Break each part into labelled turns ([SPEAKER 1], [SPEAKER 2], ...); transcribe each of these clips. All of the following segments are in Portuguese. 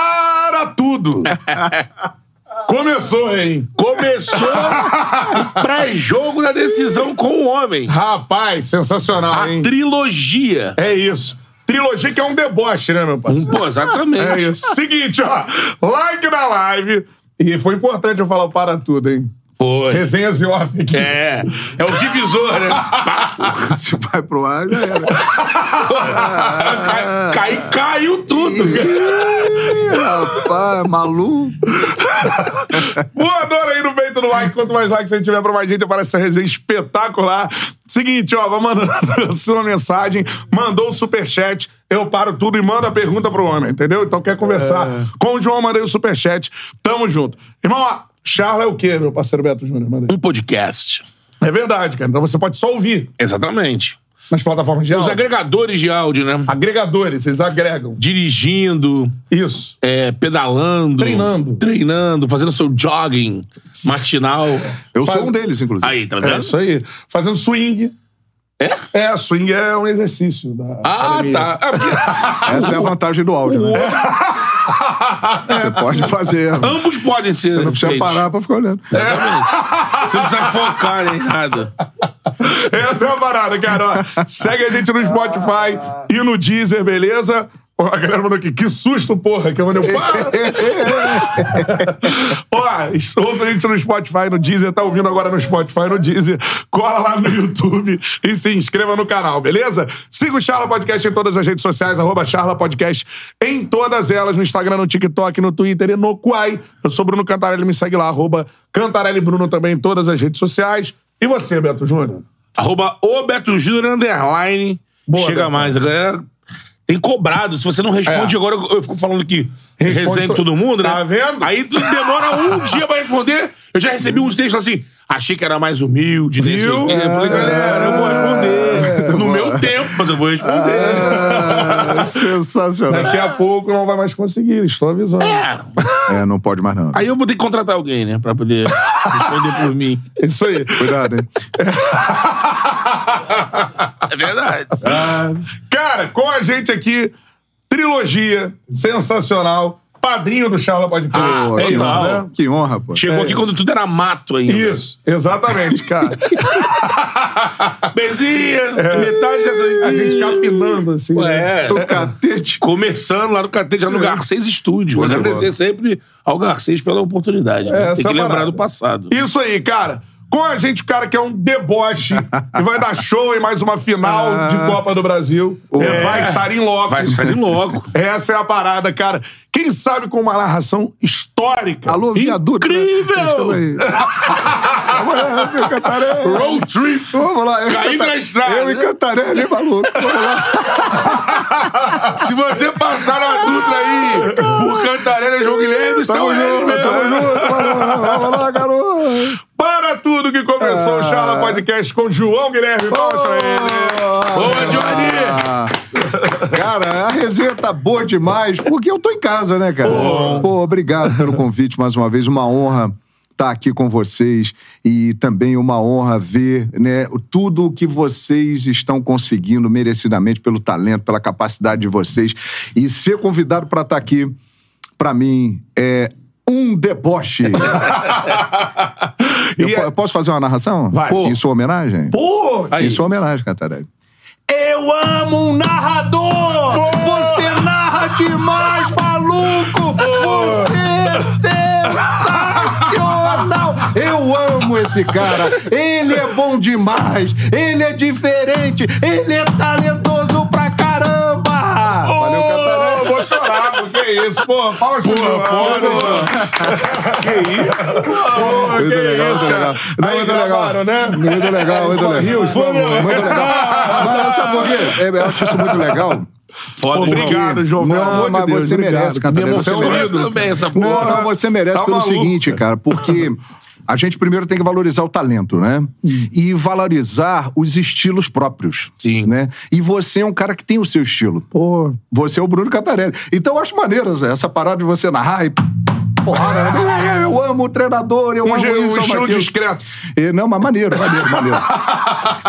[SPEAKER 1] Para tudo! Começou, hein?
[SPEAKER 2] Começou o pré-jogo da decisão com o homem.
[SPEAKER 1] Rapaz, sensacional,
[SPEAKER 2] A
[SPEAKER 1] hein?
[SPEAKER 2] trilogia.
[SPEAKER 1] É isso. Trilogia que é um deboche, né, meu
[SPEAKER 2] Um,
[SPEAKER 1] parceiro?
[SPEAKER 2] pô,
[SPEAKER 1] É
[SPEAKER 2] exatamente.
[SPEAKER 1] isso. Seguinte, ó. Like na live. E foi importante eu falar o para tudo, hein?
[SPEAKER 2] Foi.
[SPEAKER 1] Resenhas e off aqui.
[SPEAKER 2] É, é o divisor, né?
[SPEAKER 3] Se vai pro ar, já era.
[SPEAKER 2] Cai, cai- caiu tudo.
[SPEAKER 3] Ih, Rapaz, maluco.
[SPEAKER 1] Voador aí no peito do like. Quanto mais like você tiver pra mais gente, parece essa resenha espetacular. Seguinte, ó, vai mandando sua mensagem, mandou o superchat, eu paro tudo e mando a pergunta pro homem, entendeu? Então quer conversar com o João, mandei o superchat. Tamo junto. Irmão, ó, Charla é o quê, meu parceiro Beto Júnior? Manda aí.
[SPEAKER 2] Um podcast.
[SPEAKER 1] É verdade, cara. Então você pode só ouvir
[SPEAKER 2] Exatamente.
[SPEAKER 1] nas plataformas de
[SPEAKER 2] Os
[SPEAKER 1] áudio.
[SPEAKER 2] agregadores de áudio, né?
[SPEAKER 1] Agregadores, eles agregam.
[SPEAKER 2] Dirigindo,
[SPEAKER 1] Isso.
[SPEAKER 2] é, pedalando.
[SPEAKER 1] Treinando.
[SPEAKER 2] Treinando, fazendo seu jogging matinal.
[SPEAKER 3] Eu
[SPEAKER 1] Faz-
[SPEAKER 3] sou um deles, inclusive.
[SPEAKER 2] Aí, tá
[SPEAKER 1] É
[SPEAKER 2] vendo?
[SPEAKER 1] isso aí. Fazendo swing.
[SPEAKER 2] É?
[SPEAKER 1] É, swing é um exercício da
[SPEAKER 2] Ah,
[SPEAKER 1] academia.
[SPEAKER 2] tá. É, porque
[SPEAKER 3] Essa é a vantagem do áudio, né? Você pode fazer. Você
[SPEAKER 2] ambos podem ser.
[SPEAKER 3] não precisa
[SPEAKER 2] feitos.
[SPEAKER 3] parar pra ficar olhando.
[SPEAKER 2] É. Você não precisa focar em nada.
[SPEAKER 1] Essa é a parada, cara. Ó, Segue a gente no Spotify e no Deezer, beleza? Ó, A galera mandou aqui, que susto, porra, que eu mandei. um Para! Ó, ouça a gente no Spotify, no Deezer, tá ouvindo agora no Spotify, no Deezer. Cola lá no YouTube e se inscreva no canal, beleza? Siga o Charla Podcast em todas as redes sociais, arroba Charla Podcast em todas elas, no Instagram, no TikTok, no Twitter e no Quai. Eu sou Bruno Cantarelli, me segue lá, arroba Cantarelli Bruno também em todas as redes sociais. E você, Beto Júnior?
[SPEAKER 2] Arroba o Beto Júnior Underline.
[SPEAKER 1] Boa,
[SPEAKER 2] Chega
[SPEAKER 1] Beto.
[SPEAKER 2] mais. A galera tem cobrado. Se você não responde
[SPEAKER 1] É.
[SPEAKER 2] agora, eu- eu fico falando que
[SPEAKER 1] Responde
[SPEAKER 2] resenha com
[SPEAKER 1] to-
[SPEAKER 2] todo mundo, né?
[SPEAKER 1] Tá vendo?
[SPEAKER 2] Aí tu demora um dia pra responder. Eu já recebi uns textos assim. Achei que era mais humilde, né?
[SPEAKER 1] Viu? É.
[SPEAKER 2] Eu falei, galera, eu vou responder. No meu tempo, mas eu vou responder.
[SPEAKER 3] Ah, sensacional.
[SPEAKER 1] Daqui a pouco não vai mais conseguir, estou avisando.
[SPEAKER 2] É.
[SPEAKER 3] É, não pode mais, não.
[SPEAKER 2] Aí eu vou ter que contratar alguém, né? Pra poder responder por mim.
[SPEAKER 1] É Isso aí.
[SPEAKER 3] Cuidado, hein?
[SPEAKER 2] É verdade.
[SPEAKER 1] Cara, com a gente aqui, trilogia sensacional, padrinho do Charla Pode Crer.
[SPEAKER 2] Ah,
[SPEAKER 3] Pô,
[SPEAKER 2] é
[SPEAKER 3] que,
[SPEAKER 2] isso,
[SPEAKER 3] honra,
[SPEAKER 1] né?
[SPEAKER 3] que honra, pô.
[SPEAKER 2] Chegou aqui quando tudo era mato ainda.
[SPEAKER 1] Isso, exatamente, cara.
[SPEAKER 2] Bezinha, metade dessa
[SPEAKER 1] É. A gente capinando assim. né?
[SPEAKER 2] É.
[SPEAKER 3] O catete.
[SPEAKER 2] Começando lá no Catete, lá no Garcês né, Estúdio.
[SPEAKER 3] Boa,
[SPEAKER 2] É. Agradecer
[SPEAKER 3] boa.
[SPEAKER 2] sempre ao Garcês pela oportunidade. né?
[SPEAKER 1] essa
[SPEAKER 2] Tem
[SPEAKER 1] é
[SPEAKER 2] que
[SPEAKER 1] a
[SPEAKER 2] lembrar
[SPEAKER 1] parada.
[SPEAKER 2] do passado.
[SPEAKER 1] Isso aí, cara. Com a gente, o cara que é um deboche, que vai dar show em mais uma final de Copa do Brasil. É, Ah. Vai estar em loco.
[SPEAKER 2] Vai sair logo.
[SPEAKER 1] Essa é a parada, cara. Quem sabe com uma narração histórica.
[SPEAKER 3] Alô, viaduto. né?
[SPEAKER 2] Incrível!
[SPEAKER 3] Chama aí. Vamos lá, meu Cantarelli.
[SPEAKER 2] Road trip.
[SPEAKER 3] Vamos lá. eu e
[SPEAKER 2] Caí
[SPEAKER 3] Canta-
[SPEAKER 2] na estrada.
[SPEAKER 3] Eu e Cantarelli, maluco. Vamos lá.
[SPEAKER 2] Se você passar na Dutra aí, por Cantarela e João Guilherme, são
[SPEAKER 3] Tamo
[SPEAKER 2] eles
[SPEAKER 3] junto, tamo
[SPEAKER 2] mesmo.
[SPEAKER 3] junto. Vamos lá, vamos lá, garoto.
[SPEAKER 1] Para tudo que começou
[SPEAKER 3] Ah.
[SPEAKER 1] o Charla Podcast com João Guilherme. Palmas pra ele.
[SPEAKER 3] Oh.
[SPEAKER 2] Boa, Johnny!
[SPEAKER 3] Ah, Cara, a resenha tá boa demais, porque eu tô em casa, né, cara? Pô, obrigado pelo convite mais uma vez, uma honra estar aqui com vocês e também uma honra ver, né, tudo o que vocês estão conseguindo merecidamente pelo talento, pela capacidade de vocês e ser convidado para estar aqui pra mim é um deboche. eu,
[SPEAKER 1] E
[SPEAKER 3] po-
[SPEAKER 1] é-
[SPEAKER 3] eu posso fazer uma narração?
[SPEAKER 1] Vai.
[SPEAKER 3] Isso é homenagem?
[SPEAKER 1] Pô!
[SPEAKER 2] Aí.
[SPEAKER 3] Isso é homenagem, Cantarelli.
[SPEAKER 1] Eu amo um narrador! Você narra demais, maluco!
[SPEAKER 3] é sensacional! Eu amo esse cara. Ele é bom demais. Ele é diferente. Ele é talentoso pra caramba. Valeu, Catarina.
[SPEAKER 1] Ô, vou chorar, pô, que isso, pô. Palmas pro João.
[SPEAKER 2] foda,
[SPEAKER 1] Pô, Que isso? Pô, que
[SPEAKER 3] Muito legal,
[SPEAKER 1] isso,
[SPEAKER 3] muito
[SPEAKER 1] cara.
[SPEAKER 3] legal. Não,
[SPEAKER 1] Aí
[SPEAKER 3] muito
[SPEAKER 1] gravaram,
[SPEAKER 3] legal.
[SPEAKER 1] né?
[SPEAKER 3] Muito legal, muito
[SPEAKER 1] Pô,
[SPEAKER 3] legal.
[SPEAKER 1] Rios,
[SPEAKER 3] Muito
[SPEAKER 1] pô,
[SPEAKER 3] legal. Muito legal. Mas sabe por quê? É, Eu acho isso muito legal.
[SPEAKER 2] Foda,
[SPEAKER 1] Obrigado, João. Pelo
[SPEAKER 3] Não,
[SPEAKER 1] amor
[SPEAKER 3] mas
[SPEAKER 1] de Deus.
[SPEAKER 3] você
[SPEAKER 1] obrigado.
[SPEAKER 3] merece, cara.
[SPEAKER 2] Me
[SPEAKER 3] Você é um
[SPEAKER 2] emocionou
[SPEAKER 1] ídolo,
[SPEAKER 2] também essa
[SPEAKER 3] Não,
[SPEAKER 2] porra.
[SPEAKER 3] não, você merece
[SPEAKER 1] Tá
[SPEAKER 3] pelo
[SPEAKER 1] maluco.
[SPEAKER 3] seguinte, cara, porque a gente primeiro tem que valorizar o talento, né? E valorizar os estilos próprios.
[SPEAKER 2] Sim.
[SPEAKER 3] Né? E você é um cara que tem o seu estilo. Pô, você é o Bruno Cantarelli. Então eu acho maneiro Zé, essa parada de você narrar e porrada. né? Eu amo o treinador, eu
[SPEAKER 1] Um,
[SPEAKER 3] amo
[SPEAKER 1] ge- um
[SPEAKER 3] isso, eu amo
[SPEAKER 1] estilo
[SPEAKER 3] aquilo.
[SPEAKER 1] discreto.
[SPEAKER 3] E, não, mas maneiro, maneiro, maneiro.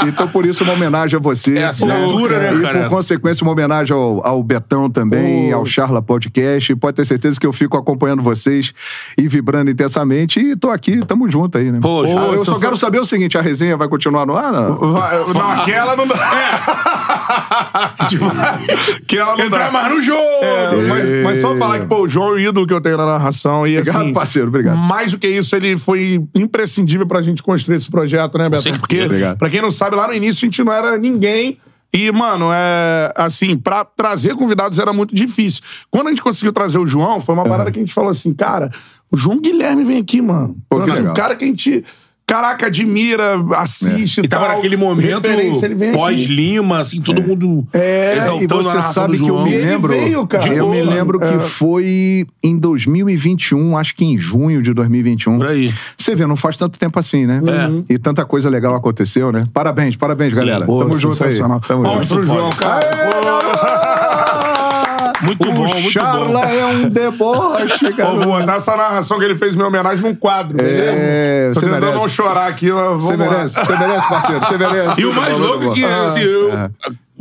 [SPEAKER 3] Então, por isso, uma homenagem a você.
[SPEAKER 2] É a assinatura, né,
[SPEAKER 3] E,
[SPEAKER 2] cara?
[SPEAKER 3] por consequência, uma homenagem ao, ao Betão também, ao Charla Podcast. E Pode ter certeza que eu fico acompanhando vocês e vibrando intensamente. E tô aqui, tamo junto aí, né?
[SPEAKER 2] Pô,
[SPEAKER 3] Ah,
[SPEAKER 2] João,
[SPEAKER 3] eu só
[SPEAKER 2] você-
[SPEAKER 3] quero saber o seguinte, a resenha vai continuar no ar? Não?
[SPEAKER 1] Vai, não, aquela não dá.
[SPEAKER 3] Tipo,
[SPEAKER 1] que ela não
[SPEAKER 2] Entrar
[SPEAKER 1] dá.
[SPEAKER 2] mais no jogo.
[SPEAKER 1] É, mas, mas só falar que, pô, o João é o ídolo que eu tenho na narração. E,
[SPEAKER 3] Obrigado,
[SPEAKER 1] assim,
[SPEAKER 3] parceiro, obrigado.
[SPEAKER 1] Mais do que isso, ele foi imprescindível pra gente construir esse projeto, né, Beto?
[SPEAKER 2] certeza.
[SPEAKER 1] Porque,
[SPEAKER 3] Obrigado.
[SPEAKER 1] pra quem não sabe, lá no início a gente não era ninguém. E, mano, é. Assim, pra trazer convidados era muito difícil. Quando a gente conseguiu trazer o João,
[SPEAKER 3] É.
[SPEAKER 1] foi uma parada que a gente falou assim, cara, o João Guilherme vem aqui, mano.
[SPEAKER 3] Pô, que
[SPEAKER 1] Então, assim,
[SPEAKER 3] legal.
[SPEAKER 1] um cara que a gente. Caraca, admira, assiste.
[SPEAKER 3] É.
[SPEAKER 2] E tava
[SPEAKER 1] tal,
[SPEAKER 2] naquele momento
[SPEAKER 1] referência, ele vem aqui.
[SPEAKER 2] pós-Lima, assim, todo mundo
[SPEAKER 1] É,
[SPEAKER 3] e
[SPEAKER 2] exaltando a
[SPEAKER 3] você
[SPEAKER 2] narração
[SPEAKER 3] sabe
[SPEAKER 2] do
[SPEAKER 3] que eu
[SPEAKER 2] João.
[SPEAKER 3] me
[SPEAKER 1] Ele
[SPEAKER 3] lembro.
[SPEAKER 1] veio, cara.
[SPEAKER 2] De
[SPEAKER 3] Eu me
[SPEAKER 2] boa.
[SPEAKER 3] lembro que
[SPEAKER 1] É.
[SPEAKER 3] foi em 2021, acho que em junho de 2021.
[SPEAKER 2] Por aí.
[SPEAKER 3] Você vê, não faz tanto tempo assim, né?
[SPEAKER 2] É.
[SPEAKER 3] E tanta coisa legal aconteceu, né? Parabéns, parabéns, galera.
[SPEAKER 1] Boa,
[SPEAKER 3] Tamo junto aí.
[SPEAKER 1] sensacional.
[SPEAKER 3] Tamo
[SPEAKER 1] Palmas
[SPEAKER 3] junto.
[SPEAKER 1] pro João, cara.
[SPEAKER 3] É,
[SPEAKER 2] Muito
[SPEAKER 3] o
[SPEAKER 2] bom, muito
[SPEAKER 3] Charla
[SPEAKER 2] bom.
[SPEAKER 3] é um deboche,
[SPEAKER 1] Pô, vou
[SPEAKER 3] cara.
[SPEAKER 1] botar essa narração que ele fez em minha homenagem num quadro, beleza?
[SPEAKER 3] É,
[SPEAKER 1] Tô
[SPEAKER 3] você
[SPEAKER 1] tentando
[SPEAKER 3] merece.
[SPEAKER 1] não chorar aqui, mas
[SPEAKER 3] Você
[SPEAKER 1] vamos lá.
[SPEAKER 3] merece, você merece, parceiro. Você merece.
[SPEAKER 2] E o
[SPEAKER 3] Muito
[SPEAKER 2] mais
[SPEAKER 3] bom,
[SPEAKER 2] louco é
[SPEAKER 3] muito
[SPEAKER 2] que
[SPEAKER 3] bom.
[SPEAKER 2] assim, eu
[SPEAKER 3] Ah,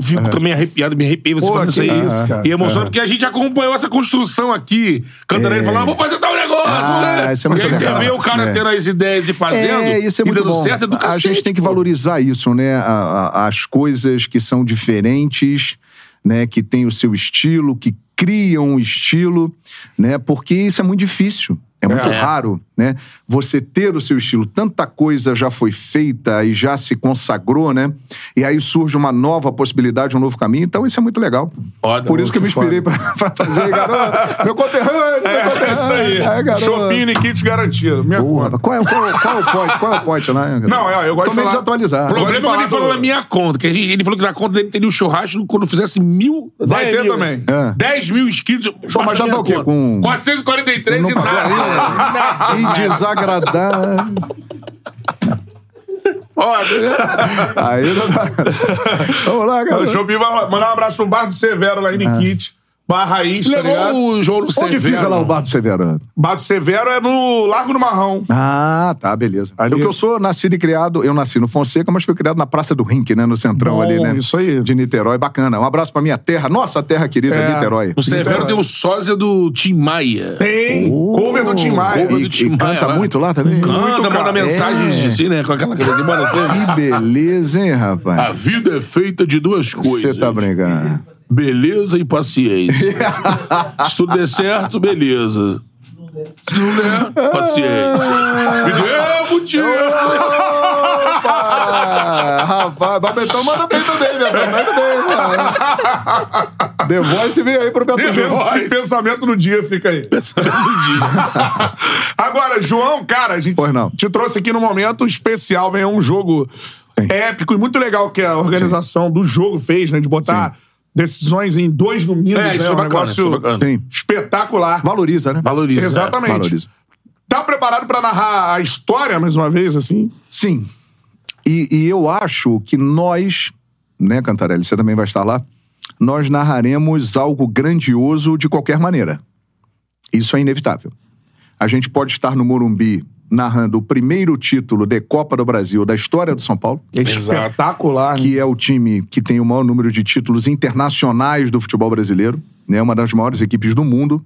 [SPEAKER 2] fico também arrepiado, me arrepio você
[SPEAKER 1] Pô,
[SPEAKER 2] falando isso
[SPEAKER 1] que
[SPEAKER 2] aí.
[SPEAKER 1] isso, cara.
[SPEAKER 2] E
[SPEAKER 3] É.
[SPEAKER 2] emocionado, porque a gente acompanhou essa construção aqui. Cantarelli falando, vou fazer tal negócio.
[SPEAKER 3] Ah,
[SPEAKER 2] né?
[SPEAKER 3] isso é muito
[SPEAKER 2] e aí
[SPEAKER 3] legal.
[SPEAKER 2] você vê o cara
[SPEAKER 3] É.
[SPEAKER 2] tendo as ideias e fazendo.
[SPEAKER 3] É, isso é muito
[SPEAKER 2] e dando
[SPEAKER 3] bom.
[SPEAKER 2] certo, é do
[SPEAKER 3] a
[SPEAKER 2] cacete,
[SPEAKER 3] gente tem que
[SPEAKER 2] pô.
[SPEAKER 3] valorizar isso, né? A- a- as coisas que são diferentes, né? Que têm o seu estilo, que criam um estilo, né? Porque isso é muito difícil. É muito
[SPEAKER 2] É.
[SPEAKER 3] raro, né? Você ter o seu estilo. Tanta coisa já foi feita e já se consagrou, né? E aí surge uma nova possibilidade, um novo caminho. Então isso é muito legal.
[SPEAKER 2] Foda,
[SPEAKER 3] Por isso que eu me inspirei pra, pra fazer, garoto. Meu conterrâneo, meu
[SPEAKER 1] É
[SPEAKER 3] conterrâneo.
[SPEAKER 1] isso
[SPEAKER 3] É,
[SPEAKER 1] aí.
[SPEAKER 3] garoto.
[SPEAKER 1] Chopin e kit garantido. Minha
[SPEAKER 3] Boa.
[SPEAKER 1] conta.
[SPEAKER 3] Qual é, qual, qual é o point? Qual é o point, né?
[SPEAKER 1] Não, é, eu gosto
[SPEAKER 3] Tô
[SPEAKER 1] de falar-
[SPEAKER 3] meio desatualizado.
[SPEAKER 2] O problema
[SPEAKER 1] Pode
[SPEAKER 2] é que
[SPEAKER 1] falar
[SPEAKER 2] ele falou
[SPEAKER 1] do-
[SPEAKER 2] na minha conta, que a gente- ele falou que na conta dele teria o churrasco quando fizesse mil.
[SPEAKER 1] Vai
[SPEAKER 2] dez
[SPEAKER 1] ter
[SPEAKER 2] mil,
[SPEAKER 1] também.
[SPEAKER 3] É.
[SPEAKER 2] 10 mil inscritos.
[SPEAKER 3] Pô, mas já tá o quê? Com-
[SPEAKER 1] é
[SPEAKER 2] 443 e
[SPEAKER 3] Não né?
[SPEAKER 2] nada.
[SPEAKER 3] pagou Que desagradável. Aí não dá. Vamos lá,
[SPEAKER 1] É O
[SPEAKER 3] garoto.
[SPEAKER 1] Chopin vai lá. mandar um abraço pro Bar do Severo lá em
[SPEAKER 3] Ah.
[SPEAKER 1] Nikit. Bar Raiz, tá ligado?
[SPEAKER 2] Levou o João no
[SPEAKER 3] Onde
[SPEAKER 2] Severo.
[SPEAKER 3] fica lá o bar do Severo?
[SPEAKER 1] Bar do Severo é no Largo do Marrão.
[SPEAKER 3] Ah, tá, beleza.
[SPEAKER 1] Ali-
[SPEAKER 3] Eu que eu sou nascido e criado, eu nasci no Fonseca, mas fui criado na Praça do Rink, né? No Centrão
[SPEAKER 1] Bom,
[SPEAKER 3] ali, né?
[SPEAKER 1] isso aí.
[SPEAKER 3] De Niterói, bacana. Um abraço pra minha terra, nossa terra querida,
[SPEAKER 1] É.
[SPEAKER 3] Niterói.
[SPEAKER 2] O Severo tem o sósia do Tim Maia.
[SPEAKER 1] Tem
[SPEAKER 3] Oh.
[SPEAKER 1] cover do Tim Maia.
[SPEAKER 2] cover
[SPEAKER 3] E,
[SPEAKER 2] do Tim
[SPEAKER 3] e
[SPEAKER 2] Maia
[SPEAKER 3] canta
[SPEAKER 1] né?
[SPEAKER 2] lá.
[SPEAKER 3] muito lá também?
[SPEAKER 1] muito,
[SPEAKER 2] Canta,
[SPEAKER 1] cara.
[SPEAKER 2] manda mensagens
[SPEAKER 3] É.
[SPEAKER 2] assim, né? Com aquela coisa de mano, você-
[SPEAKER 3] Que beleza, hein, rapaz?
[SPEAKER 2] A vida é feita de duas coisas.
[SPEAKER 3] Você tá brincando.
[SPEAKER 2] Beleza e paciência. Se tudo der certo, beleza. Se não der, paciência. Me doeu, motivo.
[SPEAKER 3] Ah, rapaz, mas o Betão manda bem também, Betão. Manda bem, mano. The Voice veio aí pro Beto Júnior.
[SPEAKER 1] Esse pensamento do dia fica aí. Agora, João, cara, a gente
[SPEAKER 3] Pois não.
[SPEAKER 1] te trouxe aqui num momento especial, vem um jogo épico e muito legal que a organização do jogo fez, né? De botar decisões em dois domingos,
[SPEAKER 2] É,
[SPEAKER 1] né?
[SPEAKER 2] isso é
[SPEAKER 1] um
[SPEAKER 2] bacana,
[SPEAKER 1] negócio
[SPEAKER 2] isso é bacana.
[SPEAKER 3] Sim.
[SPEAKER 1] espetacular.
[SPEAKER 3] Valoriza, né?
[SPEAKER 2] Valoriza.
[SPEAKER 1] Exatamente.
[SPEAKER 3] Valoriza.
[SPEAKER 1] Tá preparado pra narrar a história mais uma vez, assim?
[SPEAKER 3] Sim. E, e eu acho que nós, né, Cantarelli, você também vai estar lá, nós narraremos algo grandioso de qualquer maneira. Isso é inevitável. A gente pode estar no Morumbi narrando o primeiro título de Copa do Brasil da história do São Paulo.
[SPEAKER 1] Espetacular. né?
[SPEAKER 3] que é o time que tem o maior número de títulos internacionais do futebol brasileiro, né? Uma das maiores equipes do mundo.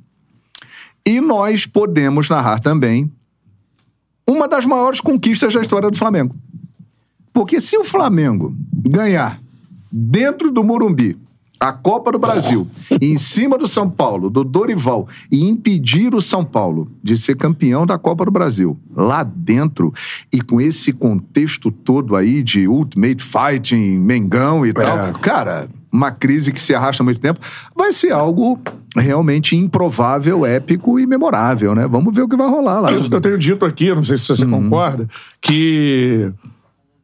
[SPEAKER 3] E nós podemos narrar também uma das maiores conquistas da história do Flamengo. Porque se o Flamengo ganhar dentro do Morumbi a Copa do Brasil, em cima do São Paulo, do Dorival, e impedir o São Paulo de ser campeão da Copa do Brasil lá dentro, e com esse contexto todo aí de Ultimate Fighting, Mengão e tal, cara, uma crise que se arrasta há muito tempo, vai ser algo realmente improvável, épico e memorável, né? Vamos ver o que vai rolar lá.
[SPEAKER 1] Eu, eu tenho dito aqui, não sei se você concorda, que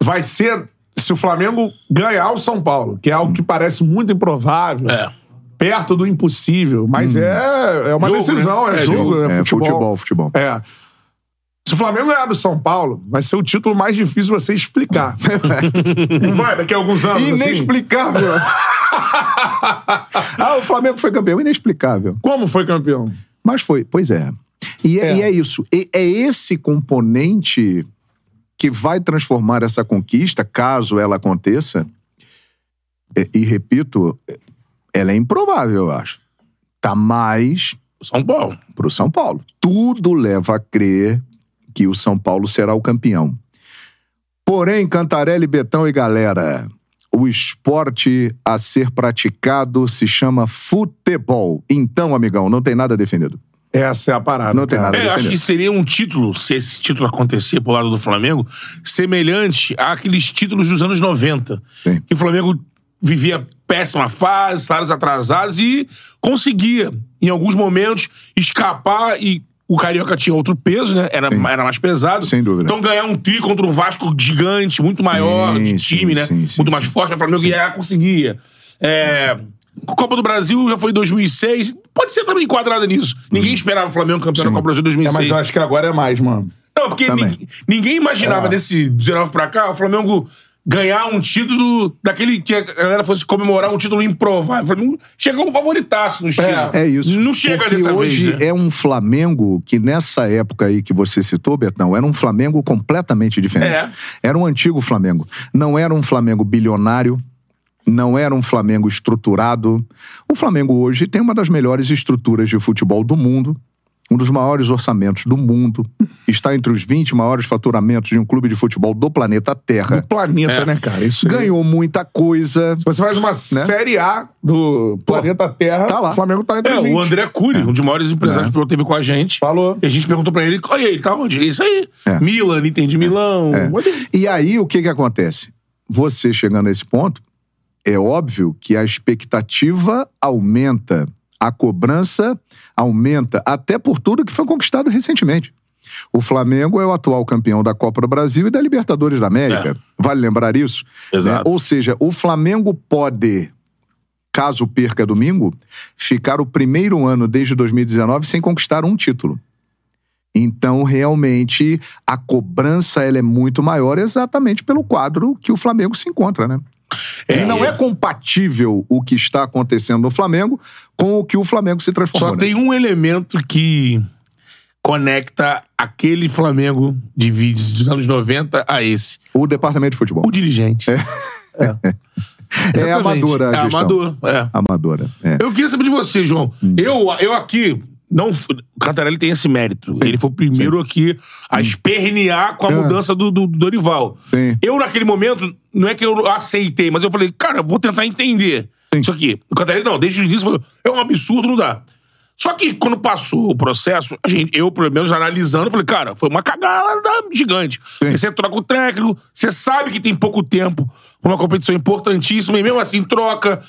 [SPEAKER 1] vai ser se o Flamengo ganhar o São Paulo, que é algo que parece muito improvável,
[SPEAKER 2] É.
[SPEAKER 1] perto do impossível, mas é, é uma
[SPEAKER 2] Jogo,
[SPEAKER 1] decisão,
[SPEAKER 2] né?
[SPEAKER 1] é,
[SPEAKER 2] É
[SPEAKER 1] jogo,
[SPEAKER 2] jogo,
[SPEAKER 1] é, futebol.
[SPEAKER 3] futebol, futebol.
[SPEAKER 1] É. Se o Flamengo ganhar do São Paulo, vai ser o título mais difícil você explicar. não vai daqui a alguns
[SPEAKER 3] Ah,
[SPEAKER 1] anos. assim?
[SPEAKER 3] Inexplicável. ah, o Flamengo foi campeão. Inexplicável.
[SPEAKER 1] Como foi campeão?
[SPEAKER 3] Mas foi, pois é. E é,
[SPEAKER 1] É.
[SPEAKER 3] e é isso. E é esse componente que vai transformar essa conquista, caso ela aconteça. E, e repito, ela é improvável, eu acho. Tá mais
[SPEAKER 2] São Paulo.
[SPEAKER 3] pro São Paulo. Tudo leva a crer que o São Paulo será o campeão. Porém, Cantarelli, Betão e galera, o esporte a ser praticado se chama futebol. Então, amigão, não tem nada definido.
[SPEAKER 1] Essa é a parada.
[SPEAKER 3] Não tem
[SPEAKER 1] cara.
[SPEAKER 3] nada.
[SPEAKER 2] É, eu acho que seria um título, se esse título acontecer pro lado do Flamengo, semelhante àqueles títulos dos anos 90.
[SPEAKER 3] Sim.
[SPEAKER 2] Que o Flamengo vivia péssima fase, salários atrasados e conseguia, em alguns momentos, escapar e. O Carioca tinha outro peso, né? Era, era mais pesado.
[SPEAKER 3] Sem dúvida.
[SPEAKER 2] Então ganhar um tri contra um Vasco gigante, muito maior,
[SPEAKER 3] Sim,
[SPEAKER 2] de
[SPEAKER 3] sim,
[SPEAKER 2] time, né?
[SPEAKER 3] sim, sim,
[SPEAKER 2] muito mais
[SPEAKER 3] sim.
[SPEAKER 2] forte, o Flamengo ia, conseguia. É, Copa do Brasil já foi em 2006. Pode ser também enquadrada nisso.
[SPEAKER 3] Uhum.
[SPEAKER 2] Ninguém esperava o Flamengo campeão da Copa do Brasil
[SPEAKER 1] É,
[SPEAKER 2] em
[SPEAKER 1] mas
[SPEAKER 2] 2006.
[SPEAKER 1] eu acho que agora é mais, mano.
[SPEAKER 2] Não, porque
[SPEAKER 3] Também. É.
[SPEAKER 2] ninguém, ninguém imaginava desse 19 pra cá o Flamengo ganhar um título daquele que a galera fosse comemorar um título improvável. O Flamengo chegou um favoritaço no título.
[SPEAKER 3] É isso.
[SPEAKER 2] Não chega
[SPEAKER 3] Porque
[SPEAKER 2] dessa
[SPEAKER 3] hoje
[SPEAKER 2] vez, né?
[SPEAKER 3] é um Flamengo que nessa época aí que você citou, Betão, era um Flamengo completamente diferente.
[SPEAKER 2] É.
[SPEAKER 3] Era um antigo Flamengo. Não era um Flamengo bilionário, não era um Flamengo estruturado. O Flamengo hoje tem uma das melhores estruturas de futebol do mundo. Um dos maiores orçamentos do mundo, está entre os 20 maiores faturamentos de um clube de futebol do planeta Terra.
[SPEAKER 1] Planeta,
[SPEAKER 2] É.
[SPEAKER 1] né, cara? Isso aí.
[SPEAKER 3] Ganhou muita coisa.
[SPEAKER 1] Se você faz uma Série A do planeta Terra,
[SPEAKER 3] tá lá.
[SPEAKER 1] o Flamengo Né? tá entre
[SPEAKER 2] É,
[SPEAKER 1] os
[SPEAKER 2] o
[SPEAKER 1] 20.
[SPEAKER 2] André Cury, um dos maiores empresários
[SPEAKER 3] É.
[SPEAKER 2] que teve com a gente.
[SPEAKER 1] Falou.
[SPEAKER 2] E a gente perguntou pra ele, olha ele tá onde? Isso aí.
[SPEAKER 3] É.
[SPEAKER 2] Milan, Inter de Milão. Olha-
[SPEAKER 3] E aí, o que que acontece? Você chegando a esse ponto, é óbvio que a expectativa aumenta, a cobrança aumenta, até por tudo que foi conquistado recentemente. O Flamengo é o atual campeão da Copa do Brasil e da Libertadores da América. Vale lembrar isso?
[SPEAKER 2] Exato.
[SPEAKER 3] né? Ou seja, o Flamengo pode, caso perca domingo, ficar o primeiro ano desde 2019 sem conquistar um título. Então, realmente, a cobrança ela é muito maior exatamente pelo quadro que o Flamengo se encontra, né?
[SPEAKER 2] É.
[SPEAKER 3] e não é. compatível o que está acontecendo no Flamengo com o que o Flamengo se transformou.
[SPEAKER 2] Só
[SPEAKER 3] né?
[SPEAKER 2] tem um elemento que conecta aquele Flamengo de vídeos dos anos 90 a esse.
[SPEAKER 3] O departamento de futebol.
[SPEAKER 2] O dirigente. É,
[SPEAKER 3] É amadora a
[SPEAKER 2] É
[SPEAKER 3] gestão.
[SPEAKER 2] amador, é.
[SPEAKER 3] Amadora, é. Hum.
[SPEAKER 2] Eu queria saber de você, João. Eu, eu aqui... Não, fui- o Cantarelli tem esse mérito. Ele foi o primeiro aqui a espernear com a
[SPEAKER 3] Hum. É.
[SPEAKER 2] mudança do, do, do Dorival.
[SPEAKER 3] Sim.
[SPEAKER 2] Eu, naquele momento, não é que eu aceitei, mas eu falei, cara, eu vou tentar entender isso aqui. O Cantarelli, não, desde o início, falou, é um absurdo, não dá. Só que quando passou o processo, a gente, eu, pelo menos, analisando, falei, cara, foi uma cagada gigante. Porque Você troca o técnico, você sabe que tem pouco tempo pra uma competição importantíssima, e mesmo assim troca,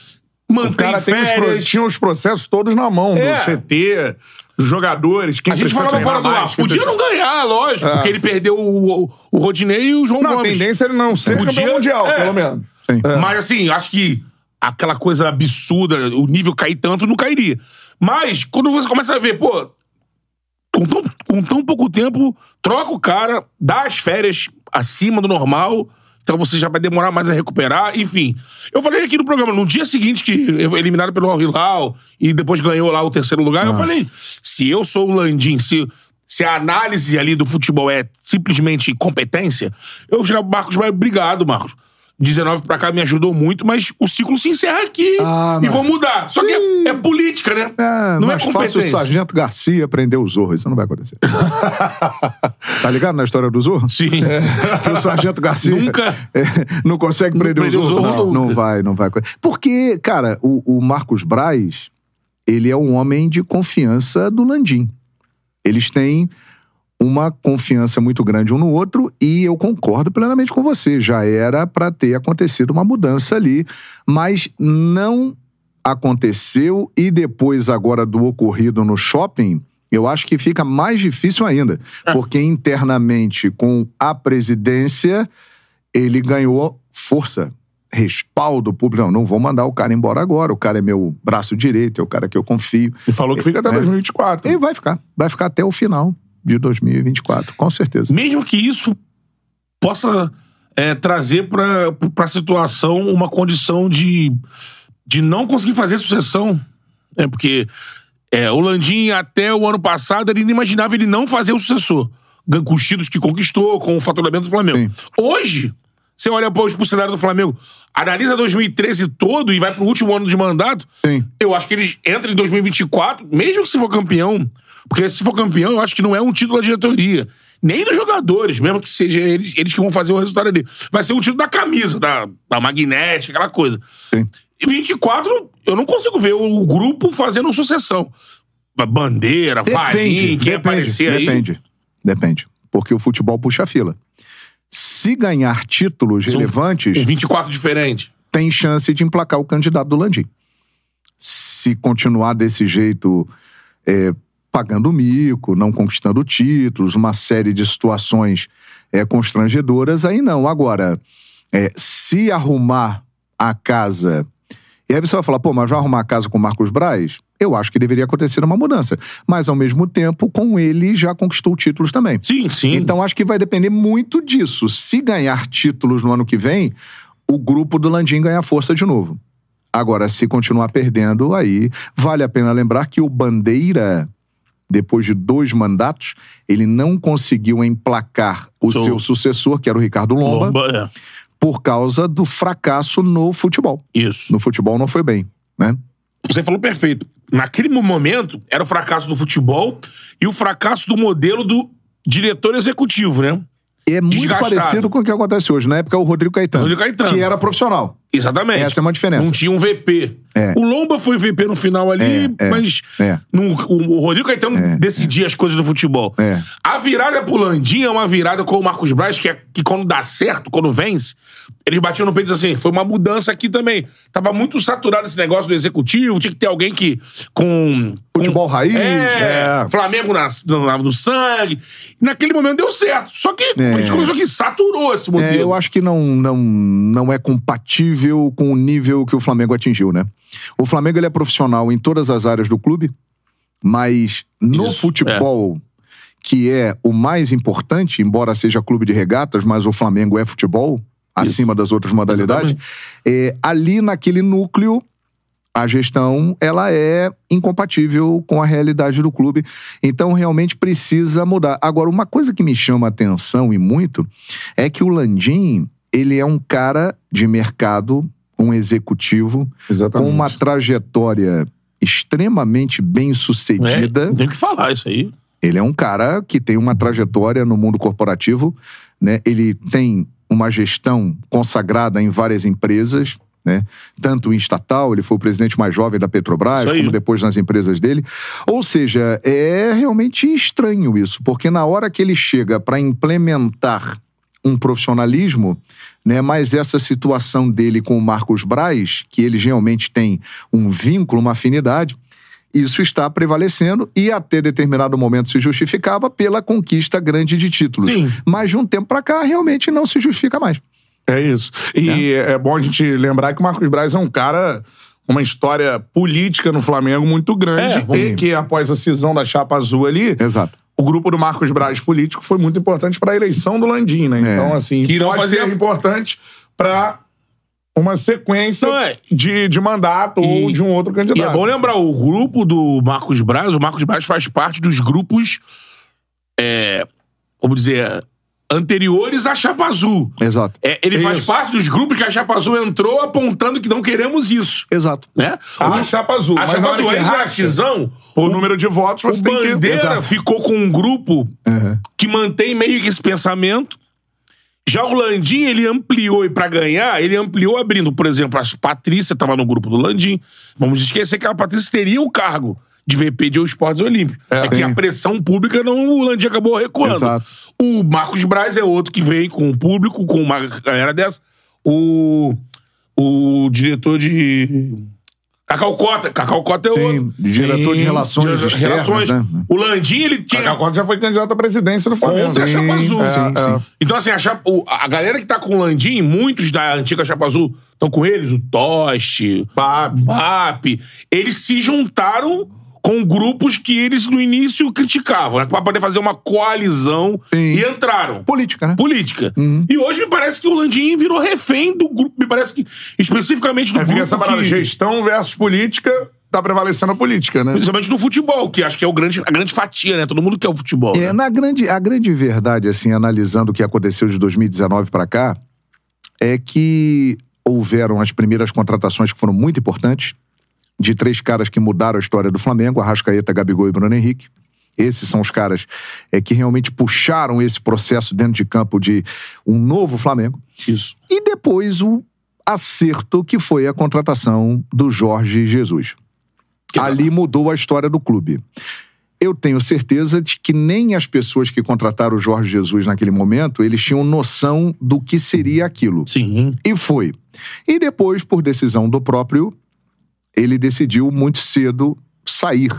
[SPEAKER 2] mantém
[SPEAKER 1] O cara tem os, pro-
[SPEAKER 2] férias.
[SPEAKER 1] tinha os processos todos na mão,
[SPEAKER 2] É.
[SPEAKER 1] do CT, dos jogadores, quem
[SPEAKER 2] A gente
[SPEAKER 1] precisa
[SPEAKER 2] falava
[SPEAKER 1] treinar
[SPEAKER 2] fora do
[SPEAKER 1] mais,
[SPEAKER 2] ar.
[SPEAKER 1] quem
[SPEAKER 2] Podia
[SPEAKER 1] precisa-
[SPEAKER 2] não ganhar, lógico,
[SPEAKER 1] É.
[SPEAKER 2] porque ele perdeu o, o, o Rodinei e o João
[SPEAKER 1] Não, a
[SPEAKER 2] Gomes.
[SPEAKER 1] tendência é ele não ser
[SPEAKER 2] Podia-
[SPEAKER 1] campeão mundial,
[SPEAKER 2] é.
[SPEAKER 1] pelo menos.
[SPEAKER 2] Mas assim, acho que aquela coisa absurda, o nível cair tanto, não cairia. Mas quando você começa a ver, pô, com tão, com tão pouco tempo, troca o cara, dá as férias acima do normal, então você já vai demorar mais a recuperar, enfim. Eu falei aqui no programa, no dia seguinte que eu- eliminado pelo Al Hilal e depois ganhou lá o terceiro lugar, eu falei, se eu sou o Landim, se, se a análise ali do futebol é simplesmente competência, eu já, Marcos, vai, obrigado, Marcos. 19 pra cá me ajudou muito, mas o ciclo se encerra aqui
[SPEAKER 3] Ah,
[SPEAKER 2] e
[SPEAKER 3] mas-
[SPEAKER 2] vou mudar. Só que é, é política, né?
[SPEAKER 3] É,
[SPEAKER 2] não é
[SPEAKER 3] mais fácil o
[SPEAKER 2] competência.
[SPEAKER 3] Sargento Garcia prender o Zorro. Isso não vai acontecer. tá ligado na história do Zorro?
[SPEAKER 2] Sim.
[SPEAKER 3] que o Sargento Garcia
[SPEAKER 2] É. Nunca.
[SPEAKER 3] é, não consegue prender
[SPEAKER 2] prendeu
[SPEAKER 3] os
[SPEAKER 2] o Zorro
[SPEAKER 3] outros. Não,
[SPEAKER 2] nunca.
[SPEAKER 3] não vai, não vai. Porque, cara, o, o Marcos Braz, ele é um homem de confiança do Landim. Eles têm uma confiança muito grande um no outro e eu concordo plenamente com você. Já era para ter acontecido uma mudança ali, mas não aconteceu e depois agora do ocorrido no shopping, eu acho que fica mais difícil ainda, porque internamente com a presidência ele ganhou força, respaldo público. Não, não vou mandar o cara embora agora. O cara é meu braço direito, é o cara que eu confio.
[SPEAKER 1] E falou que fica até
[SPEAKER 3] É.
[SPEAKER 1] 2024.
[SPEAKER 3] E vai ficar, vai ficar até o final de 2024, com certeza.
[SPEAKER 2] mesmo que isso possa é, trazer pra pra situação uma condição de, de não conseguir fazer sucessão. É né? porque É, o Landim, até o ano passado, ele não imaginava ele não fazer o sucessor. Gan- Com os títulos que conquistou, com o faturamento do Flamengo.
[SPEAKER 3] Sim.
[SPEAKER 2] Hoje, você olha para o cenário do Flamengo, analisa 2013 todo e vai pro último ano de mandato.
[SPEAKER 3] Sim.
[SPEAKER 2] Eu acho que ele entra em 2024, mesmo que se for campeão. Porque se for campeão, eu acho que não é um título da diretoria. Nem dos jogadores, mesmo que seja eles, eles que vão fazer o resultado ali. Vai ser um título da camisa, da, da magnética, aquela coisa.
[SPEAKER 3] Sim.
[SPEAKER 2] E 24, eu não consigo ver o grupo fazendo sucessão. Bandeira, Varim, quem aparecer aí.
[SPEAKER 3] depende, depende. Porque o futebol puxa a fila. Se ganhar títulos
[SPEAKER 2] São-
[SPEAKER 3] relevantes,
[SPEAKER 2] Um 24 diferente.
[SPEAKER 3] tem chance de emplacar o candidato do Landim. Se continuar desse jeito, é, pagando mico, não conquistando títulos, uma série de situações é, constrangedoras, aí não. Agora, é, se arrumar a casa. E aí você vai falar, pô, mas vai arrumar a casa com o Marcos Braz? Eu acho que deveria acontecer uma mudança. Mas, ao mesmo tempo, com ele já conquistou títulos também.
[SPEAKER 2] Sim, sim.
[SPEAKER 3] Então acho que vai depender muito disso. Se ganhar títulos no ano que vem, o grupo do Landim ganha força de novo. Agora, se continuar perdendo, aí vale a pena lembrar que o Bandeira, depois de dois mandatos, ele não conseguiu emplacar o
[SPEAKER 2] Sou-
[SPEAKER 3] seu sucessor, que era o Ricardo Lomba,
[SPEAKER 2] Lomba, é.
[SPEAKER 3] por causa do fracasso no futebol.
[SPEAKER 2] Isso.
[SPEAKER 3] No futebol não foi bem, né?
[SPEAKER 2] Você falou perfeito. Naquele momento, era o fracasso do futebol e o fracasso do modelo do diretor executivo, né?
[SPEAKER 3] E é muito
[SPEAKER 2] Desgastado.
[SPEAKER 3] parecido com o que acontece hoje. Na época, o Rodrigo Caetano,
[SPEAKER 2] Rodrigo Caetano.
[SPEAKER 3] que era profissional.
[SPEAKER 2] Exatamente.
[SPEAKER 3] Essa é uma diferença.
[SPEAKER 2] Não tinha um VP.
[SPEAKER 3] É.
[SPEAKER 2] O Lomba foi VP no final ali,
[SPEAKER 3] É, é,
[SPEAKER 2] mas
[SPEAKER 3] é.
[SPEAKER 2] não- o o Rodrigo Caetano decidia as coisas do futebol.
[SPEAKER 3] É.
[SPEAKER 2] A virada pro Landim é uma virada com o Marcos Braz, que, é- que quando dá certo, quando vence, eles batiam no peito e diziam assim, foi uma mudança aqui também. Tava muito saturado esse negócio do executivo, tinha que ter alguém que com...
[SPEAKER 3] Futebol raiz,
[SPEAKER 2] um É,
[SPEAKER 3] é.
[SPEAKER 2] Flamengo na, na- no sangue. Naquele momento deu certo. Só que
[SPEAKER 1] É.
[SPEAKER 2] a gente começou que saturou esse modelo.
[SPEAKER 3] É, eu acho que não, não, não é compatível com o nível que o Flamengo atingiu, né? O Flamengo ele é profissional em todas as áreas do clube, mas no
[SPEAKER 2] Isso,
[SPEAKER 3] futebol, que é o mais importante, embora seja clube de regatas, mas o Flamengo é futebol, acima das outras modalidades, é, ali naquele núcleo a gestão ela é incompatível com a realidade do clube. Então realmente precisa mudar. Agora, uma coisa que me chama a atenção e muito é que o Landim, ele é um cara de mercado, um executivo
[SPEAKER 1] Exatamente.
[SPEAKER 3] com uma trajetória extremamente bem sucedida.
[SPEAKER 2] Né? Tem que falar isso aí.
[SPEAKER 3] Ele é um cara que tem uma trajetória no mundo corporativo, né? Ele tem uma gestão consagrada em várias empresas, né? Tanto em estatal, ele foi o presidente mais jovem da Petrobras,
[SPEAKER 2] Isso aí.
[SPEAKER 3] como depois nas empresas dele. Ou seja, é realmente estranho isso, porque na hora que ele chega para implementar um profissionalismo, né? Mas essa situação dele com o Marcos Braz, que ele realmente tem um vínculo, uma afinidade, isso está prevalecendo e até determinado momento se justificava pela conquista grande de títulos.
[SPEAKER 2] Sim.
[SPEAKER 3] Mas de um tempo para cá realmente não se justifica mais.
[SPEAKER 1] É isso. E é. bom a gente lembrar que o Marcos Braz é um cara, uma história política no Flamengo muito grande.
[SPEAKER 2] É,
[SPEAKER 1] e que após a cisão da Chapa Azul ali,
[SPEAKER 3] Exato.
[SPEAKER 1] o grupo do Marcos Braz político foi muito importante para a eleição do Landim, né? Então, assim,
[SPEAKER 2] Que não
[SPEAKER 1] pode
[SPEAKER 2] fazia-
[SPEAKER 1] ser importante para uma sequência
[SPEAKER 2] Não, é.
[SPEAKER 1] de, de mandato ou
[SPEAKER 2] E-
[SPEAKER 1] de um outro candidato.
[SPEAKER 2] E é bom lembrar, o grupo do Marcos Braz, o Marcos Braz faz parte dos grupos, é, como dizer, anteriores à Chapa Azul.
[SPEAKER 3] Exato.
[SPEAKER 2] É, ele faz
[SPEAKER 1] Isso.
[SPEAKER 2] parte dos grupos que a Chapa Azul entrou apontando que não queremos isso,
[SPEAKER 3] Exato.
[SPEAKER 2] né?
[SPEAKER 1] tá? A
[SPEAKER 2] O-
[SPEAKER 1] Chapa Azul.
[SPEAKER 2] a
[SPEAKER 1] mas
[SPEAKER 2] Chapa
[SPEAKER 1] na hora
[SPEAKER 2] Azul
[SPEAKER 1] que
[SPEAKER 2] entra a
[SPEAKER 1] racha,
[SPEAKER 2] cisão,
[SPEAKER 1] o número de votos
[SPEAKER 2] o
[SPEAKER 1] você tem que...
[SPEAKER 2] Bandeira
[SPEAKER 1] Exato.
[SPEAKER 2] ficou com um grupo que mantém meio que esse pensamento. Já o Landim, ele ampliou e pra ganhar, ele ampliou abrindo, por exemplo, a Patrícia estava no grupo do Landim. Vamos esquecer que a Patrícia teria o cargo de VP de Esportes Olímpicos. É, que
[SPEAKER 3] sim.
[SPEAKER 2] a pressão pública não o Landim acabou recuando.
[SPEAKER 3] Exato.
[SPEAKER 2] O Marcos Braz é outro que vem com o público, com uma galera dessa. O o diretor de Cacau Cota, Cacau Cota é
[SPEAKER 3] Sim,
[SPEAKER 2] outro.
[SPEAKER 3] diretor de relações
[SPEAKER 2] diretor de
[SPEAKER 3] externas,
[SPEAKER 2] relações.
[SPEAKER 3] né?
[SPEAKER 2] O Landim, ele tinha
[SPEAKER 1] Cacau Costa já foi candidato à presidência do Flamengo.
[SPEAKER 2] Contra a Chapa Azul.
[SPEAKER 3] sim,
[SPEAKER 1] É,
[SPEAKER 3] sim.
[SPEAKER 2] Então, assim, a, chapa- o- a galera que tá com o Landim, muitos da antiga Chapa Azul estão com eles, o Toste,
[SPEAKER 1] Babi.
[SPEAKER 2] BAP, eles se juntaram com grupos que eles no início criticavam, né? Pra poder fazer uma coalizão
[SPEAKER 3] Sim.
[SPEAKER 2] e entraram.
[SPEAKER 3] Política, né?
[SPEAKER 2] Política. E hoje me parece que o Landim virou refém do grupo, me parece que especificamente do
[SPEAKER 1] Aí
[SPEAKER 3] É,
[SPEAKER 2] grupo
[SPEAKER 1] É, fica essa
[SPEAKER 2] que...
[SPEAKER 1] parada, gestão versus política tá prevalecendo a política, né?
[SPEAKER 2] Principalmente no futebol, que acho que é o grande, a grande fatia, né? Todo mundo quer o futebol.
[SPEAKER 3] É,
[SPEAKER 2] né?
[SPEAKER 3] na grande, a grande verdade, assim, analisando o que aconteceu de 2019 para cá, é que houveram as primeiras contratações que foram muito importantes, de três caras que mudaram a história do Flamengo, Arrascaeta, Gabigol e Bruno Henrique. Esses são os caras é, que realmente puxaram esse processo dentro de campo de um novo Flamengo.
[SPEAKER 2] Isso.
[SPEAKER 3] E depois o acerto que foi a contratação do Jorge Jesus. Ali mudou a história do clube. Eu tenho certeza de que nem as pessoas que contrataram o Jorge Jesus naquele momento, eles tinham noção do que seria aquilo.
[SPEAKER 2] Sim.
[SPEAKER 3] E foi. E depois, por decisão do próprio, ele decidiu muito cedo sair,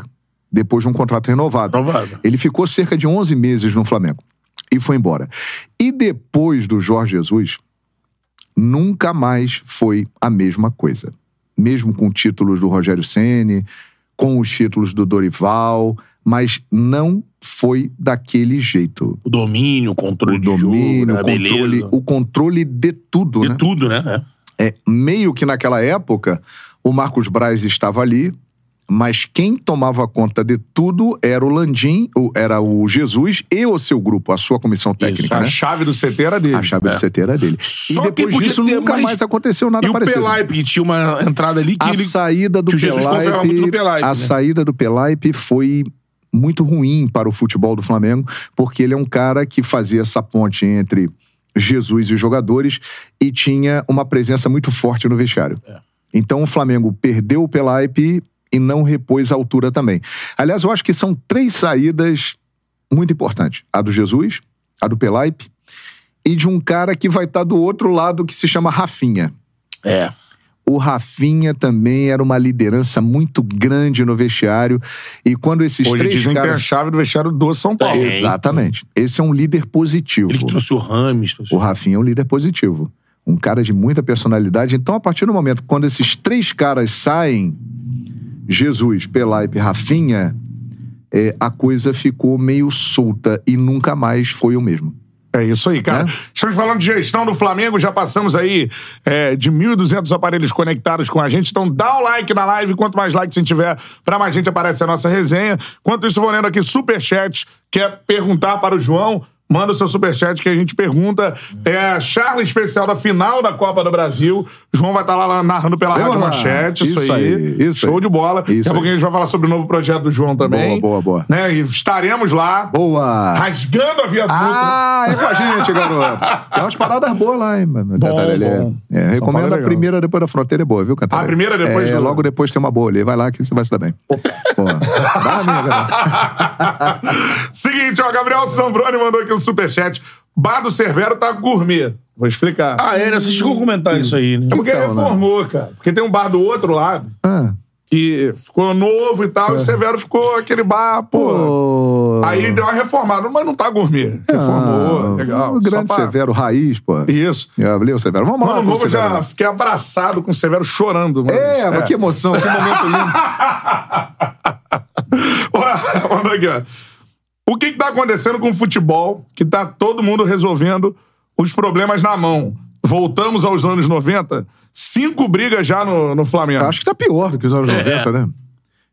[SPEAKER 3] depois de um contrato renovado.
[SPEAKER 2] é Provável.
[SPEAKER 3] Ele ficou cerca de 11 meses no Flamengo e foi embora. E depois do Jorge Jesus, nunca mais foi a mesma coisa. Mesmo com títulos do Rogério Ceni, com os títulos do Dorival, mas não foi daquele jeito.
[SPEAKER 2] O domínio, o controle
[SPEAKER 3] O
[SPEAKER 2] de jogo,
[SPEAKER 3] domínio,
[SPEAKER 2] né?
[SPEAKER 3] o
[SPEAKER 2] A
[SPEAKER 3] controle,
[SPEAKER 2] beleza.
[SPEAKER 3] o controle de tudo,
[SPEAKER 2] De
[SPEAKER 3] né?
[SPEAKER 2] tudo, né? É.
[SPEAKER 3] É, meio que naquela época, o Marcos Braz estava ali, mas quem tomava conta de tudo era o Landim, o- era o Jesus e o seu grupo, a sua comissão técnica,
[SPEAKER 1] A
[SPEAKER 3] né?
[SPEAKER 1] chave do CT era dele.
[SPEAKER 3] A chave
[SPEAKER 2] É.
[SPEAKER 3] do CT era dele.
[SPEAKER 2] Só
[SPEAKER 3] e depois
[SPEAKER 2] quem podia
[SPEAKER 3] disso
[SPEAKER 2] ter
[SPEAKER 3] nunca
[SPEAKER 2] mais-
[SPEAKER 3] mais aconteceu nada
[SPEAKER 2] E o
[SPEAKER 3] parecido.
[SPEAKER 2] Pelaipe, que tinha uma entrada ali que
[SPEAKER 3] a
[SPEAKER 2] ele.
[SPEAKER 3] saída do
[SPEAKER 2] que o Jesus confiava muito
[SPEAKER 3] Pelaipe,
[SPEAKER 2] no Pelaipe,
[SPEAKER 3] a
[SPEAKER 2] né?
[SPEAKER 3] saída do Pelaipe foi muito ruim para o futebol do Flamengo, porque ele é um cara que fazia essa ponte entre Jesus e os jogadores e tinha uma presença muito forte no vestiário.
[SPEAKER 2] É.
[SPEAKER 3] Então o Flamengo perdeu o Pelaipe e não repôs a altura também. Aliás, eu acho que são três saídas muito importantes: a do Jesus, a do Pelaipe e de um cara que vai estar do outro lado que se chama Rafinha.
[SPEAKER 2] É.
[SPEAKER 3] O Rafinha também era uma liderança muito grande no vestiário. E quando esses
[SPEAKER 1] né? Hoje
[SPEAKER 3] três
[SPEAKER 1] dizem que tem a
[SPEAKER 3] caras.
[SPEAKER 1] chave do vestiário do São Paulo.
[SPEAKER 2] É.
[SPEAKER 3] Exatamente. Esse é um líder positivo.
[SPEAKER 2] Ele que trouxe o Rames.
[SPEAKER 3] O Rafinha é um líder positivo. Um cara de muita personalidade. Então, a partir do momento quando esses três caras saem, Jesus, Pelaipe, Rafinha, é, a coisa ficou meio solta e nunca mais foi o mesmo.
[SPEAKER 1] É isso aí, cara.
[SPEAKER 3] Né?
[SPEAKER 1] Estamos falando de gestão do Flamengo, já passamos aí é, de 1.200 aparelhos conectados com a gente. Então dá o like na live, quanto mais likes a gente tiver, pra mais gente aparece a nossa resenha. Enquanto isso, vou lendo aqui superchat, quer perguntar para o João? Manda o seu superchat que a gente pergunta. É a charla especial da final da Copa do Brasil. João vai estar lá, lá narrando pela
[SPEAKER 3] Eba!
[SPEAKER 1] Rádio Manchete. Isso,
[SPEAKER 3] Isso
[SPEAKER 1] aí.
[SPEAKER 3] aí, isso
[SPEAKER 1] Show
[SPEAKER 3] aí.
[SPEAKER 1] de bola. Daqui
[SPEAKER 3] Isso
[SPEAKER 1] a
[SPEAKER 3] aí.
[SPEAKER 1] pouquinho a gente vai falar sobre o novo projeto do João também.
[SPEAKER 3] Boa, boa, boa.
[SPEAKER 1] Né? E estaremos lá.
[SPEAKER 3] Boa!
[SPEAKER 1] Rasgando a viaduta.
[SPEAKER 3] Ah, é com a gente, garoto. Tem umas paradas boas lá, hein, mano. Cantarelli. é-
[SPEAKER 1] bom. São
[SPEAKER 3] É,
[SPEAKER 1] Paulo é
[SPEAKER 3] recomendo a
[SPEAKER 1] legal. Ah,
[SPEAKER 3] primeira depois da fronteira é boa, viu, Cantarelli?
[SPEAKER 1] A primeira depois
[SPEAKER 3] é,
[SPEAKER 1] do-
[SPEAKER 3] Logo depois tem uma boa ali. Vai lá que você vai se dar bem. Pô, dá, minha, garoto.
[SPEAKER 1] Seguinte, ó, Gabriel Zambroni mandou aqui um superchat. Bar do Cervero tá gourmet. Vou explicar.
[SPEAKER 2] Ah, é, né? Vocês chegou a comentar isso aí, né?
[SPEAKER 1] é porque
[SPEAKER 3] então, né?
[SPEAKER 1] reformou, cara. Porque tem um bar do outro lado
[SPEAKER 3] Ah,
[SPEAKER 1] que ficou novo e tal, e o Severo ficou aquele bar, pô.
[SPEAKER 3] É. pô.
[SPEAKER 1] Aí deu uma reformada, mas não tá gourmet. Reformou,
[SPEAKER 3] Ah,
[SPEAKER 1] legal.
[SPEAKER 3] O
[SPEAKER 1] Só
[SPEAKER 3] grande
[SPEAKER 1] pra-
[SPEAKER 3] Severo Raiz, pô.
[SPEAKER 1] Isso.
[SPEAKER 3] Eu abri o Severo. Vamos lá.
[SPEAKER 1] Mano, novo eu já
[SPEAKER 3] Severo.
[SPEAKER 1] fiquei abraçado com o Severo chorando. mano.
[SPEAKER 3] É, mas que emoção, que momento lindo.
[SPEAKER 1] Ó, Manda aqui, ó. O que, que tá acontecendo com o futebol que tá todo mundo resolvendo os problemas na mão? Voltamos aos anos 90, cinco brigas já no, no Flamengo.
[SPEAKER 3] Acho que tá pior do que os anos
[SPEAKER 1] É.
[SPEAKER 3] 90, né?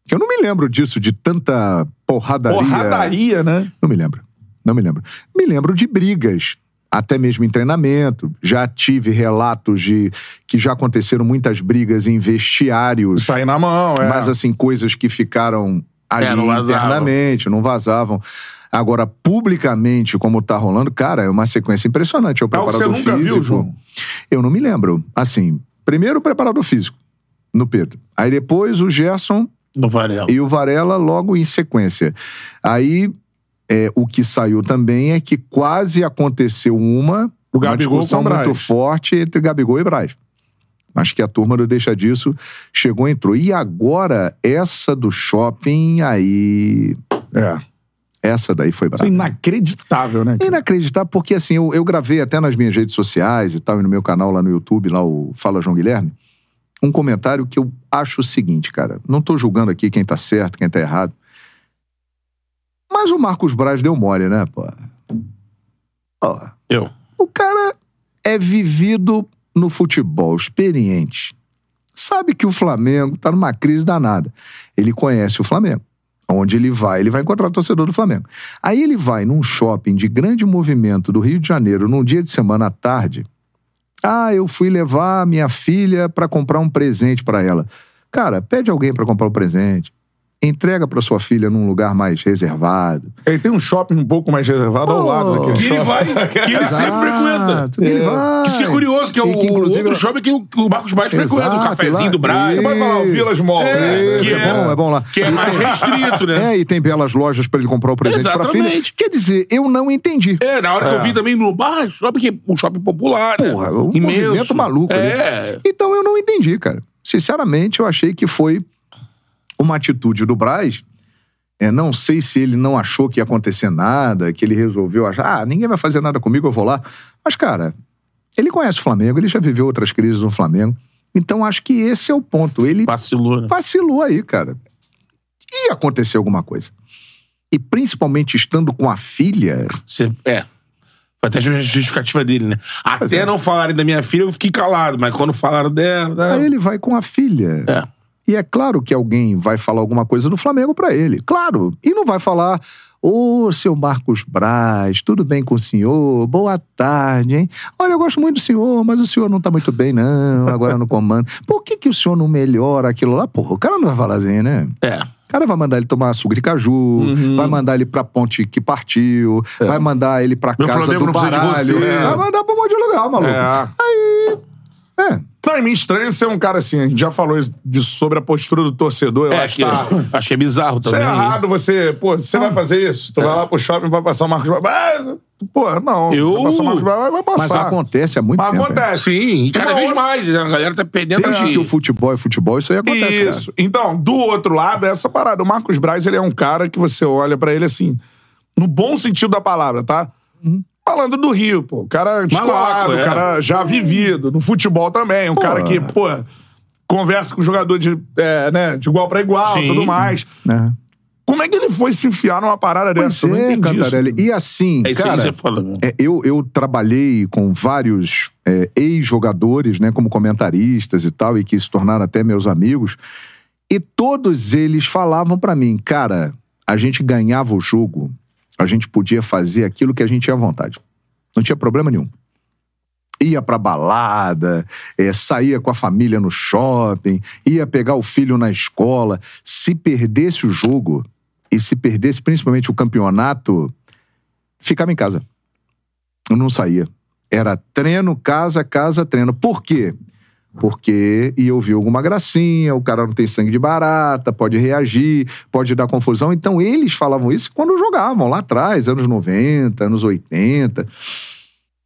[SPEAKER 3] Que eu não me lembro disso, de tanta porradaria.
[SPEAKER 1] Porradaria, né?
[SPEAKER 3] Não me lembro. Não me lembro. Me lembro de brigas, até mesmo em treinamento. Já tive relatos de que já aconteceram muitas brigas em vestiários,
[SPEAKER 1] Sair na mão, é.
[SPEAKER 3] mas assim, coisas que ficaram ali
[SPEAKER 2] É, não vazavam.
[SPEAKER 3] internamente, não vazavam. Agora, publicamente, como tá rolando, cara, é uma sequência impressionante. É o
[SPEAKER 1] Algo que
[SPEAKER 3] preparador
[SPEAKER 1] você nunca viu,
[SPEAKER 3] físico.
[SPEAKER 1] João?
[SPEAKER 3] Eu não me lembro. Assim, primeiro o preparador físico, no Pedro. Aí depois o Gerson
[SPEAKER 2] No Varela.
[SPEAKER 3] e o Varela logo em sequência. Aí é, o que saiu também é que quase aconteceu uma,
[SPEAKER 1] O
[SPEAKER 3] uma
[SPEAKER 1] Gabigol
[SPEAKER 3] discussão
[SPEAKER 1] com o Braz.
[SPEAKER 3] muito forte entre Gabigol e Braz. Acho que a turma do Deixa Disso chegou e entrou. E agora, essa do shopping aí.
[SPEAKER 1] É.
[SPEAKER 3] Essa daí foi
[SPEAKER 1] Isso é
[SPEAKER 3] brava.
[SPEAKER 1] inacreditável, né?
[SPEAKER 3] É
[SPEAKER 1] cara?
[SPEAKER 3] inacreditável, porque assim, eu, eu gravei até nas minhas redes sociais e tal, e no meu canal lá no YouTube, lá o Fala João Guilherme, um comentário que eu acho o seguinte, cara. Não tô julgando aqui quem tá certo, quem tá errado. Mas o Marcos Braz deu mole, né, pô? Ó,
[SPEAKER 2] Eu.
[SPEAKER 3] o cara é vivido no futebol, experiente. sabe que o Flamengo tá numa crise danada. Ele conhece o Flamengo. Onde ele vai, ele vai encontrar o torcedor do Flamengo. Aí ele vai num shopping de grande movimento do Rio de Janeiro, num dia de semana à tarde. Ah, eu fui levar minha filha pra comprar um presente pra ela. Cara, pede alguém pra comprar o presente. Entrega pra sua filha num lugar mais reservado.
[SPEAKER 1] Ele tem um shopping um pouco mais reservado ao
[SPEAKER 3] Pô.
[SPEAKER 1] lado daquele
[SPEAKER 2] Que ele
[SPEAKER 1] shopping.
[SPEAKER 2] vai, que ele sempre frequenta.
[SPEAKER 3] Exato, que ele
[SPEAKER 1] É.
[SPEAKER 3] vai.
[SPEAKER 2] Isso que é curioso, que é o,
[SPEAKER 3] E que, inclusive,
[SPEAKER 2] outro shopping que o, que o Marcos Baixo frequenta, o
[SPEAKER 3] Exato,
[SPEAKER 2] cafezinho
[SPEAKER 3] lá- é.
[SPEAKER 2] do Braia.
[SPEAKER 3] Isso.
[SPEAKER 1] Vai falar, o Vilas Mall.
[SPEAKER 2] É,
[SPEAKER 1] né?
[SPEAKER 3] Isso,
[SPEAKER 2] que
[SPEAKER 3] é bom, é bom lá.
[SPEAKER 2] Que é mais restrito, né?
[SPEAKER 3] É, e tem belas lojas pra ele comprar o presente pra filha.
[SPEAKER 2] Exatamente.
[SPEAKER 3] Quer dizer, eu não entendi.
[SPEAKER 2] É, na hora que eu vi também no bar, shopping, que é um shopping popular, né?
[SPEAKER 3] Porra, um
[SPEAKER 2] Imenso.
[SPEAKER 3] movimento maluco ali.
[SPEAKER 2] É.
[SPEAKER 3] Então eu não entendi, cara. Sinceramente, eu achei que foi uma atitude do Braz. É, não sei se ele não achou que ia acontecer nada, que ele resolveu achar, ah, ninguém vai fazer nada comigo, eu vou lá. Mas, cara, ele conhece o Flamengo, ele já viveu outras crises no Flamengo. Então acho que esse é o ponto. Ele
[SPEAKER 2] Vacilou, né?
[SPEAKER 3] vacilou aí, cara. Ia acontecer alguma coisa. E principalmente estando com a filha,
[SPEAKER 2] Você- é. Foi até a justificativa dele, né? Até não falarem da minha filha, eu fiquei calado, mas quando falaram dela. né?
[SPEAKER 3] aí ele vai com a filha.
[SPEAKER 2] É.
[SPEAKER 3] E é claro que alguém vai falar alguma coisa do Flamengo pra ele. Claro. E não vai falar. Ô, seu Marcos Braz, tudo bem com o senhor? Boa tarde, hein? Olha, eu gosto muito do senhor, mas o senhor não tá muito bem, não, agora no comando. Por que, que o senhor não melhora aquilo lá? Porra, o cara não vai falar assim, né?
[SPEAKER 2] É.
[SPEAKER 3] O cara vai mandar ele tomar suco de caju,
[SPEAKER 2] Uhum.
[SPEAKER 3] vai mandar ele pra ponte que partiu, vai mandar ele pra
[SPEAKER 2] É. Meu
[SPEAKER 3] casa
[SPEAKER 2] Flamengo
[SPEAKER 3] do
[SPEAKER 2] não precisa de
[SPEAKER 3] baralho.
[SPEAKER 2] você. é.
[SPEAKER 3] Vai mandar pra um monte de lugar, maluco.
[SPEAKER 1] É.
[SPEAKER 3] É.
[SPEAKER 1] Não, e me estranha ser um cara assim, a gente já falou isso de- sobre a postura do torcedor, eu
[SPEAKER 2] É,
[SPEAKER 1] acho
[SPEAKER 2] acho,
[SPEAKER 1] que tá...
[SPEAKER 2] que, acho que é bizarro
[SPEAKER 1] Isso
[SPEAKER 2] também.
[SPEAKER 1] é errado, você... Pô, você
[SPEAKER 3] Ah.
[SPEAKER 1] vai fazer isso?
[SPEAKER 3] É.
[SPEAKER 1] Tu vai lá pro shopping, vai passar o Marcos Braz. Ah, Pô, não.
[SPEAKER 2] Eu-
[SPEAKER 1] Vai passar o Marcos Braz, vai
[SPEAKER 3] Mas
[SPEAKER 1] passar.
[SPEAKER 3] acontece há muito
[SPEAKER 1] Mas
[SPEAKER 3] tempo. é.
[SPEAKER 1] acontece.
[SPEAKER 2] Sim, e cada
[SPEAKER 1] Uma
[SPEAKER 2] vez
[SPEAKER 1] hora-
[SPEAKER 2] mais. né? A galera tá perdendo
[SPEAKER 3] Desde
[SPEAKER 2] de-
[SPEAKER 3] que o futebol é futebol, isso aí acontece, cara.
[SPEAKER 1] Isso. Então, do outro lado, essa parada. O Marcos Braz, ele é um cara que você olha pra ele assim, no bom sentido da palavra, tá?
[SPEAKER 3] Uhum.
[SPEAKER 1] Falando do Rio, pô. O cara descolado,
[SPEAKER 2] é.
[SPEAKER 1] o cara já vivido. No futebol também. Um cara
[SPEAKER 3] é.
[SPEAKER 1] que, pô, conversa com o jogador de, é, né, de igual pra igual,
[SPEAKER 2] Sim.
[SPEAKER 1] tudo mais.
[SPEAKER 3] né?
[SPEAKER 1] Como é que ele foi se enfiar numa parada
[SPEAKER 3] Pois
[SPEAKER 1] dessa? Eu não
[SPEAKER 3] é,
[SPEAKER 1] entendi isso.
[SPEAKER 3] Cantarelli. E assim,
[SPEAKER 2] É isso aí
[SPEAKER 3] cara,
[SPEAKER 2] que você fala, né?
[SPEAKER 3] é, eu, eu trabalhei com vários é, ex-jogadores, né, como comentaristas e tal, e que se tornaram até meus amigos. E todos eles falavam pra mim, cara, a gente ganhava o jogo, a gente podia fazer aquilo que a gente tinha vontade. Não tinha problema nenhum. Ia pra balada, eh, saía com a família no shopping, ia pegar o filho na escola. Se perdesse o jogo, e se perdesse principalmente o campeonato, ficava em casa. Eu não saía. Era treino, casa, casa, treino. Por quê? Porque ia ouvir alguma gracinha, o cara não tem sangue de barata, pode reagir, pode dar confusão. Então eles falavam isso quando jogavam lá atrás, anos 90, anos 80.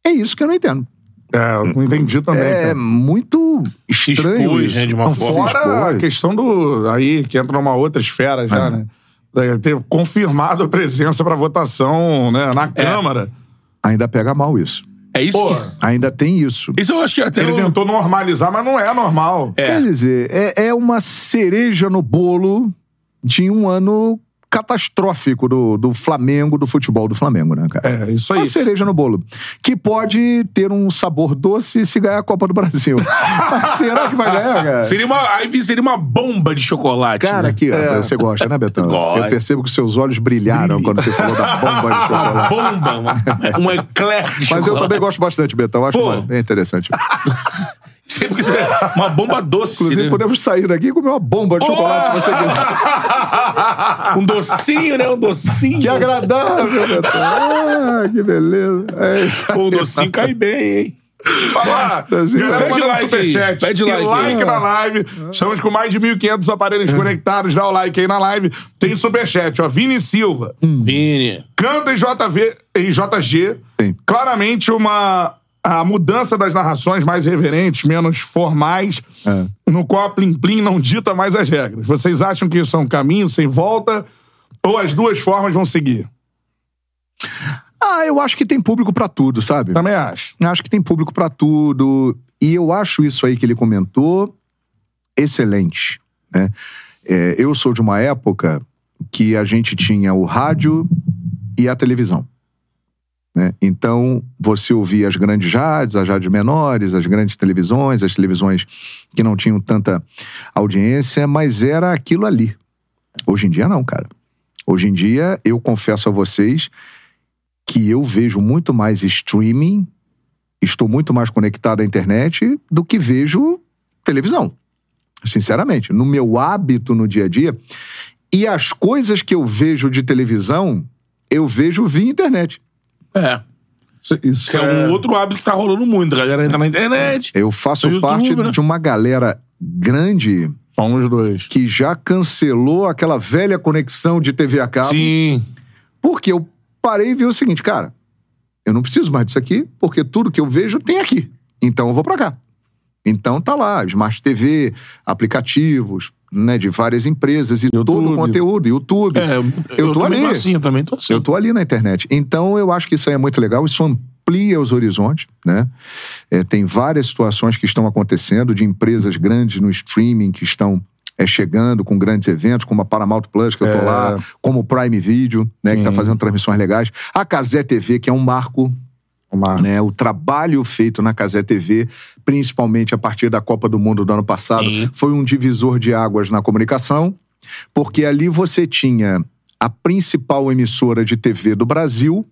[SPEAKER 3] É isso que eu não entendo.
[SPEAKER 1] É, eu não entendi também.
[SPEAKER 3] É
[SPEAKER 1] cara.
[SPEAKER 3] muito
[SPEAKER 2] Se
[SPEAKER 3] estranho.
[SPEAKER 2] expôs,
[SPEAKER 3] isso.
[SPEAKER 2] né, de uma
[SPEAKER 3] Não,
[SPEAKER 2] forma.
[SPEAKER 3] se
[SPEAKER 1] Fora a
[SPEAKER 3] expôs.
[SPEAKER 1] questão do. Aí, que entra numa outra esfera já,
[SPEAKER 3] É.
[SPEAKER 1] né? Daí Ter confirmado a presença pra votação né, na Câmara.
[SPEAKER 3] Ainda pega mal isso.
[SPEAKER 2] É isso
[SPEAKER 1] Pô,
[SPEAKER 2] que.
[SPEAKER 3] Ainda tem isso.
[SPEAKER 2] Isso eu acho que até. um
[SPEAKER 1] ele
[SPEAKER 2] eu-
[SPEAKER 1] tentou normalizar, mas não é normal.
[SPEAKER 2] É.
[SPEAKER 3] Quer dizer, é, é uma cereja no bolo de um ano catastrófico do, do Flamengo, do futebol do Flamengo, né, cara?
[SPEAKER 1] É, isso aí.
[SPEAKER 3] Uma cereja no bolo. Que pode ter um sabor doce se ganhar a Copa do Brasil. Mas será que vai ganhar, cara?
[SPEAKER 2] Seria uma, aí seria uma bomba de chocolate.
[SPEAKER 3] Cara,
[SPEAKER 2] né?
[SPEAKER 3] que você gosta, né, Betão?
[SPEAKER 2] Gosto.
[SPEAKER 3] Eu percebo que seus olhos brilharam quando você falou da bomba
[SPEAKER 2] Ah,
[SPEAKER 3] de
[SPEAKER 2] Uma
[SPEAKER 3] chocolate.
[SPEAKER 2] bomba, uma- um eclair de
[SPEAKER 3] Mas eu
[SPEAKER 2] chocolate.
[SPEAKER 3] também gosto bastante, Betão. Acho
[SPEAKER 2] Pô. Ah,
[SPEAKER 3] uma- bem interessante.
[SPEAKER 2] Sempre que você- uma bomba doce.
[SPEAKER 3] Inclusive,
[SPEAKER 2] né?
[SPEAKER 3] podemos sair daqui e comer uma bomba de chocolate, se você quiser.
[SPEAKER 2] Um docinho, né? Um docinho.
[SPEAKER 3] Que agradável, Betão. Ah, que beleza. É isso aí.
[SPEAKER 2] Pô, um docinho cai bem, hein?
[SPEAKER 1] Vai lá.
[SPEAKER 3] Brasil.
[SPEAKER 1] Galera,
[SPEAKER 2] Pede
[SPEAKER 1] manda
[SPEAKER 2] like
[SPEAKER 1] like superchat.
[SPEAKER 2] aí, pede
[SPEAKER 1] E
[SPEAKER 2] like
[SPEAKER 1] like
[SPEAKER 2] aí.
[SPEAKER 1] na live. Estamos com mais de 1.500 aparelhos conectados. Dá o like aí na live. Tem superchat, ó. Vini Silva.
[SPEAKER 2] Hum. Vini.
[SPEAKER 1] Canta em, JV, em JG.
[SPEAKER 3] Sim.
[SPEAKER 1] Claramente uma a mudança das narrações mais reverentes, menos formais,
[SPEAKER 3] É.
[SPEAKER 1] no qual a Plim Plim não dita mais as regras. Vocês acham que isso é um caminho sem volta? Ou as duas formas vão seguir?
[SPEAKER 3] Ah, eu acho que tem público pra tudo, sabe?
[SPEAKER 1] Também acho.
[SPEAKER 3] Acho que tem público pra tudo. E eu acho isso aí que ele comentou excelente. Né? É, eu sou de uma época que a gente tinha o rádio e a televisão. né? Então, você ouvia as grandes rádios, as rádios menores, as grandes televisões, as televisões que não tinham tanta audiência, mas era aquilo ali. Hoje em dia, não, cara. Hoje em dia, eu confesso a vocês que eu vejo muito mais streaming, estou muito mais conectado à internet do que vejo televisão. Sinceramente, no meu hábito no dia a dia. E as coisas que eu vejo de televisão, eu vejo via internet.
[SPEAKER 2] É.
[SPEAKER 1] Isso, isso
[SPEAKER 2] Isso é, um outro hábito que tá rolando muito. A galera entra na internet.
[SPEAKER 3] Eu faço
[SPEAKER 2] No YouTube,
[SPEAKER 3] parte
[SPEAKER 2] né?
[SPEAKER 3] de uma galera grande
[SPEAKER 1] São os dois.
[SPEAKER 3] que já cancelou aquela velha conexão de TV a cabo.
[SPEAKER 2] Sim.
[SPEAKER 3] Porque eu parei e vi o seguinte, cara, eu não preciso mais disso aqui, porque tudo que eu vejo tem aqui. Então eu vou pra cá. Então tá lá, Smart TV, aplicativos, né, de várias empresas e todo o
[SPEAKER 1] YouTube.
[SPEAKER 3] conteúdo, YouTube.
[SPEAKER 2] É, eu,
[SPEAKER 3] Eu tô
[SPEAKER 2] também
[SPEAKER 3] ali.
[SPEAKER 2] Assim, eu também tô assim.
[SPEAKER 3] Eu tô ali na internet. Então eu acho que isso aí é muito legal, isso amplia os horizontes, né? É, tem várias situações que estão acontecendo de empresas grandes no streaming que estão é, chegando com grandes eventos, como a Paramount Plus, que eu tô
[SPEAKER 1] É.
[SPEAKER 3] lá, como o Prime Video, né? Que tá
[SPEAKER 1] Sim.
[SPEAKER 3] fazendo transmissões legais. A Casé TV, que é um marco
[SPEAKER 1] Uma...
[SPEAKER 3] né, o trabalho feito na Casé TV, principalmente a partir da Copa do Mundo do ano passado,
[SPEAKER 2] Sim.
[SPEAKER 3] foi um divisor de águas na comunicação, porque ali você tinha a principal emissora de TV do Brasil,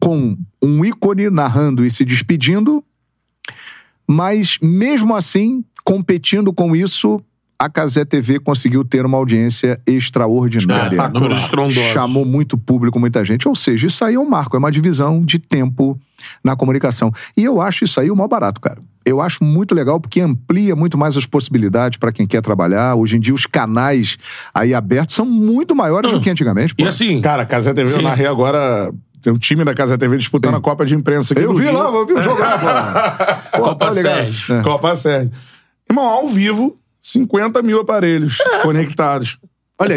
[SPEAKER 3] com um ícone narrando e se despedindo, mas mesmo assim, competindo com isso, a Casé TV conseguiu ter uma audiência extraordinária
[SPEAKER 2] É, números estrondosos.
[SPEAKER 3] chamou muito público, muita gente. Ou seja, isso aí é um marco, é uma divisão de tempo na comunicação. E eu acho isso aí o maior barato, cara. Eu acho muito legal porque amplia muito mais as possibilidades para quem quer trabalhar. Hoje em dia, os canais aí abertos são muito maiores do que antigamente. pô.
[SPEAKER 2] E assim,
[SPEAKER 1] Cara, Casa TV, eu
[SPEAKER 2] Sim.
[SPEAKER 1] narrei agora. Tem o time da Casa TV disputando a Copa de Imprensa aqui.
[SPEAKER 3] Eu
[SPEAKER 1] do
[SPEAKER 3] vi
[SPEAKER 1] Rio.
[SPEAKER 3] lá, eu vi o jogo lá, pô. Pô,
[SPEAKER 2] Copa
[SPEAKER 3] tá ligado?
[SPEAKER 2] Sérgio.
[SPEAKER 3] É.
[SPEAKER 1] Copa Sérgio. Irmão, ao vivo, 50 mil aparelhos conectados.
[SPEAKER 3] Olha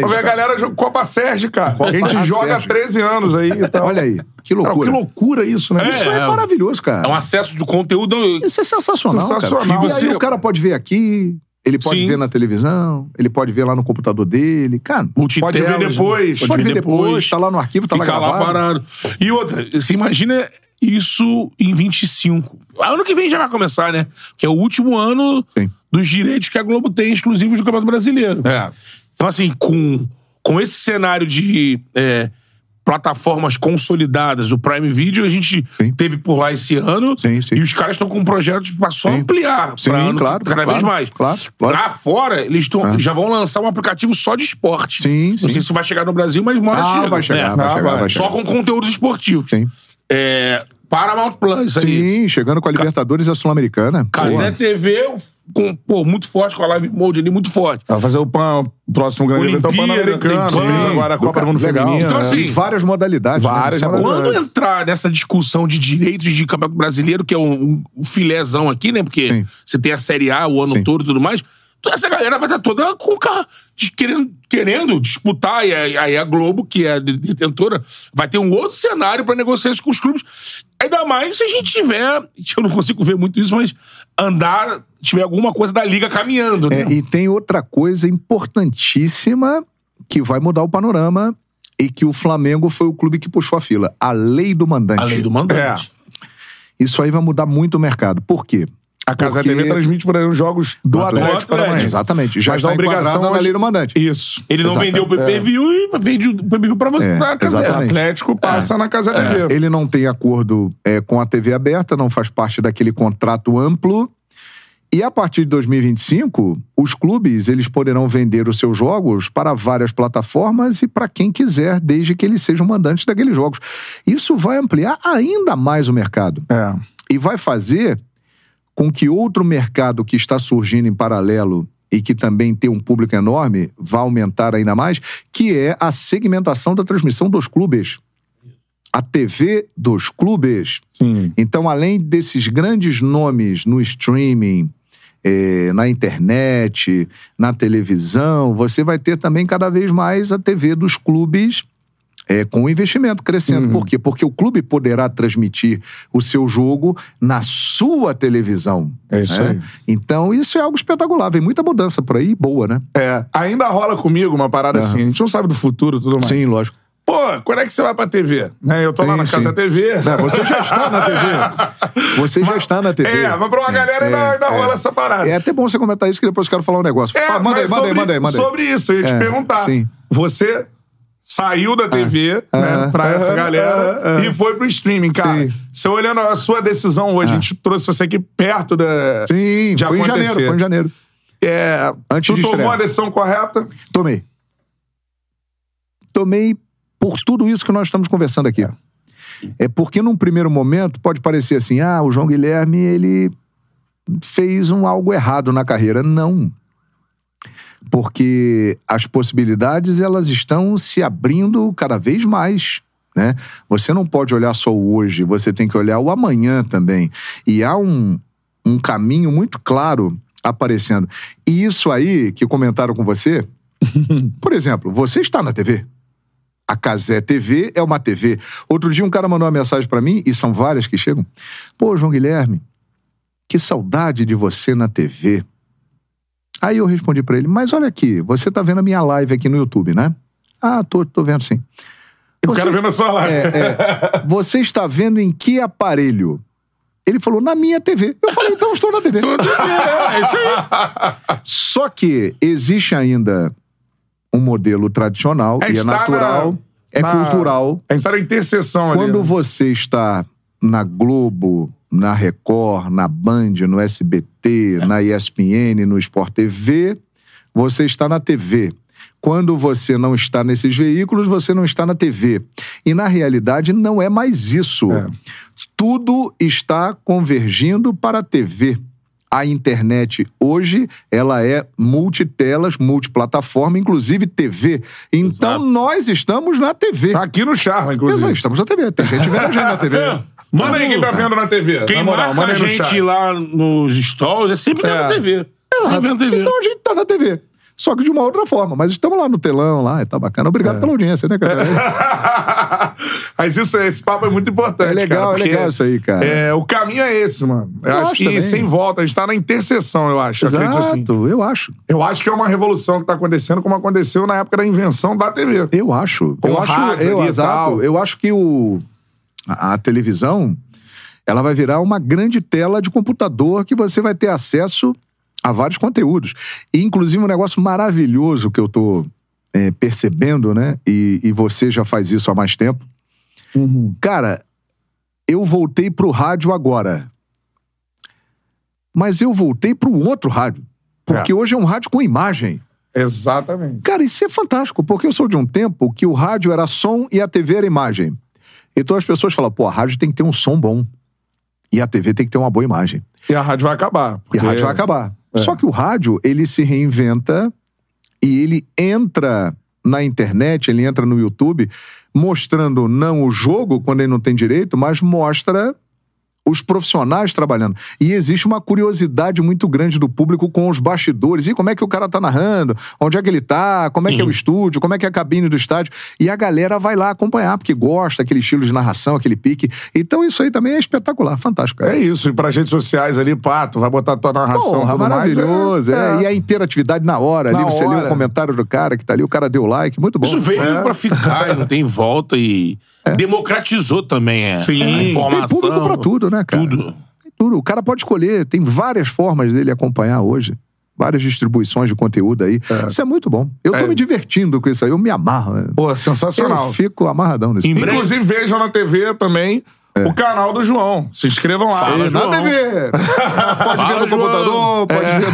[SPEAKER 1] Pra
[SPEAKER 3] isso,
[SPEAKER 1] ver a
[SPEAKER 3] cara.
[SPEAKER 1] galera jogando Copa Sérgio, cara. a gente
[SPEAKER 3] Sérgio.
[SPEAKER 1] joga há 13 anos aí e tal.
[SPEAKER 3] Olha aí, então. que
[SPEAKER 1] Cara,
[SPEAKER 3] loucura.
[SPEAKER 1] que loucura isso, né?
[SPEAKER 2] É,
[SPEAKER 1] Isso
[SPEAKER 3] Isso é,
[SPEAKER 2] é um-
[SPEAKER 3] maravilhoso, cara.
[SPEAKER 2] é um acesso de conteúdo.
[SPEAKER 3] Isso é sensacional.
[SPEAKER 1] Sensacional.
[SPEAKER 3] Cara. E aí
[SPEAKER 2] Você-
[SPEAKER 3] o cara pode ver aqui, ele pode
[SPEAKER 2] Sim.
[SPEAKER 3] ver na televisão, ele pode ver lá no computador dele. Cara,
[SPEAKER 1] Pode ver
[SPEAKER 2] multitelas,
[SPEAKER 1] depois.
[SPEAKER 2] né?
[SPEAKER 3] pode ver depois, tá lá no arquivo, tá lá
[SPEAKER 2] Fica lá,
[SPEAKER 3] gravado.
[SPEAKER 2] parado. E outra, você imagina isso em 25. Ano que vem já vai começar, né? Que é o último ano
[SPEAKER 3] Sim.
[SPEAKER 2] dos direitos que a Globo tem exclusivos do Campeonato Brasileiro.
[SPEAKER 1] É.
[SPEAKER 2] Então, assim, com, com esse cenário de é, plataformas consolidadas, o Prime Video, a gente
[SPEAKER 3] Sim.
[SPEAKER 2] teve por lá esse ano.
[SPEAKER 3] Sim, sim.
[SPEAKER 2] E os caras estão com projetos pra só
[SPEAKER 3] Sim.
[SPEAKER 2] ampliar.
[SPEAKER 3] Sim,
[SPEAKER 2] pra ano que-
[SPEAKER 3] claro,
[SPEAKER 2] Cada vez
[SPEAKER 3] claro,
[SPEAKER 2] mais.
[SPEAKER 3] claro, lógico.
[SPEAKER 2] Lá fora, eles tão,
[SPEAKER 3] Ah.
[SPEAKER 2] já vão lançar um aplicativo só de esporte.
[SPEAKER 3] Sim,
[SPEAKER 2] Não
[SPEAKER 3] sim.
[SPEAKER 2] sei se vai chegar no Brasil, mas uma hora
[SPEAKER 3] Ah,
[SPEAKER 2] chega.
[SPEAKER 3] vai chegar,
[SPEAKER 2] né?
[SPEAKER 3] vai
[SPEAKER 1] Ah,
[SPEAKER 3] chegar,
[SPEAKER 1] vai.
[SPEAKER 3] vai
[SPEAKER 2] Só
[SPEAKER 3] chegar.
[SPEAKER 2] com conteúdos esportivos.
[SPEAKER 3] Sim.
[SPEAKER 2] É, Paramount Plus aí. é
[SPEAKER 3] Sim, chegando com a Libertadores e a Sul-Americana.
[SPEAKER 2] Casé
[SPEAKER 3] Porra.
[SPEAKER 2] TV com, pô, muito forte, com a Live Mode ali, muito forte.
[SPEAKER 1] Vai fazer o, pan, o próximo grande evento é o
[SPEAKER 2] Olimpíada,
[SPEAKER 1] Pan-Americano.
[SPEAKER 2] tem
[SPEAKER 1] Fez
[SPEAKER 2] pan,
[SPEAKER 1] agora a
[SPEAKER 3] do
[SPEAKER 1] Copa do Mundo
[SPEAKER 3] cara- legal.
[SPEAKER 1] Feminina.
[SPEAKER 2] Então,
[SPEAKER 1] né?
[SPEAKER 2] assim,
[SPEAKER 3] Em várias modalidades. né?
[SPEAKER 1] Várias
[SPEAKER 3] Isso é
[SPEAKER 1] modalidades.
[SPEAKER 2] Quando
[SPEAKER 1] Verdade.
[SPEAKER 2] entrar nessa discussão de direitos de campeonato brasileiro, que é um, um filézão aqui, né? Porque
[SPEAKER 3] Sim.
[SPEAKER 2] você tem a Série A o ano
[SPEAKER 3] Sim.
[SPEAKER 2] todo e tudo mais. Então essa galera vai estar toda com o carro de- querendo, querendo disputar. E aí aí a Globo, que é a de- detentora, vai ter um outro cenário para negociar isso com os clubes. Ainda mais se a gente tiver, eu não consigo ver muito isso, mas andar, tiver alguma coisa da liga caminhando, né?
[SPEAKER 3] É, e tem outra coisa importantíssima que vai mudar o panorama e que o Flamengo foi o clube que puxou a fila. A lei do mandante.
[SPEAKER 2] a lei do mandante.
[SPEAKER 3] Isso aí vai mudar muito o mercado. Por quê?
[SPEAKER 1] A Casa
[SPEAKER 3] Porque- né?
[SPEAKER 1] TV transmite por aí os jogos do
[SPEAKER 2] Atlético
[SPEAKER 1] Atlético Paranaense.
[SPEAKER 3] Exatamente. Já
[SPEAKER 1] Mas
[SPEAKER 3] está
[SPEAKER 1] a obrigação
[SPEAKER 3] obrigação na
[SPEAKER 1] hoje-
[SPEAKER 3] lei do mandante.
[SPEAKER 1] Isso.
[SPEAKER 2] Ele não
[SPEAKER 3] Exato.
[SPEAKER 2] vendeu o pay-per-view e vende o pay-per-view pra você.
[SPEAKER 3] É,
[SPEAKER 2] pra casa
[SPEAKER 1] O
[SPEAKER 3] exatamente.
[SPEAKER 1] Atlético passa na Casa TV.
[SPEAKER 3] É. Ele não tem acordo é, com a TV aberta, não faz parte daquele contrato amplo. E a partir de 2025, os clubes eles poderão vender os seus jogos para várias plataformas e para quem quiser, desde que eles sejam mandantes daqueles jogos. Isso vai ampliar ainda mais o mercado
[SPEAKER 1] É.
[SPEAKER 3] e vai fazer com que outro mercado que está surgindo em paralelo e que também tem um público enorme vá aumentar ainda mais, que é a segmentação da transmissão dos clubes. A TV dos clubes.
[SPEAKER 1] Sim.
[SPEAKER 3] Então, além desses grandes nomes no streaming, eh, na internet, na televisão, você vai ter também cada vez mais a TV dos clubes eh, com o investimento crescendo.
[SPEAKER 1] Uhum.
[SPEAKER 3] Por quê? Porque o clube poderá transmitir o seu jogo na sua televisão.
[SPEAKER 1] É isso
[SPEAKER 3] né?
[SPEAKER 1] aí.
[SPEAKER 3] Então, isso é algo espetacular. Vem muita mudança por aí, boa, né?
[SPEAKER 1] É, ainda rola comigo uma parada
[SPEAKER 3] Aham.
[SPEAKER 1] assim. A gente não sabe do futuro e tudo mais.
[SPEAKER 3] Sim, lógico.
[SPEAKER 2] Pô, quando é que você vai pra TV?
[SPEAKER 1] Né, eu tô lá
[SPEAKER 3] Sim,
[SPEAKER 1] na casa
[SPEAKER 3] sim.
[SPEAKER 1] da TV.
[SPEAKER 3] Não, você já está na TV. Você já está na TV.
[SPEAKER 1] É, mas pra uma galera ainda, ainda rola essa parada.
[SPEAKER 3] É até bom você comentar isso, que depois eu quero falar um negócio.
[SPEAKER 1] É,
[SPEAKER 3] Fala, manda, aí,
[SPEAKER 1] mas
[SPEAKER 3] manda aí,
[SPEAKER 1] sobre-
[SPEAKER 3] manda aí, manda aí.
[SPEAKER 1] Sobre isso, eu ia te
[SPEAKER 3] É,
[SPEAKER 1] perguntar.
[SPEAKER 3] sim.
[SPEAKER 1] Você saiu da TV né,
[SPEAKER 3] ah,
[SPEAKER 1] pra essa
[SPEAKER 3] ah,
[SPEAKER 1] galera
[SPEAKER 3] ah, ah.
[SPEAKER 1] e foi pro streaming, cara.
[SPEAKER 3] Sim. Ah.
[SPEAKER 1] Você olhando a sua decisão hoje, a gente trouxe você aqui perto da.
[SPEAKER 3] Sim,
[SPEAKER 1] de
[SPEAKER 3] foi em
[SPEAKER 1] acontecer.
[SPEAKER 3] janeiro, foi em janeiro.
[SPEAKER 1] É,
[SPEAKER 3] Antes
[SPEAKER 1] tu
[SPEAKER 3] de
[SPEAKER 1] tomou
[SPEAKER 3] estrear.
[SPEAKER 1] a decisão correta?
[SPEAKER 3] Tomei. Tomei por tudo isso que nós estamos conversando aqui. É porque num primeiro momento pode parecer assim, ah, o João Guilherme, ele fez um algo errado na carreira. Não. Porque as possibilidades, elas estão se abrindo cada vez mais. Né? Você não pode olhar só o hoje, você tem que olhar o amanhã também. E há um, um caminho muito claro aparecendo. E isso aí que comentaram com você, por exemplo, você está na TV. A Casé TV é uma TV. Outro dia um cara mandou uma mensagem pra mim, e são várias que chegam. Pô, João Guilherme, que saudade de você na TV. Aí eu respondi pra ele, mas olha aqui, você tá vendo a minha live aqui no YouTube, né? Ah, tô, tô vendo sim.
[SPEAKER 1] Eu
[SPEAKER 3] Você-
[SPEAKER 1] quero ver na sua live.
[SPEAKER 3] é, é. Você está vendo em que aparelho? Ele falou, na minha TV. Eu falei, então estou na TV.
[SPEAKER 1] tá.
[SPEAKER 2] é isso aí.
[SPEAKER 3] Só que existe ainda um modelo tradicional,
[SPEAKER 1] É,
[SPEAKER 3] e é
[SPEAKER 1] está
[SPEAKER 3] natural,
[SPEAKER 1] na-
[SPEAKER 3] é
[SPEAKER 1] na-
[SPEAKER 3] cultural.
[SPEAKER 1] A gente tá na interseção ali.
[SPEAKER 3] Quando
[SPEAKER 1] né?
[SPEAKER 3] você está na Globo, na Record, na Band, no SBT, na ESPN, no Sport TV, você está na TV. Quando você não está nesses veículos, você não está na TV. E na realidade não é mais isso.
[SPEAKER 1] É.
[SPEAKER 3] Tudo está convergindo para a TV. A internet hoje, ela é multitelas, multiplataforma, inclusive TV. Então
[SPEAKER 2] Exato.
[SPEAKER 3] nós estamos na TV.
[SPEAKER 1] Tá aqui no Charla, inclusive.
[SPEAKER 3] Exato, estamos na TV. Tem gente vendo a gente na TV.
[SPEAKER 1] Manda aí quem tá vendo na TV.
[SPEAKER 2] Quem
[SPEAKER 1] na moral, manda
[SPEAKER 2] marca a
[SPEAKER 1] aí no chat.
[SPEAKER 2] gente lá nos stories é sempre tá na
[SPEAKER 1] É.
[SPEAKER 2] TV. Sempre na TV.
[SPEAKER 3] Então a gente tá na TV. Só que de uma outra forma. Mas estamos lá no telão, lá, e tá bacana. Obrigado
[SPEAKER 1] É.
[SPEAKER 3] pela audiência, né, cara?
[SPEAKER 1] Mas isso, esse papo é muito importante.
[SPEAKER 3] É legal,
[SPEAKER 1] cara,
[SPEAKER 3] é
[SPEAKER 1] porque
[SPEAKER 3] legal isso aí, cara.
[SPEAKER 1] é, o caminho é esse, mano. Eu,
[SPEAKER 3] Eu
[SPEAKER 1] acho
[SPEAKER 3] acho
[SPEAKER 1] que
[SPEAKER 3] também.
[SPEAKER 1] sem volta, a gente tá na interseção, eu acho. Eu acredito assim.
[SPEAKER 3] eu acho.
[SPEAKER 1] Eu acho que é uma revolução que tá acontecendo, como aconteceu na época da invenção da TV.
[SPEAKER 3] Eu acho.
[SPEAKER 1] Com
[SPEAKER 3] eu acho,
[SPEAKER 1] rádio
[SPEAKER 3] eu,
[SPEAKER 1] ali e
[SPEAKER 3] exato.
[SPEAKER 1] tal.
[SPEAKER 3] Eu acho que o, a, a televisão ela vai virar uma grande tela de computador que você vai ter acesso a vários conteúdos. E, inclusive, um negócio maravilhoso que eu tô é, percebendo, né? E, e você já faz isso há mais tempo. Uhum. Cara, eu voltei pro rádio agora. Mas eu voltei pro outro rádio. Porque hoje é um rádio com imagem.
[SPEAKER 1] Exatamente.
[SPEAKER 3] Cara, isso é fantástico, porque eu sou de um tempo que o rádio era som e a TV era imagem. Então as pessoas falam, pô, a rádio tem que ter um som bom. E a TV tem que ter uma boa imagem.
[SPEAKER 1] E a rádio vai acabar.
[SPEAKER 3] E
[SPEAKER 1] porque- é.
[SPEAKER 3] a rádio vai acabar. Só que o rádio, ele se reinventa e ele entra na internet, ele entra no YouTube, mostrando não o jogo, quando ele não tem direito, mas mostra os profissionais trabalhando. E existe uma curiosidade muito grande do público com os bastidores. E como é que o cara tá narrando? Onde é que ele tá? Como é que é o estúdio? Como é que é a cabine do estádio? E a galera vai lá acompanhar, porque gosta daquele estilo de narração, aquele pique. Então isso aí também é espetacular, fantástico. cara.
[SPEAKER 1] É isso. E pras redes sociais ali, pato, vai botar tua narração
[SPEAKER 3] Porra,
[SPEAKER 1] tudo
[SPEAKER 3] maravilhoso.
[SPEAKER 1] mais.
[SPEAKER 3] é. E a interatividade na hora.
[SPEAKER 1] Na
[SPEAKER 3] ali você lê
[SPEAKER 1] hora.
[SPEAKER 3] o comentário do cara que tá ali, o cara deu like. Muito bom.
[SPEAKER 2] Isso veio
[SPEAKER 3] É.
[SPEAKER 2] pra ficar, e não tem volta e democratizou também é,
[SPEAKER 1] Sim.
[SPEAKER 2] a
[SPEAKER 3] Tem
[SPEAKER 2] informação.
[SPEAKER 3] público pra tudo, né, cara?
[SPEAKER 2] Tudo.
[SPEAKER 3] Tem tudo. O cara pode escolher. Tem várias formas dele acompanhar hoje. Várias distribuições de conteúdo aí. Isso é muito bom. Eu tô
[SPEAKER 1] É.
[SPEAKER 3] me divertindo com isso aí. Eu me amarro.
[SPEAKER 1] Pô,
[SPEAKER 3] Eu
[SPEAKER 1] sensacional.
[SPEAKER 3] fico amarradão nisso.
[SPEAKER 2] Em breve-
[SPEAKER 1] Inclusive, vejam na TV também
[SPEAKER 3] É.
[SPEAKER 1] o canal do João. Se inscrevam lá.
[SPEAKER 2] Fala,
[SPEAKER 1] Na
[SPEAKER 2] João.
[SPEAKER 1] TV.
[SPEAKER 3] pode
[SPEAKER 2] Fala,
[SPEAKER 3] ver no
[SPEAKER 2] João.
[SPEAKER 3] computador,
[SPEAKER 2] É.
[SPEAKER 3] pode ver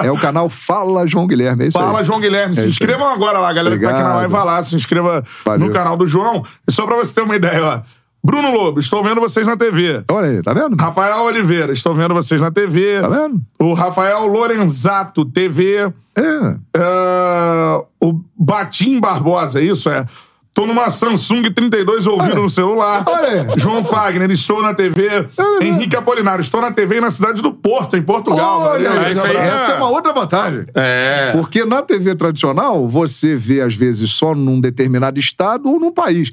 [SPEAKER 3] no... É o canal Fala João Guilherme, é isso
[SPEAKER 1] Fala,
[SPEAKER 3] aí.
[SPEAKER 1] João Guilherme. Se
[SPEAKER 3] isso aí.
[SPEAKER 1] inscrevam agora lá, galera que tá aqui na
[SPEAKER 3] Obrigado.
[SPEAKER 1] live, vai lá. Se inscreva
[SPEAKER 3] Valeu.
[SPEAKER 1] no canal do João. E só pra você ter uma ideia, ó. Bruno Lobo, estou vendo vocês na TV.
[SPEAKER 3] Olha aí, tá vendo?
[SPEAKER 1] Rafael Oliveira, estou vendo vocês na TV.
[SPEAKER 3] Tá vendo?
[SPEAKER 1] O Rafael Lorenzato, TV.
[SPEAKER 3] É.
[SPEAKER 1] Ah, o Batim Barbosa, isso é. Tô numa Samsung 32 ouvindo no celular.
[SPEAKER 3] Olha aí.
[SPEAKER 1] João Fagner, estou na TV. Henrique Apolinário, estou na TV e na cidade do Porto, em Portugal.
[SPEAKER 3] Olha,
[SPEAKER 1] Valeu,
[SPEAKER 2] aí,
[SPEAKER 1] um
[SPEAKER 2] isso aí
[SPEAKER 1] abraço.
[SPEAKER 3] essa é uma outra vantagem.
[SPEAKER 2] É.
[SPEAKER 3] Porque na TV tradicional, você vê, às vezes, só num determinado estado ou num país.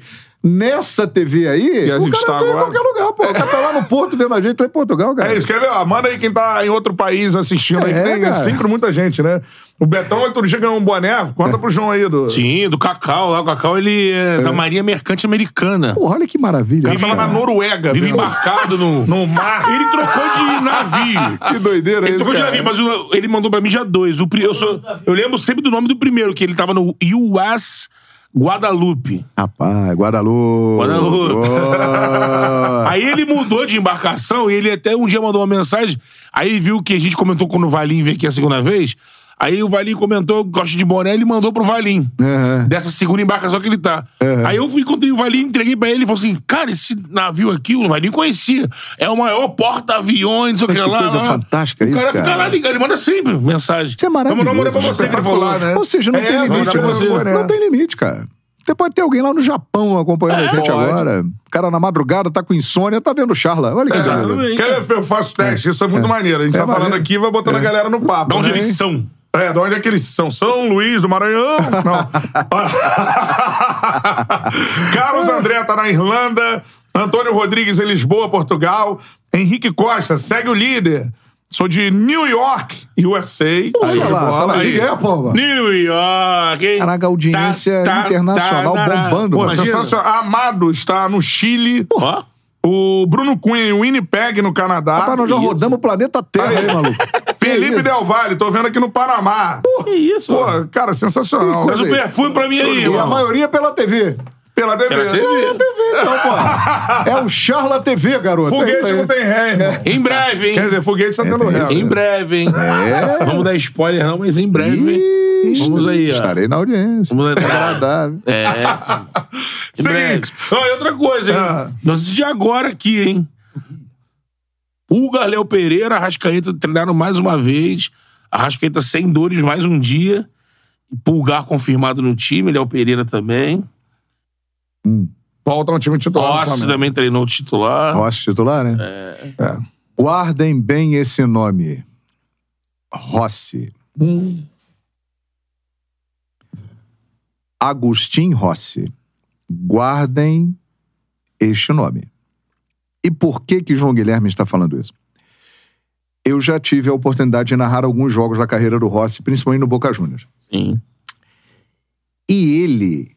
[SPEAKER 3] nessa TV aí,
[SPEAKER 1] Que a
[SPEAKER 3] o
[SPEAKER 1] gente
[SPEAKER 3] cara
[SPEAKER 1] tá
[SPEAKER 3] tá em
[SPEAKER 1] agora.
[SPEAKER 3] qualquer lugar, pô. O cara tá lá no Porto vendo a gente, tá em Portugal, cara.
[SPEAKER 1] É isso, quer ver? Ó, manda aí quem tá em outro país assistindo aí, que
[SPEAKER 3] É,
[SPEAKER 1] tem
[SPEAKER 3] cara.
[SPEAKER 1] sempre muita gente, né? O Betão outro dia ganhou um boné, conta pro João aí do...
[SPEAKER 2] Sim, do Cacau lá. O Cacau, ele é, da Marinha Mercante Americana.
[SPEAKER 3] Porra, olha que maravilha.
[SPEAKER 1] Ele tá lá na
[SPEAKER 3] cara.
[SPEAKER 1] Noruega.
[SPEAKER 2] Vive
[SPEAKER 1] viu?
[SPEAKER 2] embarcado no,
[SPEAKER 1] No mar.
[SPEAKER 2] Ele trocou de navio.
[SPEAKER 3] Que doideira
[SPEAKER 2] Ele
[SPEAKER 3] isso,
[SPEAKER 2] trocou de
[SPEAKER 3] cara.
[SPEAKER 2] navio, mas o- ele mandou pra mim já dois. O, pri- eu, sou, eu lembro sempre do nome do primeiro, que ele tava no US Guadalupe.
[SPEAKER 3] Rapaz, Guadalupe.
[SPEAKER 2] Guadalupe.
[SPEAKER 3] Boa.
[SPEAKER 2] Aí ele mudou de embarcação e ele até um dia mandou uma mensagem. Aí viu que a gente comentou quando o Valim veio aqui a segunda vez. Aí o Valim comentou, gosta de boné, ele mandou pro Valim.
[SPEAKER 3] Aham.
[SPEAKER 2] Dessa segunda embarcação que ele tá. Aí eu fui, encontrei o Valim, entreguei pra ele e falou assim: Cara, esse navio aqui, o Valim conhecia. É o maior porta-aviões, não sei o que
[SPEAKER 3] Que
[SPEAKER 2] lá.
[SPEAKER 3] coisa
[SPEAKER 2] lá.
[SPEAKER 3] fantástica
[SPEAKER 2] O
[SPEAKER 3] isso,
[SPEAKER 2] cara, fica
[SPEAKER 3] cara.
[SPEAKER 2] lá ligado, ele manda sempre mensagem.
[SPEAKER 3] Isso é maravilhoso.
[SPEAKER 2] Eu mandei uma pra você, ele falou.
[SPEAKER 1] Espetacular, né?
[SPEAKER 3] Ou seja, não
[SPEAKER 1] É,
[SPEAKER 3] tem
[SPEAKER 1] não,
[SPEAKER 3] limite.
[SPEAKER 2] dá pra você-
[SPEAKER 3] né? Não tem limite, cara. Você pode ter alguém lá no Japão acompanhando a gente
[SPEAKER 1] pode.
[SPEAKER 3] agora. O cara na madrugada tá com insônia, tá vendo o Charla. Olha
[SPEAKER 1] É,
[SPEAKER 3] que coisa linda.
[SPEAKER 2] Exatamente.
[SPEAKER 1] Quer ver? Eu faço teste, isso é muito maneiro. A gente
[SPEAKER 3] É
[SPEAKER 1] tá falando
[SPEAKER 3] maneiro. É.
[SPEAKER 1] aqui, vai botando a galera no papo.
[SPEAKER 2] Da onde
[SPEAKER 1] né?
[SPEAKER 2] eles são?
[SPEAKER 1] É, de onde é que eles são? São Luís do Maranhão? Não. Carlos André tá na Irlanda. Antônio Rodrigues em Lisboa, Portugal. Henrique Costa, segue o líder. Sou de New York, USA. Show
[SPEAKER 3] Olha
[SPEAKER 1] de
[SPEAKER 3] lá,
[SPEAKER 1] bola.
[SPEAKER 3] tá lá.
[SPEAKER 1] Aí.
[SPEAKER 3] Liguei a porra.
[SPEAKER 2] New York.
[SPEAKER 1] Tá,
[SPEAKER 2] hein?
[SPEAKER 3] Caraca, audiência
[SPEAKER 2] Tá,
[SPEAKER 3] internacional
[SPEAKER 2] tarará.
[SPEAKER 3] bombando,
[SPEAKER 1] Pô,
[SPEAKER 3] mano.
[SPEAKER 2] tá. imagina.
[SPEAKER 1] sensacional. Amado está no Chile.
[SPEAKER 2] Ó.
[SPEAKER 1] O Bruno Cunha em Winnipeg, no Canadá.
[SPEAKER 3] Rapaz, nós já
[SPEAKER 1] Isso. Tá
[SPEAKER 3] rodamos o planeta Terra aí, maluco.
[SPEAKER 1] Felipe
[SPEAKER 3] Que
[SPEAKER 1] Del Valle, tô vendo aqui no Panamá.
[SPEAKER 2] Que isso?
[SPEAKER 1] Pô, cara, sensacional.
[SPEAKER 3] Que
[SPEAKER 2] Mas o
[SPEAKER 3] coisa aí.
[SPEAKER 2] perfume pra mim aí,
[SPEAKER 3] isso? E a
[SPEAKER 2] irmão.
[SPEAKER 3] maioria é pela TV.
[SPEAKER 1] Pela TV.
[SPEAKER 2] Pela
[SPEAKER 3] É a TV, então, pô. É o Charla TV, garoto. É isso
[SPEAKER 1] Foguete
[SPEAKER 3] aí.
[SPEAKER 1] não tem ré, irmão.
[SPEAKER 2] Em breve, hein?
[SPEAKER 1] Quer dizer, foguete tá tendo ré.
[SPEAKER 2] Em breve, hein?
[SPEAKER 1] É.
[SPEAKER 2] Vamos dar spoiler não, mas em breve, hein?
[SPEAKER 3] Ixi,
[SPEAKER 2] Vamos aí, ó.
[SPEAKER 3] Estarei na audiência.
[SPEAKER 2] Vamos entrar.
[SPEAKER 3] Agradável.
[SPEAKER 2] É. Em breve.
[SPEAKER 1] Seguinte.
[SPEAKER 2] Ó, e outra coisa, hein?
[SPEAKER 1] Ah.
[SPEAKER 2] Nós de agora aqui, hein? Pulgar, Léo Pereira, Arrascaeta treinaram mais uma vez. Arrascaeta sem dores mais um dia. Pulgar confirmado no time, Léo Pereira também.
[SPEAKER 1] Volta um time titular. do
[SPEAKER 2] Rossi
[SPEAKER 1] Flamengo.
[SPEAKER 2] também treinou o titular.
[SPEAKER 3] Rocha titular, né?
[SPEAKER 1] É.
[SPEAKER 3] Guardem bem esse nome. Rossi. Agostinho Rossi. Guardem este nome. E por que que João Guilherme está falando isso? Eu já tive a oportunidade de narrar alguns jogos da carreira do Rossi, principalmente no Boca Juniors.
[SPEAKER 2] Sim.
[SPEAKER 3] E ele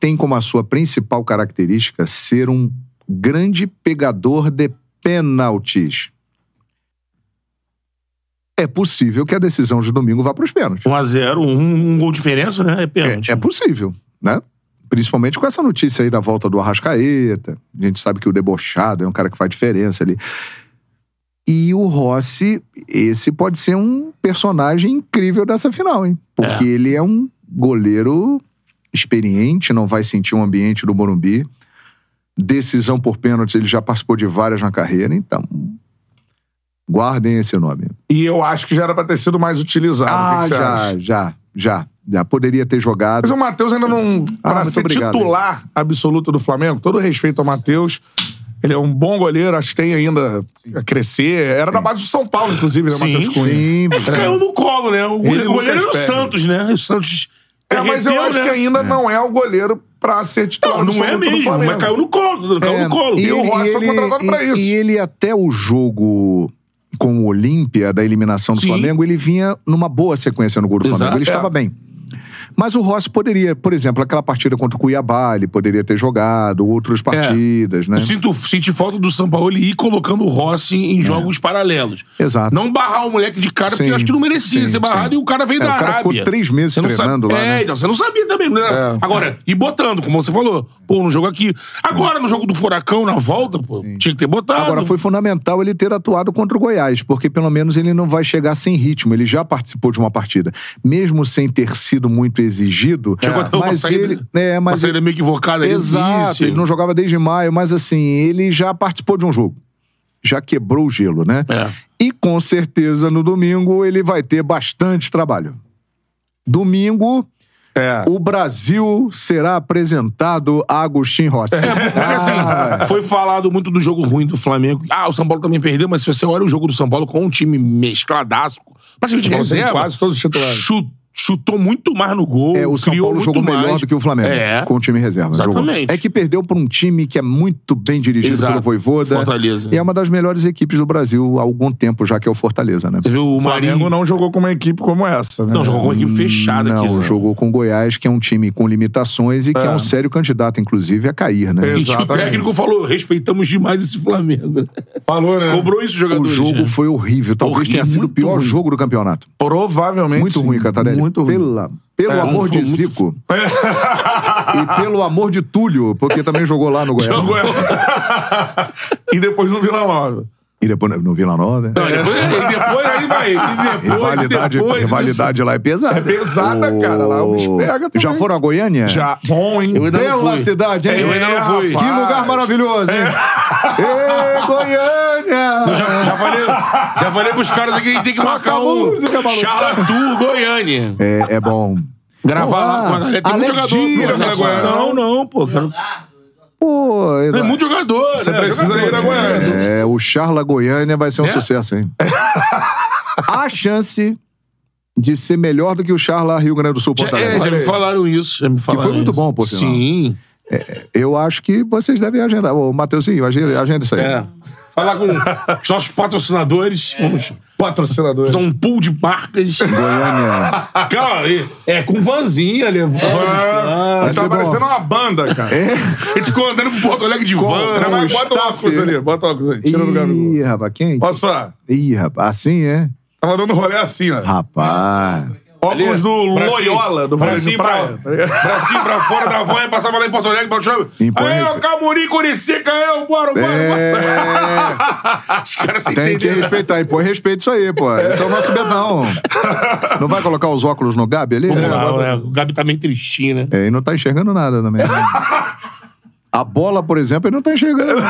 [SPEAKER 3] tem como a sua principal característica ser um grande pegador de pênaltis. É possível que a decisão de domingo vá para os pênaltis.
[SPEAKER 2] 1x0, um, um gol de diferença, né? É pênalti.
[SPEAKER 3] É, é possível, né? Principalmente com essa notícia aí da volta do Arrascaeta. A gente sabe que o debochado é um cara que faz diferença ali. E o Rossi, esse pode ser um personagem incrível dessa final, hein? Porque ele é um goleiro experiente, não vai sentir o ambiente do Morumbi. Decisão por pênalti, ele já participou de várias na carreira, então guardem esse nome. Tá,
[SPEAKER 1] E eu acho que já era pra ter sido mais utilizado. o que que você
[SPEAKER 3] Ah, já,
[SPEAKER 1] acha?
[SPEAKER 3] já, já, já. Poderia ter jogado.
[SPEAKER 1] Mas o Matheus ainda não.
[SPEAKER 3] Ah,
[SPEAKER 1] pra
[SPEAKER 3] muito
[SPEAKER 1] ser
[SPEAKER 3] obrigado,
[SPEAKER 1] titular absoluto do Flamengo, todo respeito ao Matheus. Ele é um bom goleiro, acho que tem ainda a crescer. Era na base do São Paulo, inclusive, né,
[SPEAKER 2] Sim.
[SPEAKER 1] Matheus Cunha.
[SPEAKER 3] Sim,
[SPEAKER 2] É que caiu no colo, né? O
[SPEAKER 1] Ele
[SPEAKER 2] goleiro, o goleiro era
[SPEAKER 1] nunca
[SPEAKER 2] o
[SPEAKER 1] espera.
[SPEAKER 2] Santos, né? O Santos.
[SPEAKER 1] É, mas eu
[SPEAKER 2] derreteu,
[SPEAKER 1] acho
[SPEAKER 2] né?
[SPEAKER 1] que ainda não é o goleiro pra ser titular
[SPEAKER 2] Não, não é
[SPEAKER 1] absoluto do
[SPEAKER 2] mesmo,
[SPEAKER 1] Flamengo.
[SPEAKER 2] mas caiu no colo. Caiu
[SPEAKER 3] É,
[SPEAKER 2] no colo.
[SPEAKER 1] E
[SPEAKER 2] Eu-
[SPEAKER 1] o Rossi foi contratado
[SPEAKER 3] e-
[SPEAKER 1] pra isso.
[SPEAKER 3] e ele até o jogo com o Olímpia da eliminação do
[SPEAKER 2] Sim.
[SPEAKER 3] Flamengo, ele vinha numa boa sequência no gol do
[SPEAKER 2] Exato,
[SPEAKER 3] Flamengo.
[SPEAKER 1] é.
[SPEAKER 3] Ele estava bem. Mas o Rossi poderia, por exemplo, aquela partida contra o Cuiabá, ele poderia ter jogado,
[SPEAKER 2] É.
[SPEAKER 3] outras partidas, né?
[SPEAKER 2] Eu sinto, senti falta do São Paulo ir colocando o Rossi em jogos paralelos.
[SPEAKER 3] É. Exato.
[SPEAKER 2] Não barrar o moleque de cara, porque
[SPEAKER 3] Sim,
[SPEAKER 2] eu acho que não merecia
[SPEAKER 3] sim,
[SPEAKER 2] ser barrado
[SPEAKER 3] sim.
[SPEAKER 2] e o cara veio
[SPEAKER 3] É,
[SPEAKER 2] da
[SPEAKER 3] o cara
[SPEAKER 2] Arábia.
[SPEAKER 3] ficou três meses
[SPEAKER 2] Você não
[SPEAKER 3] treinando lá,
[SPEAKER 2] É,
[SPEAKER 3] né? É.
[SPEAKER 2] então você não sabia também. Né? Agora, e botando, como você falou. Pô, no jogo aqui. Agora, no jogo do Furacão, na volta, pô, tinha que ter botado.
[SPEAKER 3] Agora, foi fundamental ele ter atuado contra o Goiás, porque pelo menos ele não vai chegar sem ritmo. Ele já participou de uma partida. Mesmo sem ter sido muito exigido,
[SPEAKER 2] Chegou a ter uma
[SPEAKER 3] mas
[SPEAKER 2] saída-
[SPEAKER 3] ele. É,
[SPEAKER 2] uma
[SPEAKER 3] mas
[SPEAKER 2] saída meio equivocada ali no
[SPEAKER 3] Exato,
[SPEAKER 2] início.
[SPEAKER 3] ele não jogava desde maio, mas assim, ele já participou de um jogo. Já quebrou o gelo, né?
[SPEAKER 2] É.
[SPEAKER 3] E com certeza no domingo ele vai ter bastante trabalho. Domingo,
[SPEAKER 1] É.
[SPEAKER 3] o Brasil será apresentado a Agostinho Rossi. Ah,
[SPEAKER 2] Porque assim, foi falado muito do jogo ruim do Flamengo. Ah, o São Paulo também perdeu, mas se você olha o jogo do São Paulo com um time mescladaço, praticamente
[SPEAKER 1] Tem
[SPEAKER 3] É,
[SPEAKER 2] reserva.
[SPEAKER 1] quase todos os titulares.
[SPEAKER 2] chu- chutou muito mais no gol.
[SPEAKER 3] É, o São
[SPEAKER 2] criou
[SPEAKER 3] Paulo
[SPEAKER 2] muito
[SPEAKER 3] jogou
[SPEAKER 2] mais.
[SPEAKER 3] melhor do que o Flamengo.
[SPEAKER 2] É.
[SPEAKER 3] Com o time reserva. jogou.
[SPEAKER 2] Exatamente.
[SPEAKER 3] É que perdeu pra um time que é muito bem dirigido
[SPEAKER 2] Exato.
[SPEAKER 3] pelo Voivoda.
[SPEAKER 2] Fortaleza.
[SPEAKER 3] E é uma das melhores equipes do Brasil há algum tempo, já que é o Fortaleza, né?
[SPEAKER 2] Você viu o
[SPEAKER 1] O Flamengo
[SPEAKER 2] Marinho.
[SPEAKER 1] não jogou com uma equipe como essa, né?
[SPEAKER 2] Não, jogou com uma equipe fechada
[SPEAKER 3] Não,
[SPEAKER 2] aqui. né?
[SPEAKER 3] jogou com o Goiás, que é um time com limitações e que é, um sério candidato, inclusive, a cair, né?
[SPEAKER 1] Exato.
[SPEAKER 2] E que o
[SPEAKER 1] Exatamente.
[SPEAKER 2] técnico falou: respeitamos demais esse Flamengo.
[SPEAKER 1] Falou, né?
[SPEAKER 2] Cobrou isso, os
[SPEAKER 3] É. O
[SPEAKER 2] jogadores.
[SPEAKER 3] jogo
[SPEAKER 2] né?
[SPEAKER 3] foi horrível. Talvez
[SPEAKER 2] Horrível,
[SPEAKER 3] tenha sido o
[SPEAKER 2] muito
[SPEAKER 3] pior
[SPEAKER 2] ruim.
[SPEAKER 3] jogo do campeonato.
[SPEAKER 1] Provavelmente.
[SPEAKER 3] Muito
[SPEAKER 1] sim.
[SPEAKER 3] ruim, Cantarelli.
[SPEAKER 1] Muito ruim.
[SPEAKER 3] Pela, pelo
[SPEAKER 2] É,
[SPEAKER 3] amor
[SPEAKER 2] foi
[SPEAKER 3] de
[SPEAKER 2] muito-
[SPEAKER 3] Zico. e pelo amor de Túlio, porque também jogou lá no Goiás.
[SPEAKER 2] Jogou-
[SPEAKER 1] e depois no Vila Nova.
[SPEAKER 3] E depois no Vila Nova.
[SPEAKER 2] Não, e depois, e depois aí vai. E depois,
[SPEAKER 3] Rivalidade,
[SPEAKER 2] depois,
[SPEAKER 3] rivalidade lá é pesada.
[SPEAKER 1] É pesada, cara. Lá o bicho pega também.
[SPEAKER 3] Já foram a Goiânia?
[SPEAKER 1] Já. Bom, hein?
[SPEAKER 2] Eu ainda não
[SPEAKER 3] Bela
[SPEAKER 2] fui.
[SPEAKER 3] cidade, hein?
[SPEAKER 2] Eu ainda não fui. É.
[SPEAKER 3] Que lugar maravilhoso, hein? Ê, Goiânia!
[SPEAKER 2] Já falei, já falei pros caras aqui que a gente tem que marcar
[SPEAKER 3] Acabou a
[SPEAKER 2] o
[SPEAKER 3] música, maluco.
[SPEAKER 2] Charlatu Goiânia.
[SPEAKER 3] É, é bom.
[SPEAKER 2] Gravar
[SPEAKER 3] Porra,
[SPEAKER 2] lá com a galera. Tem muito
[SPEAKER 3] Alex
[SPEAKER 2] jogador.
[SPEAKER 3] Dias,
[SPEAKER 2] pô, na
[SPEAKER 3] né,
[SPEAKER 2] Goiânia.
[SPEAKER 1] cara?
[SPEAKER 2] Não, não, pô. cara.
[SPEAKER 3] Pô,
[SPEAKER 2] Tem muito jogador.
[SPEAKER 1] Você é
[SPEAKER 2] né?
[SPEAKER 1] precisa
[SPEAKER 2] Jogador.
[SPEAKER 1] ir na Goiânia.
[SPEAKER 3] É, o Charla Goiânia vai ser um
[SPEAKER 2] É?
[SPEAKER 3] sucesso, hein? Há chance de ser melhor do que o Charla Rio Grande do Sul
[SPEAKER 2] Já,
[SPEAKER 3] Porto
[SPEAKER 2] é, já
[SPEAKER 3] Alegre.
[SPEAKER 2] me falaram isso. Já me falaram
[SPEAKER 3] tá, foi muito
[SPEAKER 2] isso.
[SPEAKER 3] bom, por sinal.
[SPEAKER 2] Sim.
[SPEAKER 3] Eu acho que vocês devem agendar. Ô, Matheusinho, agenda, agenda isso aí.
[SPEAKER 2] É. Falar com os nossos patrocinadores. Vamos
[SPEAKER 1] Patrocinador.
[SPEAKER 2] dar um pool de marcas.
[SPEAKER 3] Goiânia.
[SPEAKER 2] Cara, é, é com vanzinha levando.
[SPEAKER 1] Ah, tá
[SPEAKER 3] vai ser bom.
[SPEAKER 1] parecendo uma banda, cara. É,
[SPEAKER 2] A gente ficou Tipo, andando pro Porto Alegre de van.
[SPEAKER 1] Não, mas
[SPEAKER 3] o
[SPEAKER 1] bota o óculos
[SPEAKER 3] staff-
[SPEAKER 1] ali, bota o óculos ali. Tira do garoto.
[SPEAKER 3] Ih, rapaz, quem?
[SPEAKER 1] Olha só,
[SPEAKER 3] Ih, rapaz, assim é?
[SPEAKER 1] tava dando rolê assim, né?
[SPEAKER 3] Rapaz.
[SPEAKER 1] Óculos
[SPEAKER 2] Ali,
[SPEAKER 1] do
[SPEAKER 2] Brasil.
[SPEAKER 1] Loyola, do Vale de
[SPEAKER 2] Brasil
[SPEAKER 1] Praia. tá
[SPEAKER 2] Pra, Brasil pra fora da van e passava lá em Porto Alegre, pra chave.
[SPEAKER 3] Imponente.
[SPEAKER 2] Aí, ô, Camuri, Curicica, eu, bora, bora, bora.
[SPEAKER 3] É,
[SPEAKER 2] Os caras se
[SPEAKER 3] tem que
[SPEAKER 2] entenderam.
[SPEAKER 3] respeitar. E põe respeito isso aí, pô. Esse é o nosso Betão. Não vai colocar os óculos no Gabi ali?
[SPEAKER 2] Vamos lá, né? O Gabi tá meio tristinho, né?
[SPEAKER 3] É, e não tá enxergando nada também. né? A bola, por exemplo, ele não tá enxergando.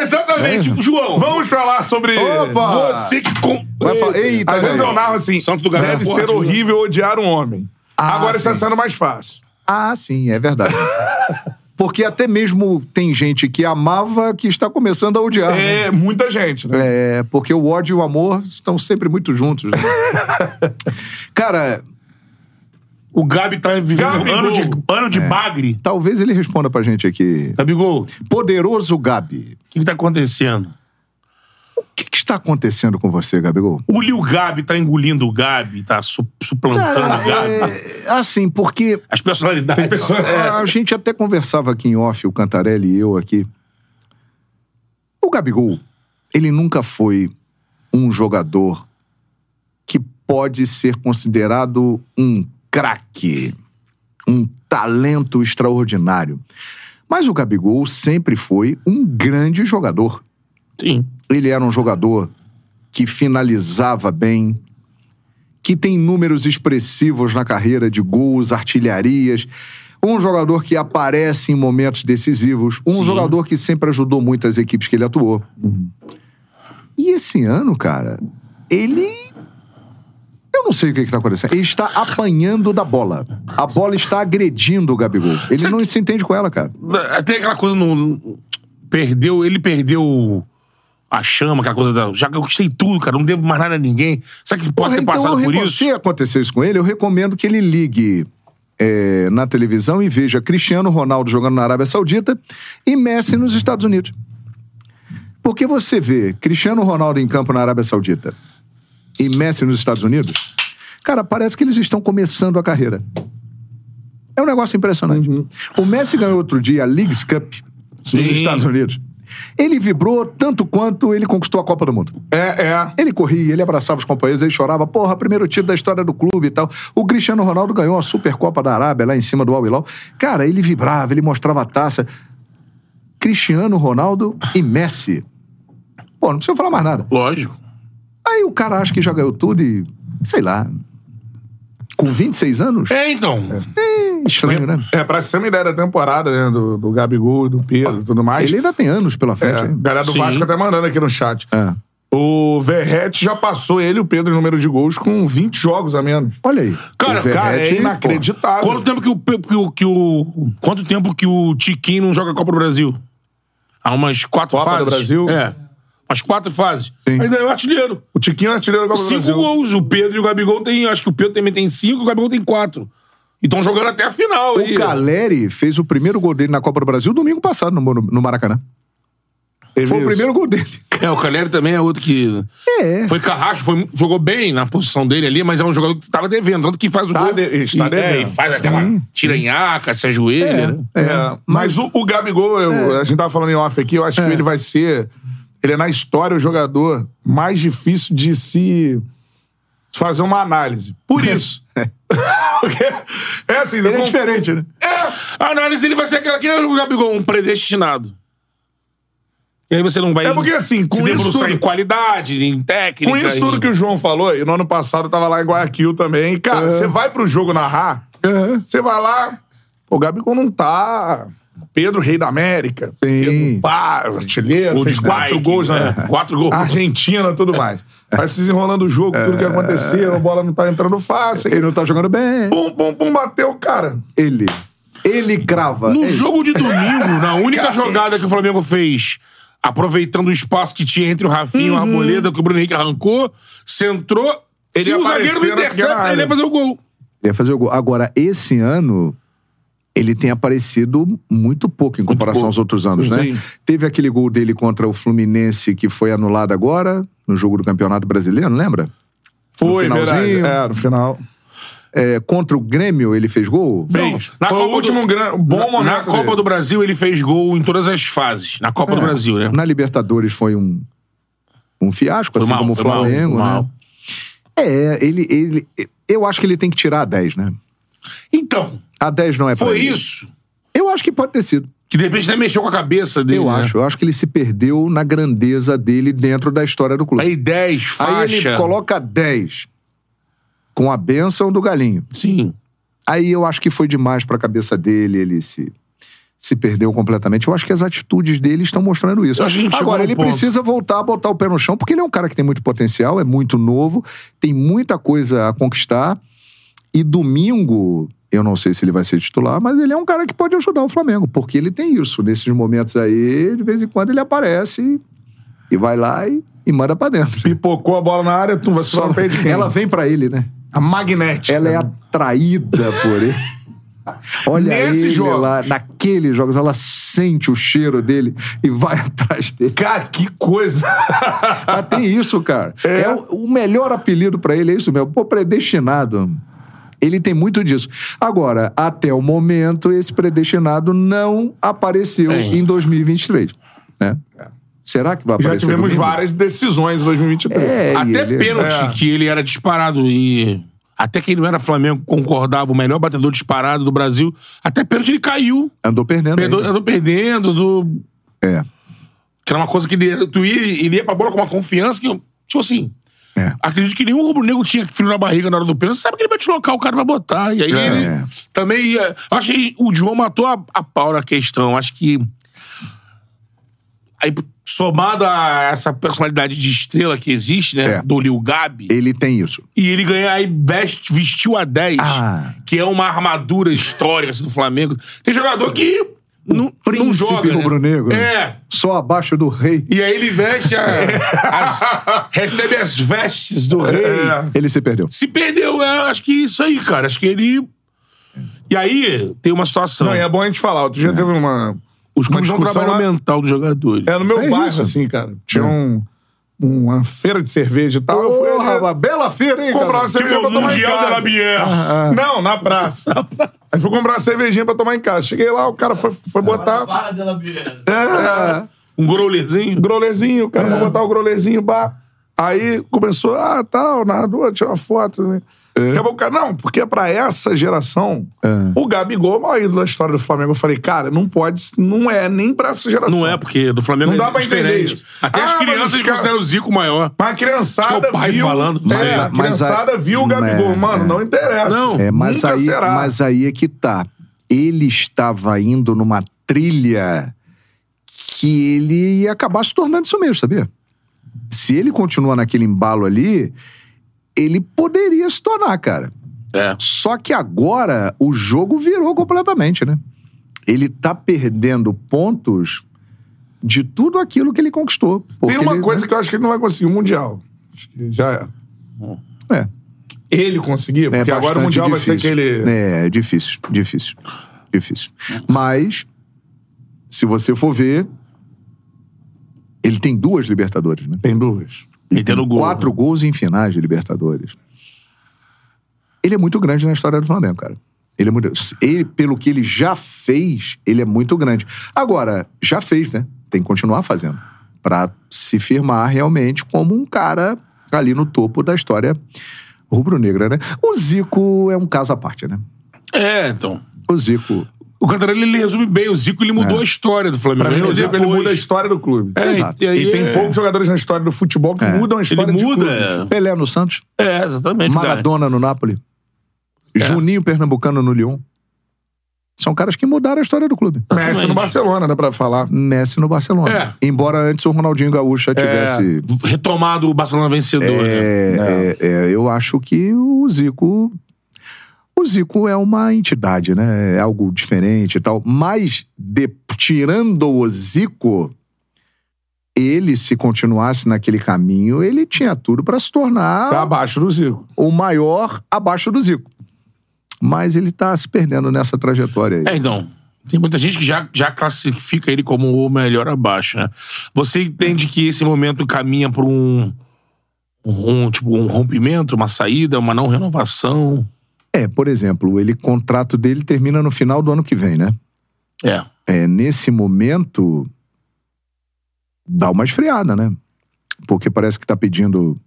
[SPEAKER 2] Exatamente, João.
[SPEAKER 1] Vamos falar sobre...
[SPEAKER 3] Opa!
[SPEAKER 2] Você que... Com...
[SPEAKER 3] Vai falar. Eita,
[SPEAKER 1] Às vezes
[SPEAKER 3] velho.
[SPEAKER 1] eu narro assim,
[SPEAKER 2] Santo do Gabriel
[SPEAKER 1] deve
[SPEAKER 2] Forte,
[SPEAKER 1] ser
[SPEAKER 2] né?
[SPEAKER 1] horrível odiar um homem.
[SPEAKER 3] Ah,
[SPEAKER 1] Agora está
[SPEAKER 3] sim.
[SPEAKER 1] sendo mais fácil.
[SPEAKER 3] Ah, sim, é verdade. Porque até mesmo tem gente que amava que está começando a odiar. né?
[SPEAKER 1] É, muita gente, né?
[SPEAKER 3] É, porque o ódio e o amor estão sempre muito juntos. né? Cara,
[SPEAKER 2] O Gabi tá vivendo
[SPEAKER 1] Gabigol.
[SPEAKER 2] ano de, ano de bagre.
[SPEAKER 3] talvez ele responda pra gente aqui.
[SPEAKER 2] Gabigol, o
[SPEAKER 3] Poderoso Gabi,
[SPEAKER 2] que, que tá acontecendo?
[SPEAKER 3] o que, que está acontecendo com você, Gabigol?
[SPEAKER 2] O Lil Gabi tá engolindo o Gabi, tá su- suplantando o Gabi.
[SPEAKER 3] É, assim, porque
[SPEAKER 2] As personalidades. Tem
[SPEAKER 3] É, a gente até conversava aqui em off, o Cantarelli e eu aqui. O Gabigol, ele nunca foi um jogador que pode ser considerado um craque, um talento extraordinário. Mas o Gabigol sempre foi um grande jogador.
[SPEAKER 2] Sim.
[SPEAKER 3] Ele era um jogador que finalizava bem, que tem números expressivos na carreira de gols, artilharias. Um jogador que aparece em momentos decisivos. Um
[SPEAKER 2] Sim.
[SPEAKER 3] jogador que sempre ajudou muito as equipes que ele atuou. E esse ano, cara, ele. Eu não sei o que está acontecendo. Ele está apanhando da bola. A bola está agredindo o Gabigol. Ele não se entende com ela, cara.
[SPEAKER 2] Tem aquela coisa no. Perdeu. Ele perdeu a chama, aquela coisa da. Já que eu conquistei tudo, cara, não devo mais nada a ninguém. Será que pode
[SPEAKER 3] Porra,
[SPEAKER 2] ter
[SPEAKER 3] então
[SPEAKER 2] passado
[SPEAKER 3] eu
[SPEAKER 2] por
[SPEAKER 3] recom-
[SPEAKER 2] isso?
[SPEAKER 3] Se acontecer isso com ele, eu recomendo que ele ligue é, na televisão e veja Cristiano Ronaldo jogando na Arábia Saudita e Messi nos Estados Unidos. Porque você vê Cristiano Ronaldo em campo na Arábia Saudita e Messi nos Estados Unidos, cara, parece que eles estão começando a carreira. É um negócio impressionante. O Messi ganhou outro dia a Leagues Cup dos
[SPEAKER 2] Sim.
[SPEAKER 3] Estados Unidos. Ele vibrou tanto quanto ele conquistou a Copa do Mundo.
[SPEAKER 1] É, é.
[SPEAKER 3] Ele corria, ele abraçava os companheiros, ele chorava, porra, primeiro tiro da história do clube e tal. O Cristiano Ronaldo ganhou a Supercopa da Arábia lá em cima do Al Hilal. Cara, ele vibrava, ele mostrava a taça. Cristiano Ronaldo e Messi. Pô, não precisa falar mais nada.
[SPEAKER 2] Lógico.
[SPEAKER 3] Aí o cara acha que já ganhou tudo e, sei lá, com 26 anos?
[SPEAKER 2] É, então.
[SPEAKER 3] É estranho, né?
[SPEAKER 1] É, pra ser uma ideia da temporada, né? Do, do Gabigol, e do Pedro e tudo mais.
[SPEAKER 3] Ele ainda tem anos pela
[SPEAKER 1] É,
[SPEAKER 3] frente.
[SPEAKER 1] a
[SPEAKER 3] hein?
[SPEAKER 1] galera do
[SPEAKER 2] Sim.
[SPEAKER 1] Vasco até mandando aqui no chat.
[SPEAKER 3] É.
[SPEAKER 1] O Verrete já passou ele, e o Pedro, em número de gols, com 20 jogos a menos.
[SPEAKER 3] Olha aí.
[SPEAKER 2] Cara,
[SPEAKER 3] O Verratti,
[SPEAKER 1] Cara, é
[SPEAKER 3] pô,
[SPEAKER 1] inacreditável.
[SPEAKER 2] Quanto tempo que o, pe- que o, que o- Quanto tempo que o Tiquinho não joga a Copa do Brasil? Há umas quatro
[SPEAKER 1] Copa do
[SPEAKER 2] fases.
[SPEAKER 1] Brasil?
[SPEAKER 2] É. As quatro fases.
[SPEAKER 1] Sim.
[SPEAKER 2] Ainda é o artilheiro.
[SPEAKER 1] O Tiquinho é artilheiro do Copa do
[SPEAKER 2] Cinco
[SPEAKER 1] Brasil.
[SPEAKER 2] gols. O Pedro e o Gabigol tem. Acho que o Pedro também tem cinco, o Gabigol tem quatro. E estão jogando até a final. aí.
[SPEAKER 3] O Galeri fez o primeiro gol dele na Copa do Brasil domingo passado no, Monu- no Maracanã.
[SPEAKER 1] Teve
[SPEAKER 3] Foi o
[SPEAKER 1] isso.
[SPEAKER 3] primeiro gol dele.
[SPEAKER 2] É, o Caleri também é outro que.
[SPEAKER 3] É.
[SPEAKER 2] Foi carrasco, foi- jogou bem na posição dele ali, mas é um jogador que estava devendo. Tanto que faz o
[SPEAKER 1] Tá
[SPEAKER 2] gol.
[SPEAKER 1] de- está
[SPEAKER 2] e,
[SPEAKER 1] devendo.
[SPEAKER 2] É, e faz aquela tiranhaca, se ajoelha. né?
[SPEAKER 1] É, mas o, o Gabigol, eu- a gente tava falando em off aqui, eu acho que ele vai ser. Ele é na história o jogador mais difícil de se fazer uma análise. Por isso. Porque é assim,
[SPEAKER 3] Ele é diferente, né?
[SPEAKER 2] É, A análise dele vai ser aquela que é o Gabigol, um predestinado. E aí você não vai
[SPEAKER 1] É porque, assim, com
[SPEAKER 2] se
[SPEAKER 1] isso
[SPEAKER 2] debruçar
[SPEAKER 1] tudo-
[SPEAKER 2] em qualidade, em técnica.
[SPEAKER 1] Com isso tudo
[SPEAKER 2] em...
[SPEAKER 1] que o João falou, e no ano passado eu tava lá em Guayaquil também. e, cara, você vai pro jogo narrar,
[SPEAKER 3] Aham.
[SPEAKER 1] você vai lá. pô, o Gabigol não tá. Pedro, rei da América. Pedro Paz, artilheiro,
[SPEAKER 2] Ou
[SPEAKER 1] fez
[SPEAKER 2] de
[SPEAKER 1] quatro
[SPEAKER 2] bike,
[SPEAKER 1] gols na, Ah,
[SPEAKER 2] né? Quatro gols.
[SPEAKER 1] Argentina, tudo mais. Vai se desenrolando o jogo, tudo que aconteceu, a bola não tá entrando fácil.
[SPEAKER 3] Ele não tá jogando bem.
[SPEAKER 1] Pum, pum, pum, bateu, cara.
[SPEAKER 3] Ele. Ele É crava.
[SPEAKER 2] No
[SPEAKER 1] É
[SPEAKER 3] Ei,
[SPEAKER 2] jogo de domingo, na única jogada que o Flamengo fez, aproveitando o espaço que tinha entre o
[SPEAKER 1] Uhum.
[SPEAKER 2] Rafinha e o Arboleda, que o Bruno Henrique arrancou, centrou.
[SPEAKER 1] Ele
[SPEAKER 2] se
[SPEAKER 1] ia
[SPEAKER 2] o zagueiro
[SPEAKER 1] aparecer
[SPEAKER 2] não
[SPEAKER 1] na pequena
[SPEAKER 2] intercepta,
[SPEAKER 1] área.
[SPEAKER 2] ele ia fazer o gol.
[SPEAKER 3] Ele ia fazer o gol. Agora, esse ano, ele tem aparecido muito pouco em comparação
[SPEAKER 2] pouco.
[SPEAKER 3] aos outros anos, né?
[SPEAKER 1] Sim.
[SPEAKER 3] Teve aquele gol dele contra o Fluminense que foi anulado agora, no jogo do Campeonato Brasileiro, lembra?
[SPEAKER 1] Foi, verdade.
[SPEAKER 3] finalzinho.
[SPEAKER 1] É, no final.
[SPEAKER 3] É, contra o Grêmio, ele fez gol?
[SPEAKER 2] Não,
[SPEAKER 1] Fez.
[SPEAKER 2] na
[SPEAKER 1] Foi
[SPEAKER 2] Copa
[SPEAKER 1] o último
[SPEAKER 2] do-
[SPEAKER 1] gran- bom
[SPEAKER 2] na,
[SPEAKER 1] momento.
[SPEAKER 2] na Copa
[SPEAKER 1] dele. É.
[SPEAKER 2] do Brasil, ele fez gol em todas as fases. Na Copa do Brasil, né?
[SPEAKER 3] Na Libertadores foi um, um fiasco,
[SPEAKER 2] Foi
[SPEAKER 3] assim
[SPEAKER 2] mal,
[SPEAKER 3] como o
[SPEAKER 2] foi mal,
[SPEAKER 3] Flamengo,
[SPEAKER 2] foi
[SPEAKER 3] né?
[SPEAKER 2] mal.
[SPEAKER 3] É, ele, ele. Eu acho que ele tem que tirar a 10, né?
[SPEAKER 2] Então,
[SPEAKER 3] A 10 não é pra
[SPEAKER 2] foi
[SPEAKER 3] ele.
[SPEAKER 2] isso.
[SPEAKER 3] Eu acho que pode ter sido.
[SPEAKER 2] Que de repente até mexeu com a cabeça dele.
[SPEAKER 3] eu
[SPEAKER 2] né?
[SPEAKER 3] acho. Eu acho que ele se perdeu na grandeza dele dentro da história do clube.
[SPEAKER 2] Aí 10, faixa.
[SPEAKER 3] Aí ele coloca 10 com a benção do galinho.
[SPEAKER 2] Sim.
[SPEAKER 3] Aí eu acho que foi demais pra cabeça dele, ele se se perdeu completamente. Eu acho que as atitudes dele estão mostrando isso.
[SPEAKER 2] Eu acho que a gente chegou num
[SPEAKER 3] Agora ele
[SPEAKER 2] ponto.
[SPEAKER 3] precisa voltar a botar o pé no chão, porque ele é um cara que tem muito potencial, é muito novo, tem muita coisa a conquistar. E domingo, eu não sei se ele vai ser titular, mas ele é um cara que pode ajudar o Flamengo, porque ele tem isso. Nesses momentos aí, de vez em quando ele aparece e- e vai lá e, e manda pra dentro.
[SPEAKER 1] Pipocou a bola na área, tu vai só no pé de quem?
[SPEAKER 3] Ela vem pra ele, né?
[SPEAKER 1] A magnética.
[SPEAKER 3] Ela é atraída por ele. Olha
[SPEAKER 1] Nesse
[SPEAKER 3] ele
[SPEAKER 1] jogo.
[SPEAKER 3] lá, naqueles jogos, ela sente o cheiro dele e vai atrás dele.
[SPEAKER 1] Cara, que coisa.
[SPEAKER 3] Ah, tem isso, cara. É, o, o melhor apelido pra ele, é isso mesmo. Pô, predestinado. Ele tem muito disso. Agora, até o momento, esse predestinado não apareceu
[SPEAKER 2] Bem.
[SPEAKER 3] em 2023. Né? Será que vai
[SPEAKER 1] Já
[SPEAKER 3] aparecer?
[SPEAKER 1] tivemos
[SPEAKER 3] domingo?
[SPEAKER 1] várias decisões em 2023.
[SPEAKER 3] É, e
[SPEAKER 2] até
[SPEAKER 3] ele-
[SPEAKER 2] pênalti,
[SPEAKER 1] É.
[SPEAKER 2] que ele era disparado e... Até quem não era Flamengo concordava, o melhor batedor disparado do Brasil. Até pênalti ele caiu.
[SPEAKER 3] Andou perdendo.
[SPEAKER 2] Perdeu,
[SPEAKER 3] ainda.
[SPEAKER 2] andou perdendo. Do...
[SPEAKER 3] É.
[SPEAKER 2] Que era uma coisa que ele, tu ia, ele ia pra bola com uma confiança que... eu- Tipo assim...
[SPEAKER 3] É.
[SPEAKER 2] Acredito que nenhum rubro-negro tinha frio na barriga na hora do pênalti. Sabe que ele vai deslocar, o cara vai botar. E aí
[SPEAKER 3] É.
[SPEAKER 2] ele também ia... Acho que o João matou a, a pau na questão. Acho que... Aí, somado a essa personalidade de estrela que existe, né?
[SPEAKER 3] É.
[SPEAKER 2] Do Lil Gabi.
[SPEAKER 3] Ele tem isso.
[SPEAKER 2] E ele ganha aí veste, vestiu a 10,
[SPEAKER 3] Ah.
[SPEAKER 2] que é uma armadura histórica assim, do Flamengo. Tem jogador que
[SPEAKER 1] Um
[SPEAKER 2] não, não
[SPEAKER 3] príncipe
[SPEAKER 2] joga. né?
[SPEAKER 3] rubro-negro.
[SPEAKER 2] É.
[SPEAKER 3] Só abaixo do rei.
[SPEAKER 2] E aí ele veste a, as- recebe as vestes do rei.
[SPEAKER 1] É.
[SPEAKER 3] Ele se perdeu.
[SPEAKER 2] Se perdeu, é, acho que isso aí, cara. Acho que ele. E aí tem uma situação.
[SPEAKER 1] Não, e é bom a gente falar. Outro dia teve uma.
[SPEAKER 2] Os clubes
[SPEAKER 1] uma
[SPEAKER 2] não
[SPEAKER 1] discussão
[SPEAKER 2] trabalham
[SPEAKER 1] lá-
[SPEAKER 2] mental dos jogadores.
[SPEAKER 1] É no meu
[SPEAKER 3] É
[SPEAKER 1] bairro,
[SPEAKER 3] isso.
[SPEAKER 1] assim, cara. Tinha um, uma feira de cerveja e tal. Tá, eu fui ali
[SPEAKER 3] Porra, bela feira, hein,
[SPEAKER 1] comprar
[SPEAKER 2] tipo,
[SPEAKER 1] uma
[SPEAKER 3] cara?
[SPEAKER 1] cerveja pra tomar em casa. Não, na praça. Aí fui comprar uma cervejinha pra tomar em casa. Cheguei lá, o cara foi, foi botar.
[SPEAKER 4] Para dela ver.
[SPEAKER 1] É,
[SPEAKER 2] Um grolezinho.
[SPEAKER 1] grolezinho, o
[SPEAKER 3] É.
[SPEAKER 1] cara foi botar o grolezinho, bah. Aí começou, ah, tal, narrador, tira uma foto, né?
[SPEAKER 3] É.
[SPEAKER 1] Acabou o cara, não, porque é pra essa geração, o Gabigol é o maior ídolo da história do Flamengo. Eu falei, cara, não pode, não é nem pra essa geração.
[SPEAKER 2] Não é, porque do Flamengo
[SPEAKER 1] Não
[SPEAKER 2] é
[SPEAKER 1] dá pra entender
[SPEAKER 2] diferente.
[SPEAKER 1] isso.
[SPEAKER 2] Até
[SPEAKER 1] Ah,
[SPEAKER 2] as
[SPEAKER 1] mas
[SPEAKER 2] crianças
[SPEAKER 1] os caras-
[SPEAKER 2] consideram o Zico maior.
[SPEAKER 1] Mas a criançada
[SPEAKER 2] Seu pai
[SPEAKER 1] viu.
[SPEAKER 2] falando,
[SPEAKER 1] é,
[SPEAKER 2] mas
[SPEAKER 1] a,
[SPEAKER 2] a-
[SPEAKER 3] mas a-
[SPEAKER 1] criançada viu o Gabigol.
[SPEAKER 3] É,
[SPEAKER 1] mano,
[SPEAKER 3] é.
[SPEAKER 1] não interessa.
[SPEAKER 2] Não.
[SPEAKER 3] É, mas,
[SPEAKER 1] Nunca
[SPEAKER 3] aí,
[SPEAKER 1] será.
[SPEAKER 3] mas aí é que tá. Ele estava indo numa trilha que ele ia acabar se tornando isso mesmo, sabia? Se ele continuar naquele embalo ali, ele poderia se tornar, cara.
[SPEAKER 2] É.
[SPEAKER 3] Só que agora o jogo virou completamente, né? Ele tá perdendo pontos de tudo aquilo que ele conquistou.
[SPEAKER 1] Tem
[SPEAKER 3] Porque
[SPEAKER 1] uma
[SPEAKER 3] ele-
[SPEAKER 1] coisa que eu acho que ele não vai conseguir, um mundial. Acho que já é.
[SPEAKER 3] É.
[SPEAKER 1] Ele conseguir,
[SPEAKER 3] É
[SPEAKER 1] porque agora o
[SPEAKER 3] bastante
[SPEAKER 1] mundial vai ser
[SPEAKER 3] difícil.
[SPEAKER 1] aquele... É.
[SPEAKER 3] É, difícil, difícil, difícil. Mas, se você for ver, ele tem duas Libertadores, né?
[SPEAKER 1] Tem dúvidas.
[SPEAKER 2] Metendo gol.
[SPEAKER 3] Quatro gols em finais de Libertadores. Ele é muito grande na história do Flamengo, cara. Ele é muito. Ele, pelo que ele já fez, ele é muito grande. Agora, já fez, né? Tem que continuar fazendo. Pra se firmar realmente como um cara ali no topo da história rubro-negra, né? O Zico é um caso à parte, né?
[SPEAKER 2] É, então.
[SPEAKER 3] O Zico.
[SPEAKER 2] O Cantarelli ele resume bem. O Zico ele mudou a história do Flamengo.
[SPEAKER 1] É. Pra mim,
[SPEAKER 2] Ele
[SPEAKER 1] o Zico, é ele
[SPEAKER 2] depois-
[SPEAKER 1] muda a história do clube.
[SPEAKER 2] É,
[SPEAKER 3] Exato.
[SPEAKER 2] E, aí
[SPEAKER 1] E tem
[SPEAKER 2] é-
[SPEAKER 1] poucos jogadores na história do futebol que mudam a
[SPEAKER 2] Ele
[SPEAKER 1] história de clubes.
[SPEAKER 2] muda.
[SPEAKER 3] Pelé no Santos,
[SPEAKER 2] É, exatamente. cara.
[SPEAKER 3] Maradona no Napoli, Juninho Pernambucano no Lyon. São caras que mudaram a história do clube.
[SPEAKER 1] Messi no
[SPEAKER 2] Exatamente.
[SPEAKER 1] Barcelona, né, pra falar.
[SPEAKER 3] Messi no
[SPEAKER 2] É.
[SPEAKER 3] Barcelona. Embora antes o Ronaldinho Gaúcho já tivesse.
[SPEAKER 2] Retomado o Barcelona vencedor. né?
[SPEAKER 3] É, é, é, eu acho que o Zico. O Zico é uma entidade, né? É algo diferente e tal. Mas, de- tirando o Zico, ele, se continuasse naquele caminho, ele tinha tudo pra se tornar
[SPEAKER 1] Tá abaixo do Zico.
[SPEAKER 3] o maior abaixo do Zico. Mas ele tá se perdendo nessa trajetória aí.
[SPEAKER 2] É, então. Tem muita gente que já, já classifica ele como o melhor abaixo, né? Você entende que esse momento caminha para um, um, um, tipo, um rompimento, uma saída, uma não renovação?
[SPEAKER 3] É, por exemplo, ele, o contrato dele termina no final do ano que vem, né?
[SPEAKER 2] É.
[SPEAKER 3] é, nesse momento, dá uma esfriada, né? Porque parece que tá pedindo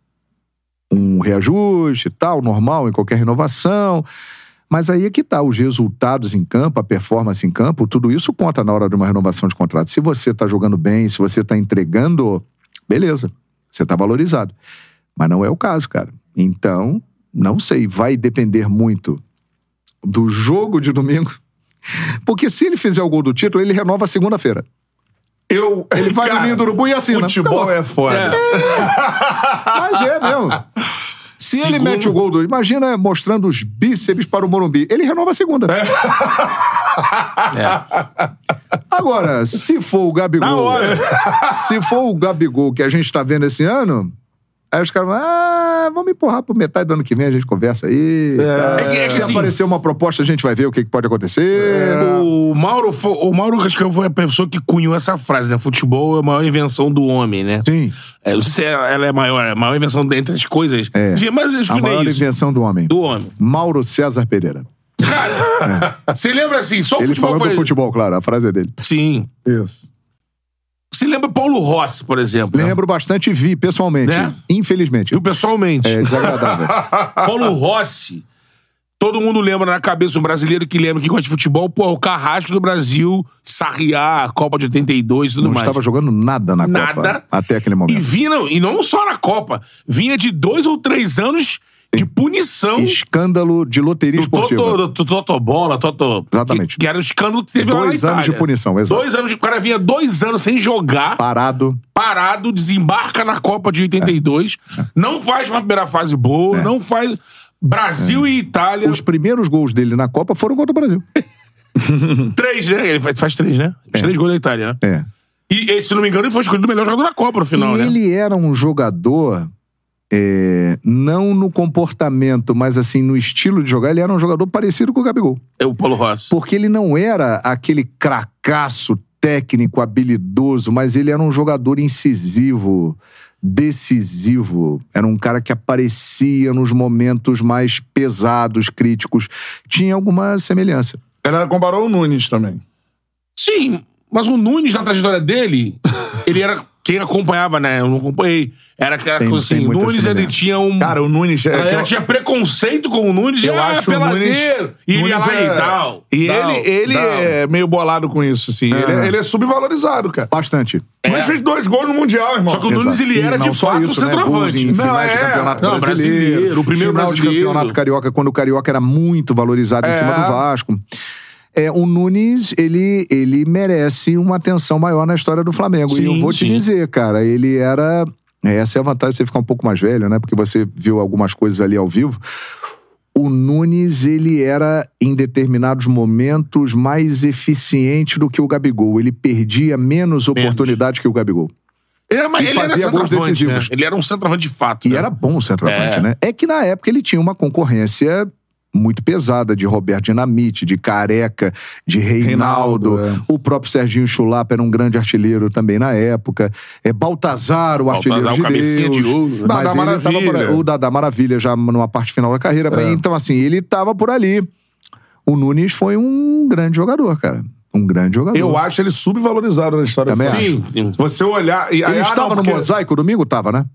[SPEAKER 3] um reajuste e tal, normal, em qualquer renovação. Mas aí é que tá, os resultados em campo, a performance em campo, tudo isso conta na hora de uma renovação de contrato. Se você tá jogando bem, se você tá entregando, beleza, você tá valorizado. Mas não é o caso, cara. Então, não sei, vai depender muito do jogo de domingo porque se ele fizer o gol do título, ele renova segunda-feira.
[SPEAKER 1] Eu,
[SPEAKER 3] Ele vai no ninho do urubu e assina.
[SPEAKER 1] Futebol
[SPEAKER 3] Acabou.
[SPEAKER 1] é foda.
[SPEAKER 3] Mas é mesmo. Se ele
[SPEAKER 2] Segundo-
[SPEAKER 3] mete o gol do... Imagina mostrando os bíceps para o Morumbi. Ele renova a segunda.
[SPEAKER 2] É.
[SPEAKER 3] É. Agora, se for o Gabigol... Se for o Gabigol que a gente está vendo esse ano... Aí os caras vão, ah, vamos empurrar pro metade do ano que vem, a gente conversa aí. tá?"
[SPEAKER 2] É que- é que
[SPEAKER 3] Se
[SPEAKER 2] assim- É.
[SPEAKER 3] aparecer uma proposta, a gente vai ver o que que pode acontecer.
[SPEAKER 2] O Mauro, fo- o Mauro Cascão foi a pessoa que cunhou essa frase, né? Futebol é a maior invenção do homem, né?
[SPEAKER 3] Sim,
[SPEAKER 2] É, não sei se ela é maior, é a maior invenção dentre as coisas.
[SPEAKER 3] É.
[SPEAKER 2] Enfim, Mas isso
[SPEAKER 3] a
[SPEAKER 2] não é
[SPEAKER 3] maior
[SPEAKER 2] isso.
[SPEAKER 3] invenção do homem.
[SPEAKER 2] Do homem.
[SPEAKER 3] Mauro César Pereira.
[SPEAKER 2] Você lembra assim, só o
[SPEAKER 3] Ele
[SPEAKER 2] futebol
[SPEAKER 3] falando
[SPEAKER 2] foi...
[SPEAKER 3] do futebol, claro, a frase é dele.
[SPEAKER 2] Sim.
[SPEAKER 1] Isso.
[SPEAKER 2] Você lembra Paulo Rossi, por exemplo? né?
[SPEAKER 3] Lembro bastante e vi pessoalmente.
[SPEAKER 2] Né?
[SPEAKER 3] Infelizmente.
[SPEAKER 2] Eu pessoalmente.
[SPEAKER 3] É desagradável.
[SPEAKER 2] Paulo Rossi. Todo mundo lembra na cabeça um brasileiro que lembra que gosta de futebol, pô, o carrasco do Brasil, Sarriá, Copa de 82 e tudo
[SPEAKER 3] Não
[SPEAKER 2] mais.
[SPEAKER 3] estava jogando nada na
[SPEAKER 2] Nada.
[SPEAKER 3] Copa até aquele
[SPEAKER 2] E
[SPEAKER 3] momento.
[SPEAKER 2] vinha, e não só na Copa, vinha de dois ou três anos de punição
[SPEAKER 3] Escândalo de loteria
[SPEAKER 2] do
[SPEAKER 3] esportiva.
[SPEAKER 2] Toto, do Toto Bola, Toto.
[SPEAKER 3] Exatamente.
[SPEAKER 2] Que, que era o escândalo que teve lá na
[SPEAKER 3] Dois anos
[SPEAKER 2] Itália.
[SPEAKER 3] de punição, exato.
[SPEAKER 2] Dois anos de. O cara vinha dois anos sem jogar.
[SPEAKER 3] Parado.
[SPEAKER 2] parado, desembarca na Copa de 82,
[SPEAKER 3] É.
[SPEAKER 2] não faz uma primeira fase boa, não faz. Brasil e Itália.
[SPEAKER 3] É. Os primeiros gols dele na Copa foram contra o Brasil.
[SPEAKER 2] Três, né? Ele faz, faz três, né? Os três gols da Itália, né?
[SPEAKER 3] É.
[SPEAKER 2] E, e, se não me engano, ele foi escolhido o melhor jogador da Copa no final,
[SPEAKER 3] E
[SPEAKER 2] né?
[SPEAKER 3] ele era um jogador, é, não no comportamento, mas assim, no estilo de jogar, ele era um jogador parecido com o Gabigol.
[SPEAKER 2] É o Paulo Rossi.
[SPEAKER 3] Porque ele não era aquele cracaço técnico, habilidoso, mas ele era um jogador incisivo, decisivo. Era um cara que aparecia nos momentos mais pesados, críticos. Tinha alguma semelhança.
[SPEAKER 1] A galera comparou o Nunes também.
[SPEAKER 2] Sim, mas o Nunes, na trajetória dele, ele era. Quem acompanhava, né? Eu não acompanhei. Era aquela
[SPEAKER 3] Tem-
[SPEAKER 2] coisa assim.
[SPEAKER 3] tem muita
[SPEAKER 2] Nunes, ele
[SPEAKER 3] semelhança.
[SPEAKER 2] tinha um.
[SPEAKER 1] Cara, o Nunes...
[SPEAKER 2] a
[SPEAKER 1] É,
[SPEAKER 2] galera
[SPEAKER 1] que eu-
[SPEAKER 2] tinha preconceito com o Nunes.
[SPEAKER 1] Eu
[SPEAKER 2] ah,
[SPEAKER 1] acho o
[SPEAKER 2] peladeiro.
[SPEAKER 1] Nunes-
[SPEAKER 2] e ele ia
[SPEAKER 1] Nunes
[SPEAKER 2] lá
[SPEAKER 1] é-
[SPEAKER 2] e tal.
[SPEAKER 1] E
[SPEAKER 2] tal,
[SPEAKER 1] ele, ele
[SPEAKER 2] tal.
[SPEAKER 1] é meio bolado com isso, assim. Ele, é- ele é subvalorizado, cara.
[SPEAKER 3] Bastante.
[SPEAKER 1] Mas fez dois gols no Mundial, irmão.
[SPEAKER 2] Só que o Nunes ele
[SPEAKER 3] E
[SPEAKER 2] era
[SPEAKER 3] não
[SPEAKER 2] de
[SPEAKER 3] só
[SPEAKER 2] fato um
[SPEAKER 3] isso, né?
[SPEAKER 2] centroavante.
[SPEAKER 3] Gols em
[SPEAKER 1] Não,
[SPEAKER 3] finais de
[SPEAKER 1] é.
[SPEAKER 3] campeonato
[SPEAKER 2] Não,
[SPEAKER 3] brasileiro,
[SPEAKER 2] brasileiro, o primeiro
[SPEAKER 3] final de
[SPEAKER 2] brasileiro.
[SPEAKER 3] campeonato carioca, quando o carioca era muito valorizado em
[SPEAKER 1] É.
[SPEAKER 3] cima do Vasco. É, o Nunes, ele, ele merece uma atenção maior na história do Flamengo. e
[SPEAKER 2] Sim,
[SPEAKER 3] eu vou
[SPEAKER 2] sim.
[SPEAKER 3] te dizer, cara, ele é era. Essa é a vantagem de você ficar um pouco mais velho, né? Porque você viu algumas coisas ali ao vivo. o Nunes ele era em determinados momentos mais eficiente do que o Gabigol. Ele perdia menos oportunidades que o Gabigol.
[SPEAKER 2] Ele era, mas
[SPEAKER 3] E
[SPEAKER 2] ele era
[SPEAKER 3] fazia gols
[SPEAKER 2] centroavante, né?
[SPEAKER 3] decisivos.
[SPEAKER 2] Ele era um centroavante de fato.
[SPEAKER 3] E
[SPEAKER 2] né?
[SPEAKER 3] era bom o centroavante,
[SPEAKER 2] É.
[SPEAKER 3] né? É que na época ele tinha uma concorrência muito pesada de Roberto Dinamite, de Careca, de Reinaldo.
[SPEAKER 1] Reinaldo, é.
[SPEAKER 3] O próprio Serginho Chulapa era um grande artilheiro também na época. É Baltazar, o artilheiro
[SPEAKER 2] o
[SPEAKER 3] de
[SPEAKER 2] cabecinha
[SPEAKER 3] Deus.
[SPEAKER 2] de ouro, né?
[SPEAKER 3] Mas
[SPEAKER 1] Dadá
[SPEAKER 3] ele tava por
[SPEAKER 1] Maravilha.
[SPEAKER 3] aí- o Dada Maravilha já numa parte final da carreira. mas Então, assim, ele tava por ali. O Nunes foi um grande jogador, cara. Um grande jogador.
[SPEAKER 1] Eu acho ele subvalorizado na história
[SPEAKER 3] Também
[SPEAKER 1] do
[SPEAKER 3] acho.
[SPEAKER 1] futebol.
[SPEAKER 2] Sim.
[SPEAKER 1] Se Você olhar. E,
[SPEAKER 3] Ele
[SPEAKER 1] ah,
[SPEAKER 3] estava
[SPEAKER 1] não,
[SPEAKER 3] no
[SPEAKER 1] porque
[SPEAKER 3] mosaico domingo? Tava, né?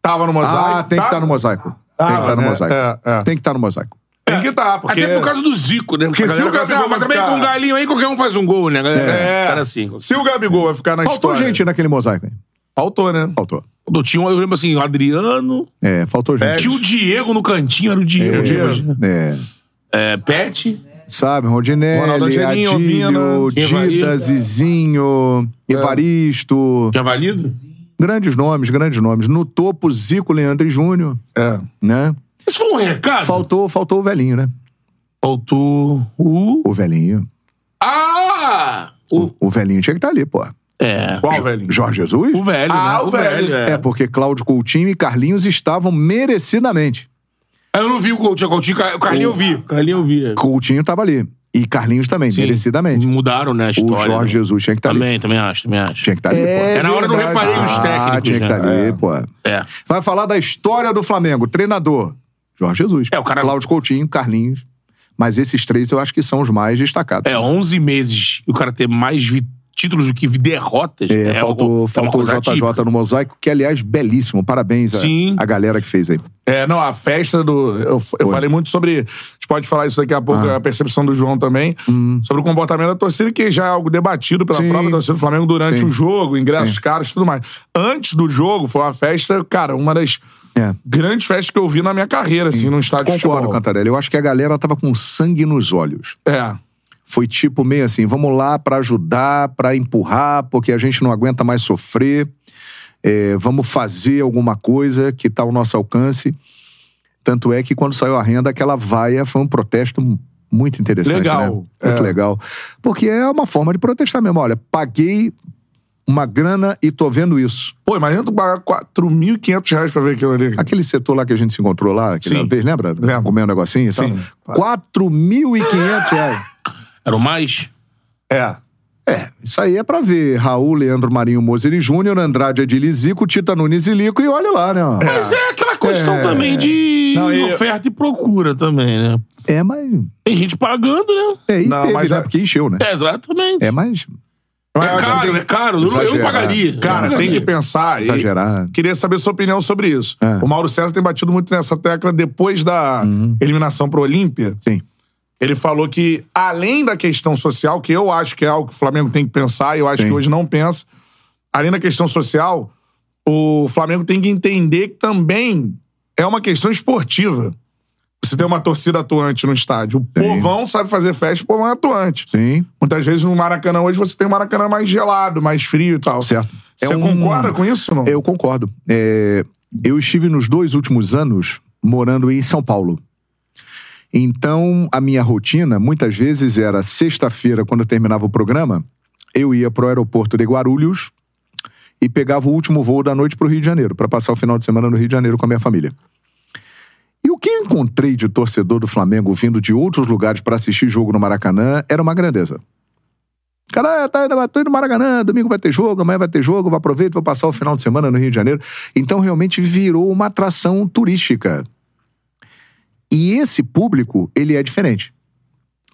[SPEAKER 1] Tava no mosaico.
[SPEAKER 3] ah, tem que
[SPEAKER 1] tá-
[SPEAKER 3] estar no mosaico. tem que
[SPEAKER 1] tava,
[SPEAKER 3] estar no
[SPEAKER 1] né?
[SPEAKER 3] mosaico.
[SPEAKER 1] É, é.
[SPEAKER 3] Tem que estar no mosaico.
[SPEAKER 1] Tem que estar, porque.
[SPEAKER 2] Até por causa do Zico, né? Porque
[SPEAKER 1] se o Gabigol
[SPEAKER 2] mas
[SPEAKER 1] vai
[SPEAKER 2] também
[SPEAKER 1] ficar-
[SPEAKER 2] com o galinho aí, qualquer um faz um gol, né? galera?
[SPEAKER 1] É.
[SPEAKER 2] Era assim.
[SPEAKER 1] Se o Gabigol vai ficar na
[SPEAKER 3] Faltou
[SPEAKER 1] história.
[SPEAKER 3] gente naquele mosaico, hein?
[SPEAKER 1] Faltou, né?
[SPEAKER 3] Faltou.
[SPEAKER 2] Eu, tinha, um- eu lembro assim, o Adriano.
[SPEAKER 3] É, faltou gente.
[SPEAKER 2] Tinha o Diego no cantinho, era o Diego. né?
[SPEAKER 1] o Diego.
[SPEAKER 3] É.
[SPEAKER 2] É, Pet.
[SPEAKER 3] Sabe, Rondinelli,
[SPEAKER 1] Ronaldo Angelinho,
[SPEAKER 3] Adílio,
[SPEAKER 2] Mina, né? É.
[SPEAKER 3] Dida,
[SPEAKER 2] Evaristo.
[SPEAKER 3] Zizinho, Evaristo.
[SPEAKER 2] Tinha valido?
[SPEAKER 3] Grandes nomes, grandes nomes. No topo, Zico, Leandro e Júnior,
[SPEAKER 1] É.
[SPEAKER 3] né?
[SPEAKER 2] Isso foi um recado?
[SPEAKER 3] Faltou, faltou o velhinho, né?
[SPEAKER 2] Faltou o.
[SPEAKER 3] O velhinho.
[SPEAKER 2] Ah! O.
[SPEAKER 3] O velhinho tinha que estar ali, pô.
[SPEAKER 2] É.
[SPEAKER 1] Qual, velhinho?
[SPEAKER 3] Jorge Jesus?
[SPEAKER 2] O velho,
[SPEAKER 1] Ah,
[SPEAKER 2] né?
[SPEAKER 1] o velho,
[SPEAKER 2] é.
[SPEAKER 3] É, porque Cláudio Coutinho e Carlinhos estavam merecidamente.
[SPEAKER 2] Eu não vi o Coutinho. O Coutinho, o Carlinho eu vi. Carlinho eu vi.
[SPEAKER 3] Coutinho estava ali. E Carlinhos também,
[SPEAKER 2] Sim.
[SPEAKER 3] merecidamente.
[SPEAKER 2] Mudaram, né, a
[SPEAKER 3] O
[SPEAKER 2] história.
[SPEAKER 3] Jorge
[SPEAKER 2] né?
[SPEAKER 3] Jesus tinha que estar ali.
[SPEAKER 2] Também, também acho, também acho.
[SPEAKER 3] Tinha que estar ali, pô.
[SPEAKER 2] É na hora eu não
[SPEAKER 1] verdade.
[SPEAKER 2] reparei nos
[SPEAKER 3] Ah,
[SPEAKER 2] técnicos.
[SPEAKER 3] tinha que
[SPEAKER 2] né?
[SPEAKER 3] estar ali, pô.
[SPEAKER 2] É.
[SPEAKER 3] Vai falar da história do Flamengo. Treinador, Jorge Jesus.
[SPEAKER 2] É, o cara-
[SPEAKER 3] Cláudio Coutinho, Carlinhos. Mas esses três eu acho que são os mais destacados.
[SPEAKER 2] É, 11 meses e o cara ter mais vi- títulos do que derrotas.
[SPEAKER 3] É, faltou,
[SPEAKER 2] algo- é uma
[SPEAKER 3] faltou o
[SPEAKER 2] coisa
[SPEAKER 3] JJ
[SPEAKER 2] atípica.
[SPEAKER 3] no mosaico, que, aliás, belíssimo. Parabéns a,
[SPEAKER 2] Sim.
[SPEAKER 3] a galera que fez aí.
[SPEAKER 1] É, não, a festa do. Eu, eu falei muito sobre. A gente pode falar isso daqui a pouco,
[SPEAKER 3] Ah.
[SPEAKER 1] a percepção do João também, sobre o comportamento da torcida, que já é algo debatido pela
[SPEAKER 3] Hum. Sim.
[SPEAKER 1] própria torcida do Flamengo durante
[SPEAKER 3] Sim.
[SPEAKER 1] o jogo, ingressos
[SPEAKER 3] Sim.
[SPEAKER 1] caros e tudo mais. Antes do jogo, foi uma festa, cara, uma das
[SPEAKER 3] É.
[SPEAKER 1] grandes festas que eu vi na minha carreira, assim, num estádio
[SPEAKER 3] Concordo,
[SPEAKER 1] de futebol.
[SPEAKER 3] Cantarelli. Eu acho que a galera tava com sangue nos olhos.
[SPEAKER 1] É.
[SPEAKER 3] Foi tipo meio assim, vamos lá pra ajudar, pra empurrar, porque a gente não aguenta mais sofrer. É, vamos fazer alguma coisa que tá ao nosso alcance. Tanto é que quando saiu a renda, aquela vaia foi um protesto muito interessante.
[SPEAKER 1] Legal,
[SPEAKER 3] né? Muito
[SPEAKER 1] é.
[SPEAKER 3] legal. Porque é uma forma de protestar mesmo. Olha, paguei uma grana e tô vendo isso.
[SPEAKER 1] Pô, imagina tu pagar 4.500 reais pra ver aquilo ali.
[SPEAKER 3] Aquele setor lá que a gente se encontrou lá, aquela
[SPEAKER 1] Sim.
[SPEAKER 3] vez, lembra?
[SPEAKER 1] Lembro.
[SPEAKER 3] Comer um negocinho e tal.
[SPEAKER 1] Sim.
[SPEAKER 3] 4.500 reais.
[SPEAKER 2] Era o mais?
[SPEAKER 1] É.
[SPEAKER 3] É, isso aí é pra ver. Raul, Leandro Marinho, Moser e Júnior, Andrade, Adili, Zico, Tita Nunes e Lico e olha lá, né?
[SPEAKER 2] Mas é aquela questão também de
[SPEAKER 1] Não, e-
[SPEAKER 2] oferta e procura também, né?
[SPEAKER 3] É, mas...
[SPEAKER 2] Tem gente pagando, né?
[SPEAKER 3] É, e
[SPEAKER 1] Não,
[SPEAKER 3] teve,
[SPEAKER 1] mas
[SPEAKER 3] né?
[SPEAKER 1] a-
[SPEAKER 3] Porque encheu, né?
[SPEAKER 2] É, exatamente.
[SPEAKER 3] É, mas...
[SPEAKER 1] Mas eu
[SPEAKER 2] É
[SPEAKER 1] acho que
[SPEAKER 2] caro,
[SPEAKER 1] tem-
[SPEAKER 2] é caro. Eu, eu não
[SPEAKER 3] Exagerar.
[SPEAKER 2] pagaria. Eu
[SPEAKER 1] Cara,
[SPEAKER 2] não
[SPEAKER 1] tem que
[SPEAKER 2] pagaria.
[SPEAKER 1] pensar. e-
[SPEAKER 3] Exagerar.
[SPEAKER 1] Queria saber sua opinião sobre isso.
[SPEAKER 3] É.
[SPEAKER 1] O Mauro César tem batido muito nessa tecla depois da
[SPEAKER 3] Uhum.
[SPEAKER 1] eliminação pro Olímpia.
[SPEAKER 3] Sim.
[SPEAKER 1] Ele falou que, além da questão social, que eu acho que é algo que o Flamengo tem que pensar, e eu acho
[SPEAKER 3] Sim.
[SPEAKER 1] que hoje não pensa, além da questão social, o Flamengo tem que entender que também é uma questão esportiva. Você tem uma torcida atuante no estádio. O
[SPEAKER 3] Sim.
[SPEAKER 1] povão sabe fazer festa, o povão é atuante.
[SPEAKER 3] Sim,
[SPEAKER 1] Muitas vezes no Maracanã hoje você tem um Maracanã mais gelado, mais frio e tal.
[SPEAKER 3] certo.
[SPEAKER 1] Você
[SPEAKER 3] É um-
[SPEAKER 1] concorda com isso, não?
[SPEAKER 3] Eu concordo. É, eu estive nos dois últimos anos morando em São Paulo. Então, a minha rotina, muitas vezes, era sexta-feira, quando eu terminava o programa, eu ia pro aeroporto de Guarulhos e pegava o último voo da noite pro Rio de Janeiro, para passar o final de semana no Rio de Janeiro com a minha família. E o que eu encontrei de torcedor do Flamengo vindo de outros lugares para assistir jogo no Maracanã era uma grandeza. Cara, ah, tá indo, tô indo no Maracanã, domingo vai ter jogo, amanhã vai ter jogo, vou aproveitar, vou passar o final de semana no Rio de Janeiro. Então realmente virou uma atração turística. E esse público, ele é diferente.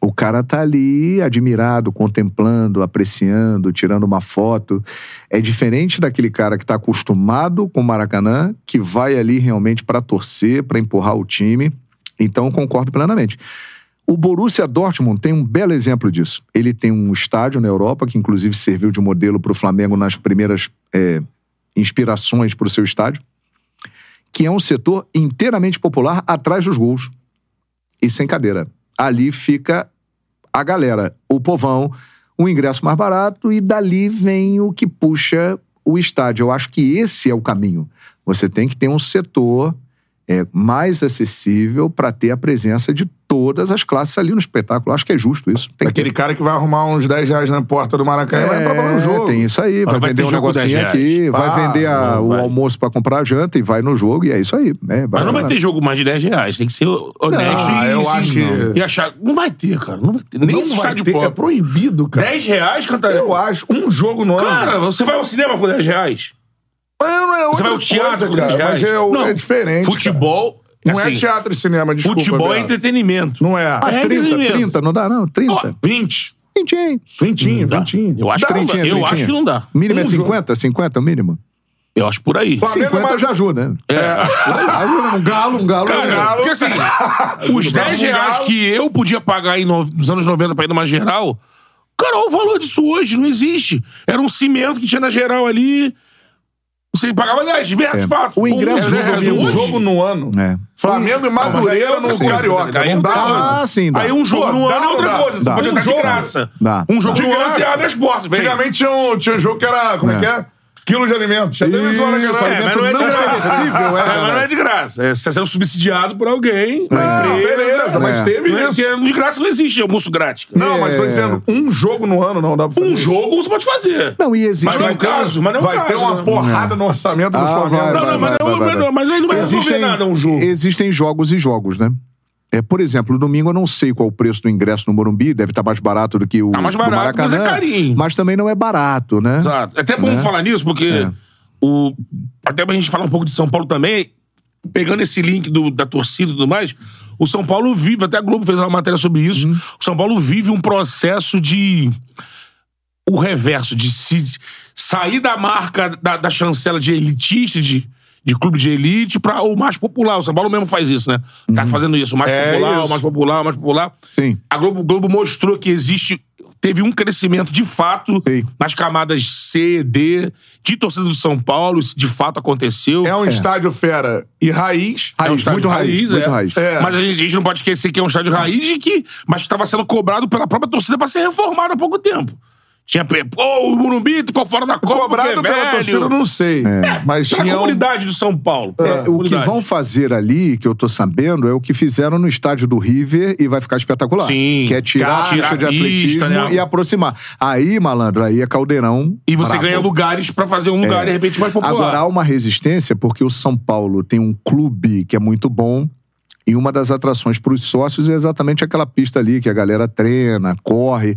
[SPEAKER 3] O cara tá ali admirado, contemplando, apreciando, tirando uma foto. É diferente daquele cara que tá acostumado com o Maracanã, que vai ali realmente para torcer, para empurrar o time. Então eu concordo plenamente. O Borussia Dortmund tem um belo exemplo disso. Ele tem um estádio na Europa que inclusive serviu de modelo para o Flamengo nas primeiras é, inspirações para o seu estádio, que é um setor inteiramente popular atrás dos gols e sem cadeira. Ali fica a galera, o povão, o ingresso mais barato e dali vem o que puxa o estádio. Eu acho que esse é o caminho. Você tem que ter um setor é, mais acessível para ter a presença de todas as classes ali no espetáculo. Acho que é justo isso. Tem que
[SPEAKER 1] Aquele cara que vai arrumar uns 10 reais na porta do Maracanã e vai pra bola
[SPEAKER 3] É,
[SPEAKER 1] no jogo.
[SPEAKER 3] Tem isso aí, vai,
[SPEAKER 2] vai
[SPEAKER 3] vender
[SPEAKER 2] ter
[SPEAKER 3] um
[SPEAKER 2] jogo com 10
[SPEAKER 3] negocinho
[SPEAKER 2] reais.
[SPEAKER 3] aqui, vai
[SPEAKER 1] Ah,
[SPEAKER 3] vender a-
[SPEAKER 2] não
[SPEAKER 3] o
[SPEAKER 2] vai.
[SPEAKER 3] almoço pra comprar a janta e vai no jogo e é isso aí. né?
[SPEAKER 2] Mas não vai
[SPEAKER 3] lá.
[SPEAKER 2] ter jogo mais de 10 reais. Tem que ser honesto
[SPEAKER 1] Ah,
[SPEAKER 2] e,
[SPEAKER 1] eu
[SPEAKER 2] e-
[SPEAKER 1] acho
[SPEAKER 2] e
[SPEAKER 1] que-
[SPEAKER 2] achar. Não vai ter, cara. Não vai ter. Nem
[SPEAKER 1] Não
[SPEAKER 2] um
[SPEAKER 1] vai
[SPEAKER 2] estádio
[SPEAKER 1] ter, é
[SPEAKER 2] próprio.
[SPEAKER 1] proibido, cara.
[SPEAKER 2] 10 reais, cantar.
[SPEAKER 1] Eu acho, um jogo no ano.
[SPEAKER 2] Cara, você vai ao cinema com 10 reais.
[SPEAKER 1] Mas não é
[SPEAKER 2] Você
[SPEAKER 1] outra
[SPEAKER 2] vai ao teatro
[SPEAKER 1] coisa,
[SPEAKER 2] com 10
[SPEAKER 1] cara.
[SPEAKER 2] reais.
[SPEAKER 1] Mas é, o-
[SPEAKER 2] Não.
[SPEAKER 1] é diferente.
[SPEAKER 2] Futebol.
[SPEAKER 1] cara. Não
[SPEAKER 2] assim,
[SPEAKER 1] é teatro e cinema, desculpa.
[SPEAKER 2] Futebol é
[SPEAKER 1] Beto.
[SPEAKER 2] entretenimento.
[SPEAKER 1] Não é.
[SPEAKER 2] Ah, é?
[SPEAKER 3] 30,
[SPEAKER 2] mesmo.
[SPEAKER 3] 30, não dá não, 30.
[SPEAKER 1] 20.
[SPEAKER 3] 20, hein?
[SPEAKER 1] Vintinho,
[SPEAKER 2] Não dá.
[SPEAKER 1] vintinho.
[SPEAKER 2] Eu acho,
[SPEAKER 1] Dá, um
[SPEAKER 2] que, não dá.
[SPEAKER 1] Luciano,
[SPEAKER 2] eu
[SPEAKER 1] vintinho.
[SPEAKER 2] acho que não dá. Um
[SPEAKER 3] Mínimo é
[SPEAKER 2] jogo.
[SPEAKER 3] 50? 50 é o mínimo?
[SPEAKER 2] Eu acho por aí.
[SPEAKER 1] Flamengo
[SPEAKER 3] 50
[SPEAKER 1] mais-
[SPEAKER 3] já ajuda, né?
[SPEAKER 2] É, acho
[SPEAKER 3] Ajuda um galo, um galo.
[SPEAKER 2] Cara,
[SPEAKER 3] um galo.
[SPEAKER 2] porque assim, os 10 reais que eu podia pagar aí no- nos anos 90 pra ir numa geral, cara, olha o valor disso hoje, não existe. Era um cimento que tinha na geral ali. Você pagava 10, de verdade,
[SPEAKER 3] É.
[SPEAKER 2] de fato.
[SPEAKER 3] O ingresso
[SPEAKER 2] Bom,
[SPEAKER 3] do
[SPEAKER 2] é,
[SPEAKER 1] É,
[SPEAKER 3] domingo.
[SPEAKER 1] um
[SPEAKER 2] hoje,
[SPEAKER 1] jogo no ano.
[SPEAKER 3] É.
[SPEAKER 1] Flamengo e
[SPEAKER 2] mas aí é
[SPEAKER 1] Madureira
[SPEAKER 2] outra
[SPEAKER 1] no
[SPEAKER 2] coisa.
[SPEAKER 1] Carioca.
[SPEAKER 2] Aí
[SPEAKER 1] não
[SPEAKER 2] não
[SPEAKER 1] dá.
[SPEAKER 2] dá.
[SPEAKER 1] coisa.
[SPEAKER 3] Ah, sim, dá.
[SPEAKER 2] um Aí um jogo
[SPEAKER 1] Pô,
[SPEAKER 2] no
[SPEAKER 1] dá
[SPEAKER 2] ano é
[SPEAKER 1] ou
[SPEAKER 2] outra
[SPEAKER 1] dá?
[SPEAKER 2] coisa. Você
[SPEAKER 1] Dá.
[SPEAKER 2] pode
[SPEAKER 1] Um
[SPEAKER 2] entrar de
[SPEAKER 1] jogo.
[SPEAKER 2] graça.
[SPEAKER 3] Dá.
[SPEAKER 2] Um jogo
[SPEAKER 1] De
[SPEAKER 2] no ano
[SPEAKER 1] graça.
[SPEAKER 2] você abre as portas. vem.
[SPEAKER 1] Antigamente tinha um, tinha um jogo que era. Como é que é? Quilo de alimento. Tinha até
[SPEAKER 3] Isso,
[SPEAKER 1] isso, hora que era.
[SPEAKER 3] alimento
[SPEAKER 2] mas não é de
[SPEAKER 3] não
[SPEAKER 2] graça.
[SPEAKER 3] perecível, é,
[SPEAKER 2] É, mas não
[SPEAKER 3] né?
[SPEAKER 2] é de graça. É, Você é sendo subsidiado por alguém. uma
[SPEAKER 1] Não,
[SPEAKER 2] empresa.
[SPEAKER 1] beleza, mas
[SPEAKER 3] É.
[SPEAKER 1] teve
[SPEAKER 2] Não é-
[SPEAKER 1] isso.
[SPEAKER 2] De graça não existe almoço grátis. cara.
[SPEAKER 1] Não, mas tô
[SPEAKER 3] É.
[SPEAKER 1] dizendo, um jogo no ano não dá pra fazer.
[SPEAKER 2] Um jogo você pode fazer.
[SPEAKER 3] Não, e existe
[SPEAKER 2] Mas não é o caso, mas não é o
[SPEAKER 1] vai
[SPEAKER 2] caso,
[SPEAKER 1] ter uma
[SPEAKER 2] né?
[SPEAKER 1] porrada no orçamento do
[SPEAKER 3] Ah,
[SPEAKER 1] Flamengo.
[SPEAKER 2] Não,
[SPEAKER 3] vai,
[SPEAKER 2] não,
[SPEAKER 3] vai,
[SPEAKER 2] mas, não,
[SPEAKER 3] vai, vai.
[SPEAKER 2] mas não, mas aí não
[SPEAKER 1] é
[SPEAKER 2] vai resolver nada um jogo.
[SPEAKER 3] Existem jogos e jogos, né? É, por exemplo, domingo eu não sei qual o preço do ingresso no Morumbi, deve estar mais barato do que o
[SPEAKER 2] Tá mais
[SPEAKER 3] do
[SPEAKER 2] barato,
[SPEAKER 3] Maracanã.
[SPEAKER 2] mas é carinho.
[SPEAKER 3] mas também não é barato, né?
[SPEAKER 2] Exato. É até bom
[SPEAKER 3] Né?
[SPEAKER 2] falar nisso, porque
[SPEAKER 3] É.
[SPEAKER 2] o, até pra gente falar um pouco de São Paulo também, pegando esse link do- da torcida e tudo mais, o São Paulo vive, até a Globo fez uma matéria sobre isso,
[SPEAKER 3] Uhum.
[SPEAKER 2] o São Paulo vive um processo de o reverso, de se sair da marca da, da chancela de elitista, de, de clube de elite, para o mais popular. O São Paulo mesmo faz isso, né?
[SPEAKER 3] Uhum.
[SPEAKER 2] Tá fazendo isso, o mais
[SPEAKER 1] É
[SPEAKER 2] popular,
[SPEAKER 1] isso.
[SPEAKER 2] o mais popular, o mais popular.
[SPEAKER 3] Sim.
[SPEAKER 2] A Globo, o Globo mostrou que existe. Teve um crescimento de fato
[SPEAKER 3] Sim.
[SPEAKER 2] nas camadas C, D, de torcida do São Paulo, isso de fato aconteceu.
[SPEAKER 1] É um estádio fera e raiz.
[SPEAKER 2] É um
[SPEAKER 3] Raiz,
[SPEAKER 2] estádio
[SPEAKER 3] muito raiz,
[SPEAKER 2] raiz,
[SPEAKER 3] muito
[SPEAKER 2] é.
[SPEAKER 3] raiz.
[SPEAKER 1] É.
[SPEAKER 2] Mas a gente, a gente não pode esquecer que é um estádio raiz e que. Mas que estava sendo cobrado pela própria torcida para ser reformado há pouco tempo. Tinha. pe- Pô, o Murumbi ficou fora da Copa.
[SPEAKER 1] Cobrado
[SPEAKER 2] porque é
[SPEAKER 1] pela
[SPEAKER 2] velho. É.
[SPEAKER 1] torcida, eu não sei. Mas
[SPEAKER 2] Pela
[SPEAKER 1] tinha um-
[SPEAKER 2] comunidade do São Paulo.
[SPEAKER 3] É,
[SPEAKER 2] Pela
[SPEAKER 3] o que
[SPEAKER 2] comunidade.
[SPEAKER 3] vão fazer ali, que eu tô sabendo, é o que fizeram no estádio do River e vai ficar espetacular.
[SPEAKER 2] Sim.
[SPEAKER 3] Que é tirar
[SPEAKER 2] Cara,
[SPEAKER 3] a pista de
[SPEAKER 2] tirar a pista,
[SPEAKER 3] atletismo
[SPEAKER 2] né?
[SPEAKER 3] e aproximar. Aí, malandro, aí é caldeirão.
[SPEAKER 2] E você
[SPEAKER 3] brabo. É.
[SPEAKER 2] ganha lugares para fazer um lugar, de repente, mais popular.
[SPEAKER 3] Agora há uma resistência porque o São Paulo tem um clube que é muito bom e uma das atrações para os sócios é exatamente aquela pista ali que a galera treina, corre.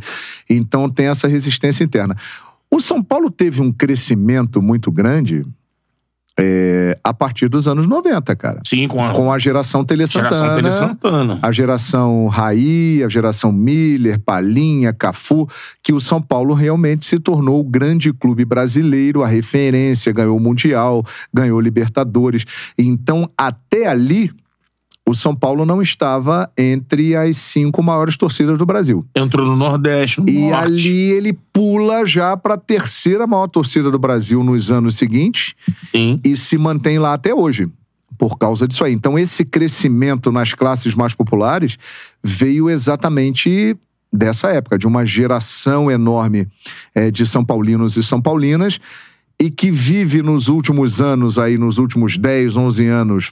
[SPEAKER 3] Então tem essa resistência interna. O São Paulo teve um crescimento muito grande é, a partir dos anos 90, cara.
[SPEAKER 2] Sim, com a
[SPEAKER 3] Com a geração Tele
[SPEAKER 2] Ah. geração
[SPEAKER 3] Santana,
[SPEAKER 2] Tele Santana.
[SPEAKER 3] a geração Raí, a geração Miller, Palinha, Cafu, que o São Paulo realmente se tornou o grande clube brasileiro, a referência, ganhou o Mundial, ganhou Libertadores. Então, até ali, o São Paulo não estava entre as cinco maiores torcidas do Brasil.
[SPEAKER 2] Entrou no Nordeste, no
[SPEAKER 3] E
[SPEAKER 2] Norte.
[SPEAKER 3] ali ele pula já para a terceira maior torcida do Brasil nos anos seguintes
[SPEAKER 2] Sim.
[SPEAKER 3] e se mantém lá até hoje por causa disso aí. Então esse crescimento nas classes mais populares veio exatamente dessa época, de uma geração enorme eh, de São Paulinos e São Paulinas e que vive nos últimos anos aí, nos últimos 10, 11 anos,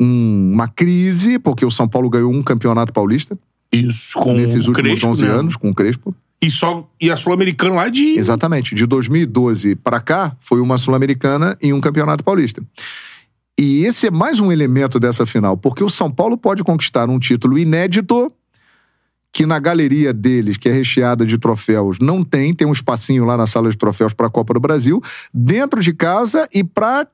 [SPEAKER 3] um- uma crise, porque o São Paulo ganhou um campeonato paulista
[SPEAKER 2] Isso, com
[SPEAKER 3] nesses
[SPEAKER 2] o
[SPEAKER 3] últimos
[SPEAKER 2] Crespo,
[SPEAKER 3] 11
[SPEAKER 2] né?
[SPEAKER 3] anos, com o Crespo.
[SPEAKER 2] E, só, e a Sul-Americana lá de...
[SPEAKER 3] Exatamente. De 2012 para cá, foi uma Sul-Americana e um Campeonato Paulista. E esse é mais um elemento dessa final, porque o São Paulo pode conquistar um título inédito que na galeria deles, que é recheada de troféus, não tem, tem um espacinho lá na sala de troféus para a Copa do Brasil, dentro de casa e para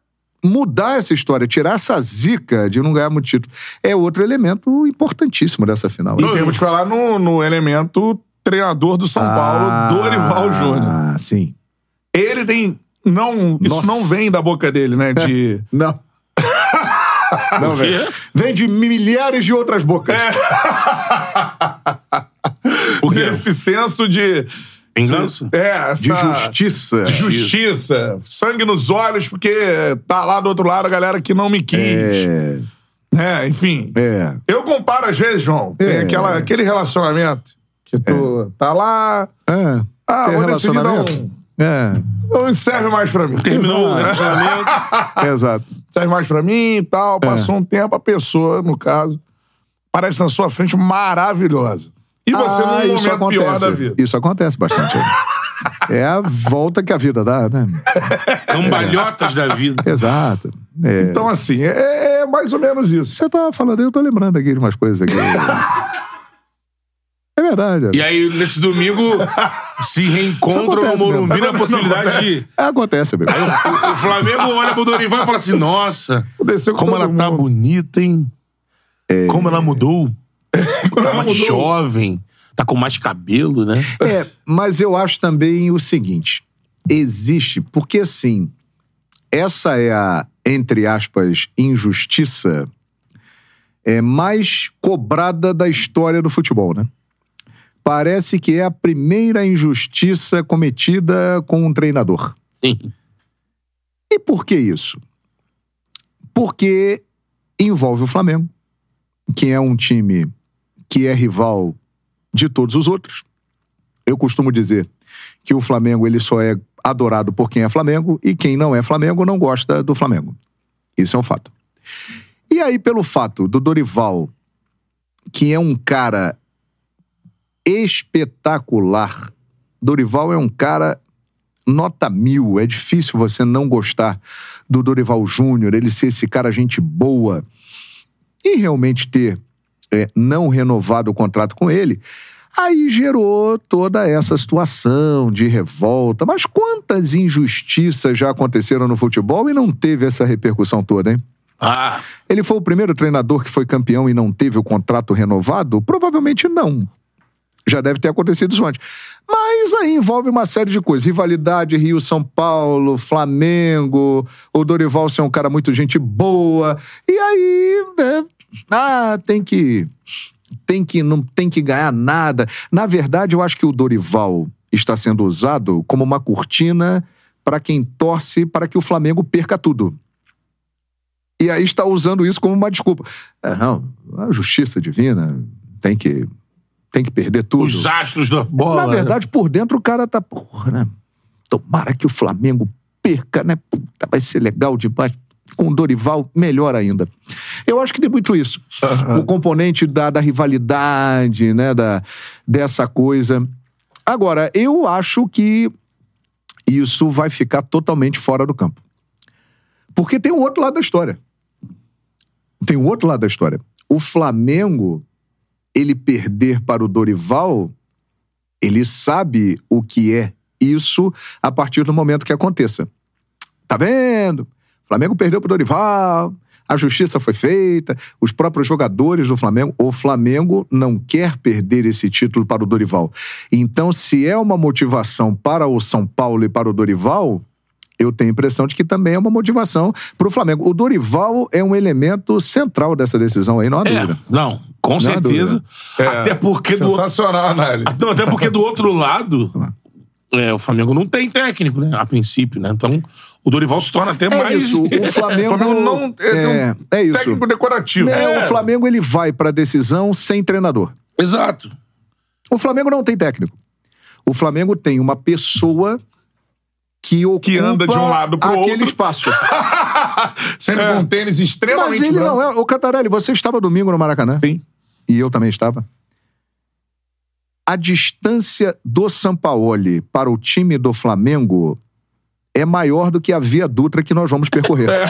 [SPEAKER 3] mudar essa história, tirar essa zica de não ganhar muito título, é outro elemento importantíssimo dessa final.
[SPEAKER 1] E temos que falar no, no elemento treinador do São
[SPEAKER 3] Ah,
[SPEAKER 1] Paulo, Dorival Júnior.
[SPEAKER 3] Ah, sim.
[SPEAKER 1] Ele tem. Não, isso
[SPEAKER 3] Nossa.
[SPEAKER 1] não vem da boca dele, né? De.
[SPEAKER 3] Não. Não,
[SPEAKER 2] Quê?
[SPEAKER 3] velho. Vem de milhares de outras bocas.
[SPEAKER 2] O quê?
[SPEAKER 1] Esse senso de.
[SPEAKER 2] Vingança?
[SPEAKER 1] É, essa.
[SPEAKER 3] De justiça.
[SPEAKER 1] de justiça, sangue nos olhos, porque tá lá do outro lado a galera que não me quis.
[SPEAKER 3] É.
[SPEAKER 1] É, enfim.
[SPEAKER 3] É.
[SPEAKER 1] Eu comparo às vezes, João, tem
[SPEAKER 3] É.
[SPEAKER 1] aquela, aquele relacionamento que tu tá lá.
[SPEAKER 3] É.
[SPEAKER 1] Ah,
[SPEAKER 3] Tem
[SPEAKER 1] vou decidir dar
[SPEAKER 3] relacionamento?
[SPEAKER 1] um.
[SPEAKER 3] É.
[SPEAKER 1] Não serve mais pra mim.
[SPEAKER 2] Terminou o relacionamento.
[SPEAKER 3] Exato.
[SPEAKER 1] traz mais pra mim e
[SPEAKER 3] É.
[SPEAKER 1] tal. Passou um tempo, a pessoa, no caso, parece na sua frente maravilhosa. E você
[SPEAKER 3] Ah,
[SPEAKER 1] num
[SPEAKER 3] isso
[SPEAKER 1] momento pior
[SPEAKER 3] acontece.
[SPEAKER 1] da vida.
[SPEAKER 3] Isso acontece bastante. é a volta que a vida dá, né?
[SPEAKER 2] Cambalhotas da vida.
[SPEAKER 3] Exato. É.
[SPEAKER 1] Então, assim, é, é mais ou menos isso.
[SPEAKER 3] Você tá falando, eu tô lembrando aqui de umas coisas aqui. é verdade.
[SPEAKER 2] E aí, nesse domingo, se
[SPEAKER 3] Isso
[SPEAKER 2] reencontram no
[SPEAKER 3] acontece
[SPEAKER 1] Tá
[SPEAKER 2] Morumbi
[SPEAKER 3] mesmo.
[SPEAKER 2] na possibilidade de.
[SPEAKER 3] Acontece mesmo.
[SPEAKER 2] O, o Flamengo olha pro Dorival e fala assim: nossa,
[SPEAKER 1] Desceu com
[SPEAKER 2] como
[SPEAKER 1] todo
[SPEAKER 2] ela tá
[SPEAKER 1] mundo.
[SPEAKER 2] bonita, hein?
[SPEAKER 3] É.
[SPEAKER 2] Como ela mudou. Tá mais
[SPEAKER 1] mudou.
[SPEAKER 2] jovem, tá com mais cabelo, né?
[SPEAKER 3] É, mas eu acho também o seguinte: existe, porque assim, essa é a, entre aspas, injustiça é mais cobrada da história do futebol, né? Parece que é a primeira injustiça cometida com um treinador.
[SPEAKER 2] Sim.
[SPEAKER 3] E por que isso? Porque envolve o Flamengo, que é um time que é rival de todos os outros. Eu costumo dizer que o Flamengo ele só é adorado por quem é Flamengo e quem não é Flamengo não gosta do Flamengo. Isso é um fato. E aí pelo fato do Dorival, que é um cara espetacular. Dorival é um cara nota mil. É difícil você não gostar do Dorival Júnior, ele ser esse cara gente boa e realmente ter é, não renovado o contrato com ele. Aí gerou toda essa situação de revolta. Mas quantas injustiças já aconteceram no futebol e não teve essa repercussão toda, hein?
[SPEAKER 2] Ah,
[SPEAKER 3] Ele foi o primeiro treinador que foi campeão e não teve o contrato renovado? Provavelmente não. Já deve ter acontecido isso antes. Mas aí envolve uma série de coisas. Rivalidade, Rio, São Paulo, Flamengo, o Dorival ser um cara muito gente boa. E aí, né, ah, tem que tem que não tem que ganhar nada. Na verdade, eu acho que o Dorival está sendo usado como uma cortina para quem torce para que o Flamengo perca tudo. E aí está usando isso como uma desculpa. Ah, não, a justiça divina tem que tem que perder tudo.
[SPEAKER 2] os astros da bola.
[SPEAKER 3] Na verdade, por dentro o cara tá, porra, né? Tomara que o Flamengo perca, né? Puta, vai ser legal demais. Com o Dorival, melhor ainda. Eu acho que tem muito isso. O componente da, da rivalidade, né? Da, dessa coisa. Agora, eu acho que isso vai ficar totalmente fora do campo. Porque tem o outro lado da história. Tem o outro lado da história. O Flamengo, ele perder para o Dorival, ele sabe o que é isso a partir do momento que aconteça. Tá vendo? O Flamengo perdeu pro Dorival, a justiça foi feita, os próprios jogadores do Flamengo. O Flamengo não quer perder esse título para o Dorival. Então, se é uma motivação para o São Paulo e para o Dorival, eu tenho a impressão de que também é uma motivação para o Flamengo. O Dorival é um elemento central dessa decisão né? aí, não há
[SPEAKER 2] É,
[SPEAKER 3] dúvida.
[SPEAKER 2] não, com
[SPEAKER 3] Não há
[SPEAKER 2] certeza.
[SPEAKER 1] É,
[SPEAKER 2] até porque do outro,
[SPEAKER 1] Sensacional a análise.
[SPEAKER 2] não, até porque do outro lado, é, o Flamengo não tem técnico, né? A princípio, né? Então, o Dorival se torna até
[SPEAKER 3] É
[SPEAKER 2] mais
[SPEAKER 3] isso, o
[SPEAKER 1] O
[SPEAKER 3] Flamengo,
[SPEAKER 1] Flamengo não é, tem um
[SPEAKER 3] é, é isso.
[SPEAKER 1] técnico decorativo.
[SPEAKER 3] Não,
[SPEAKER 1] É.
[SPEAKER 3] o Flamengo ele vai pra decisão sem treinador.
[SPEAKER 2] Exato.
[SPEAKER 3] O Flamengo não tem técnico. O Flamengo tem uma pessoa que ocupa
[SPEAKER 1] anda de um lado pro
[SPEAKER 3] aquele
[SPEAKER 1] outro.
[SPEAKER 3] espaço.
[SPEAKER 1] Sempre
[SPEAKER 2] É.
[SPEAKER 1] com um tênis
[SPEAKER 3] Mas
[SPEAKER 1] extremamente
[SPEAKER 3] ele
[SPEAKER 1] branco.
[SPEAKER 3] não é. Ô, Cantarelli, você estava domingo no Maracanã?
[SPEAKER 1] né? Sim.
[SPEAKER 3] E eu também estava. A distância do Sampaoli para o time do Flamengo é maior do que a Via Dutra que nós vamos percorrer.
[SPEAKER 1] É.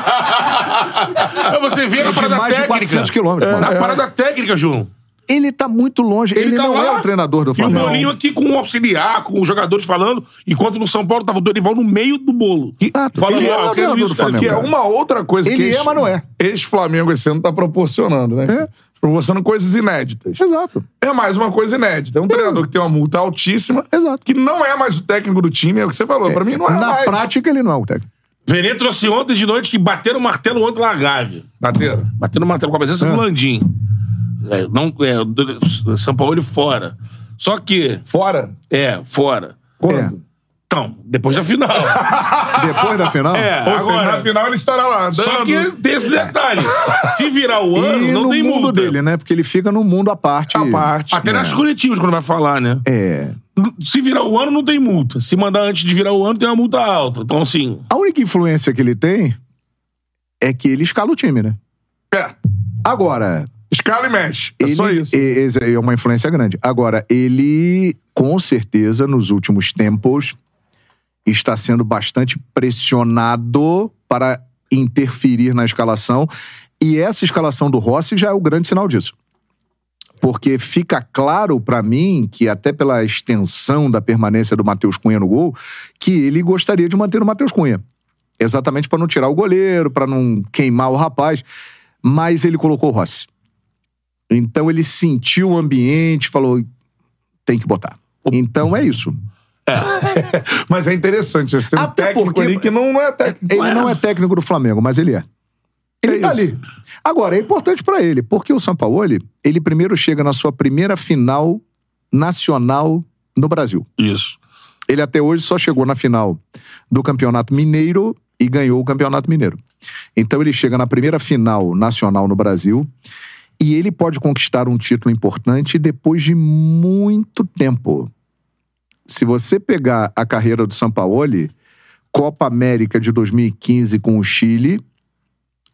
[SPEAKER 2] Aí Ah, você vê na
[SPEAKER 3] De
[SPEAKER 2] parada
[SPEAKER 3] mais de 400
[SPEAKER 2] técnica.
[SPEAKER 1] É.
[SPEAKER 3] quilômetros,
[SPEAKER 2] Na
[SPEAKER 3] mano.
[SPEAKER 2] parada técnica, João.
[SPEAKER 3] Ele tá muito longe. Ele,
[SPEAKER 2] Ele tá
[SPEAKER 3] não
[SPEAKER 2] lá.
[SPEAKER 3] é o treinador do
[SPEAKER 2] E o
[SPEAKER 3] Flamengo.
[SPEAKER 2] Miolinho aqui com o auxiliar, com os jogadores falando, enquanto no São Paulo tava o Dorival no meio do bolo.
[SPEAKER 3] Exato.
[SPEAKER 2] Falando,
[SPEAKER 3] Ele é
[SPEAKER 2] ó, eu
[SPEAKER 3] o
[SPEAKER 2] quero
[SPEAKER 3] treinador
[SPEAKER 2] isso,
[SPEAKER 3] do
[SPEAKER 2] cara,
[SPEAKER 3] Flamengo.
[SPEAKER 1] Que é uma outra coisa que
[SPEAKER 3] Ele
[SPEAKER 1] esse-
[SPEAKER 3] é, mas não é.
[SPEAKER 1] Esse Flamengo esse ano tá proporcionando, né?
[SPEAKER 3] É.
[SPEAKER 1] Proporcionando coisas inéditas.
[SPEAKER 3] Exato.
[SPEAKER 1] É mais uma coisa inédita. É um treinador que tem uma multa altíssima,
[SPEAKER 3] Exato.
[SPEAKER 1] que não é mais o técnico do time, é o que você falou. Pra mim não é
[SPEAKER 3] Na
[SPEAKER 1] mais.
[SPEAKER 3] prática, ele não é o técnico.
[SPEAKER 2] Venê trouxe ontem de noite que bateram o martelo ontem lá, Gávea.
[SPEAKER 1] Bateram?
[SPEAKER 2] Batendo o martelo com a presença
[SPEAKER 3] Ah.
[SPEAKER 2] do um Landim. É, não, é, do- São Paulo fora. Só que,
[SPEAKER 1] Fora?
[SPEAKER 2] é, fora.
[SPEAKER 1] Quando?
[SPEAKER 2] Então, depois da final.
[SPEAKER 3] Depois da final?
[SPEAKER 2] É,
[SPEAKER 1] Ou seja,
[SPEAKER 2] agora.
[SPEAKER 1] na final ele estará lá andando.
[SPEAKER 2] Só que tem esse detalhe. Se virar o ano,
[SPEAKER 3] E
[SPEAKER 2] não
[SPEAKER 3] no
[SPEAKER 2] tem
[SPEAKER 3] mundo
[SPEAKER 2] multa.
[SPEAKER 3] dele, É. né? Porque ele fica no mundo à parte.
[SPEAKER 1] a parte. É.
[SPEAKER 2] Até nas coletivas, quando vai falar, né?
[SPEAKER 3] É.
[SPEAKER 2] Se virar o ano, não tem multa. Se mandar antes de virar o ano, tem uma multa alta. Então, assim.
[SPEAKER 3] A única influência que ele tem é que ele escala o time, né?
[SPEAKER 1] É.
[SPEAKER 3] Agora,
[SPEAKER 1] Escala e mexe. É só
[SPEAKER 3] ele-
[SPEAKER 1] isso.
[SPEAKER 3] e- esse aí É uma influência grande. Agora, ele, com certeza, nos últimos tempos, está sendo bastante pressionado para interferir na escalação. E essa escalação do Rossi já é o grande sinal disso. Porque fica claro para mim que, até pela extensão da permanência do Matheus Cunha no gol, que ele gostaria de manter o Matheus Cunha. Exatamente para não tirar o goleiro, para não queimar o rapaz. Mas ele colocou o Rossi. Então ele sentiu o ambiente, falou: tem que botar. Então é isso.
[SPEAKER 1] Mas é interessante. Você tem um
[SPEAKER 3] Até
[SPEAKER 1] técnico
[SPEAKER 3] porque-
[SPEAKER 1] ali que não, não é técnico.
[SPEAKER 3] Ele não é técnico do Flamengo, mas ele é. Ele
[SPEAKER 1] É
[SPEAKER 3] tá
[SPEAKER 1] isso.
[SPEAKER 3] ali. Agora, é importante pra ele, porque o Sampaoli, ele primeiro chega na sua primeira final nacional no Brasil.
[SPEAKER 2] Isso.
[SPEAKER 3] Ele até hoje só chegou na final do Campeonato Mineiro e ganhou o Campeonato Mineiro. Então ele chega na primeira final nacional no Brasil e ele pode conquistar um título importante depois de muito tempo. Se você pegar a carreira do Sampaoli, Copa América de 2015 com o Chile,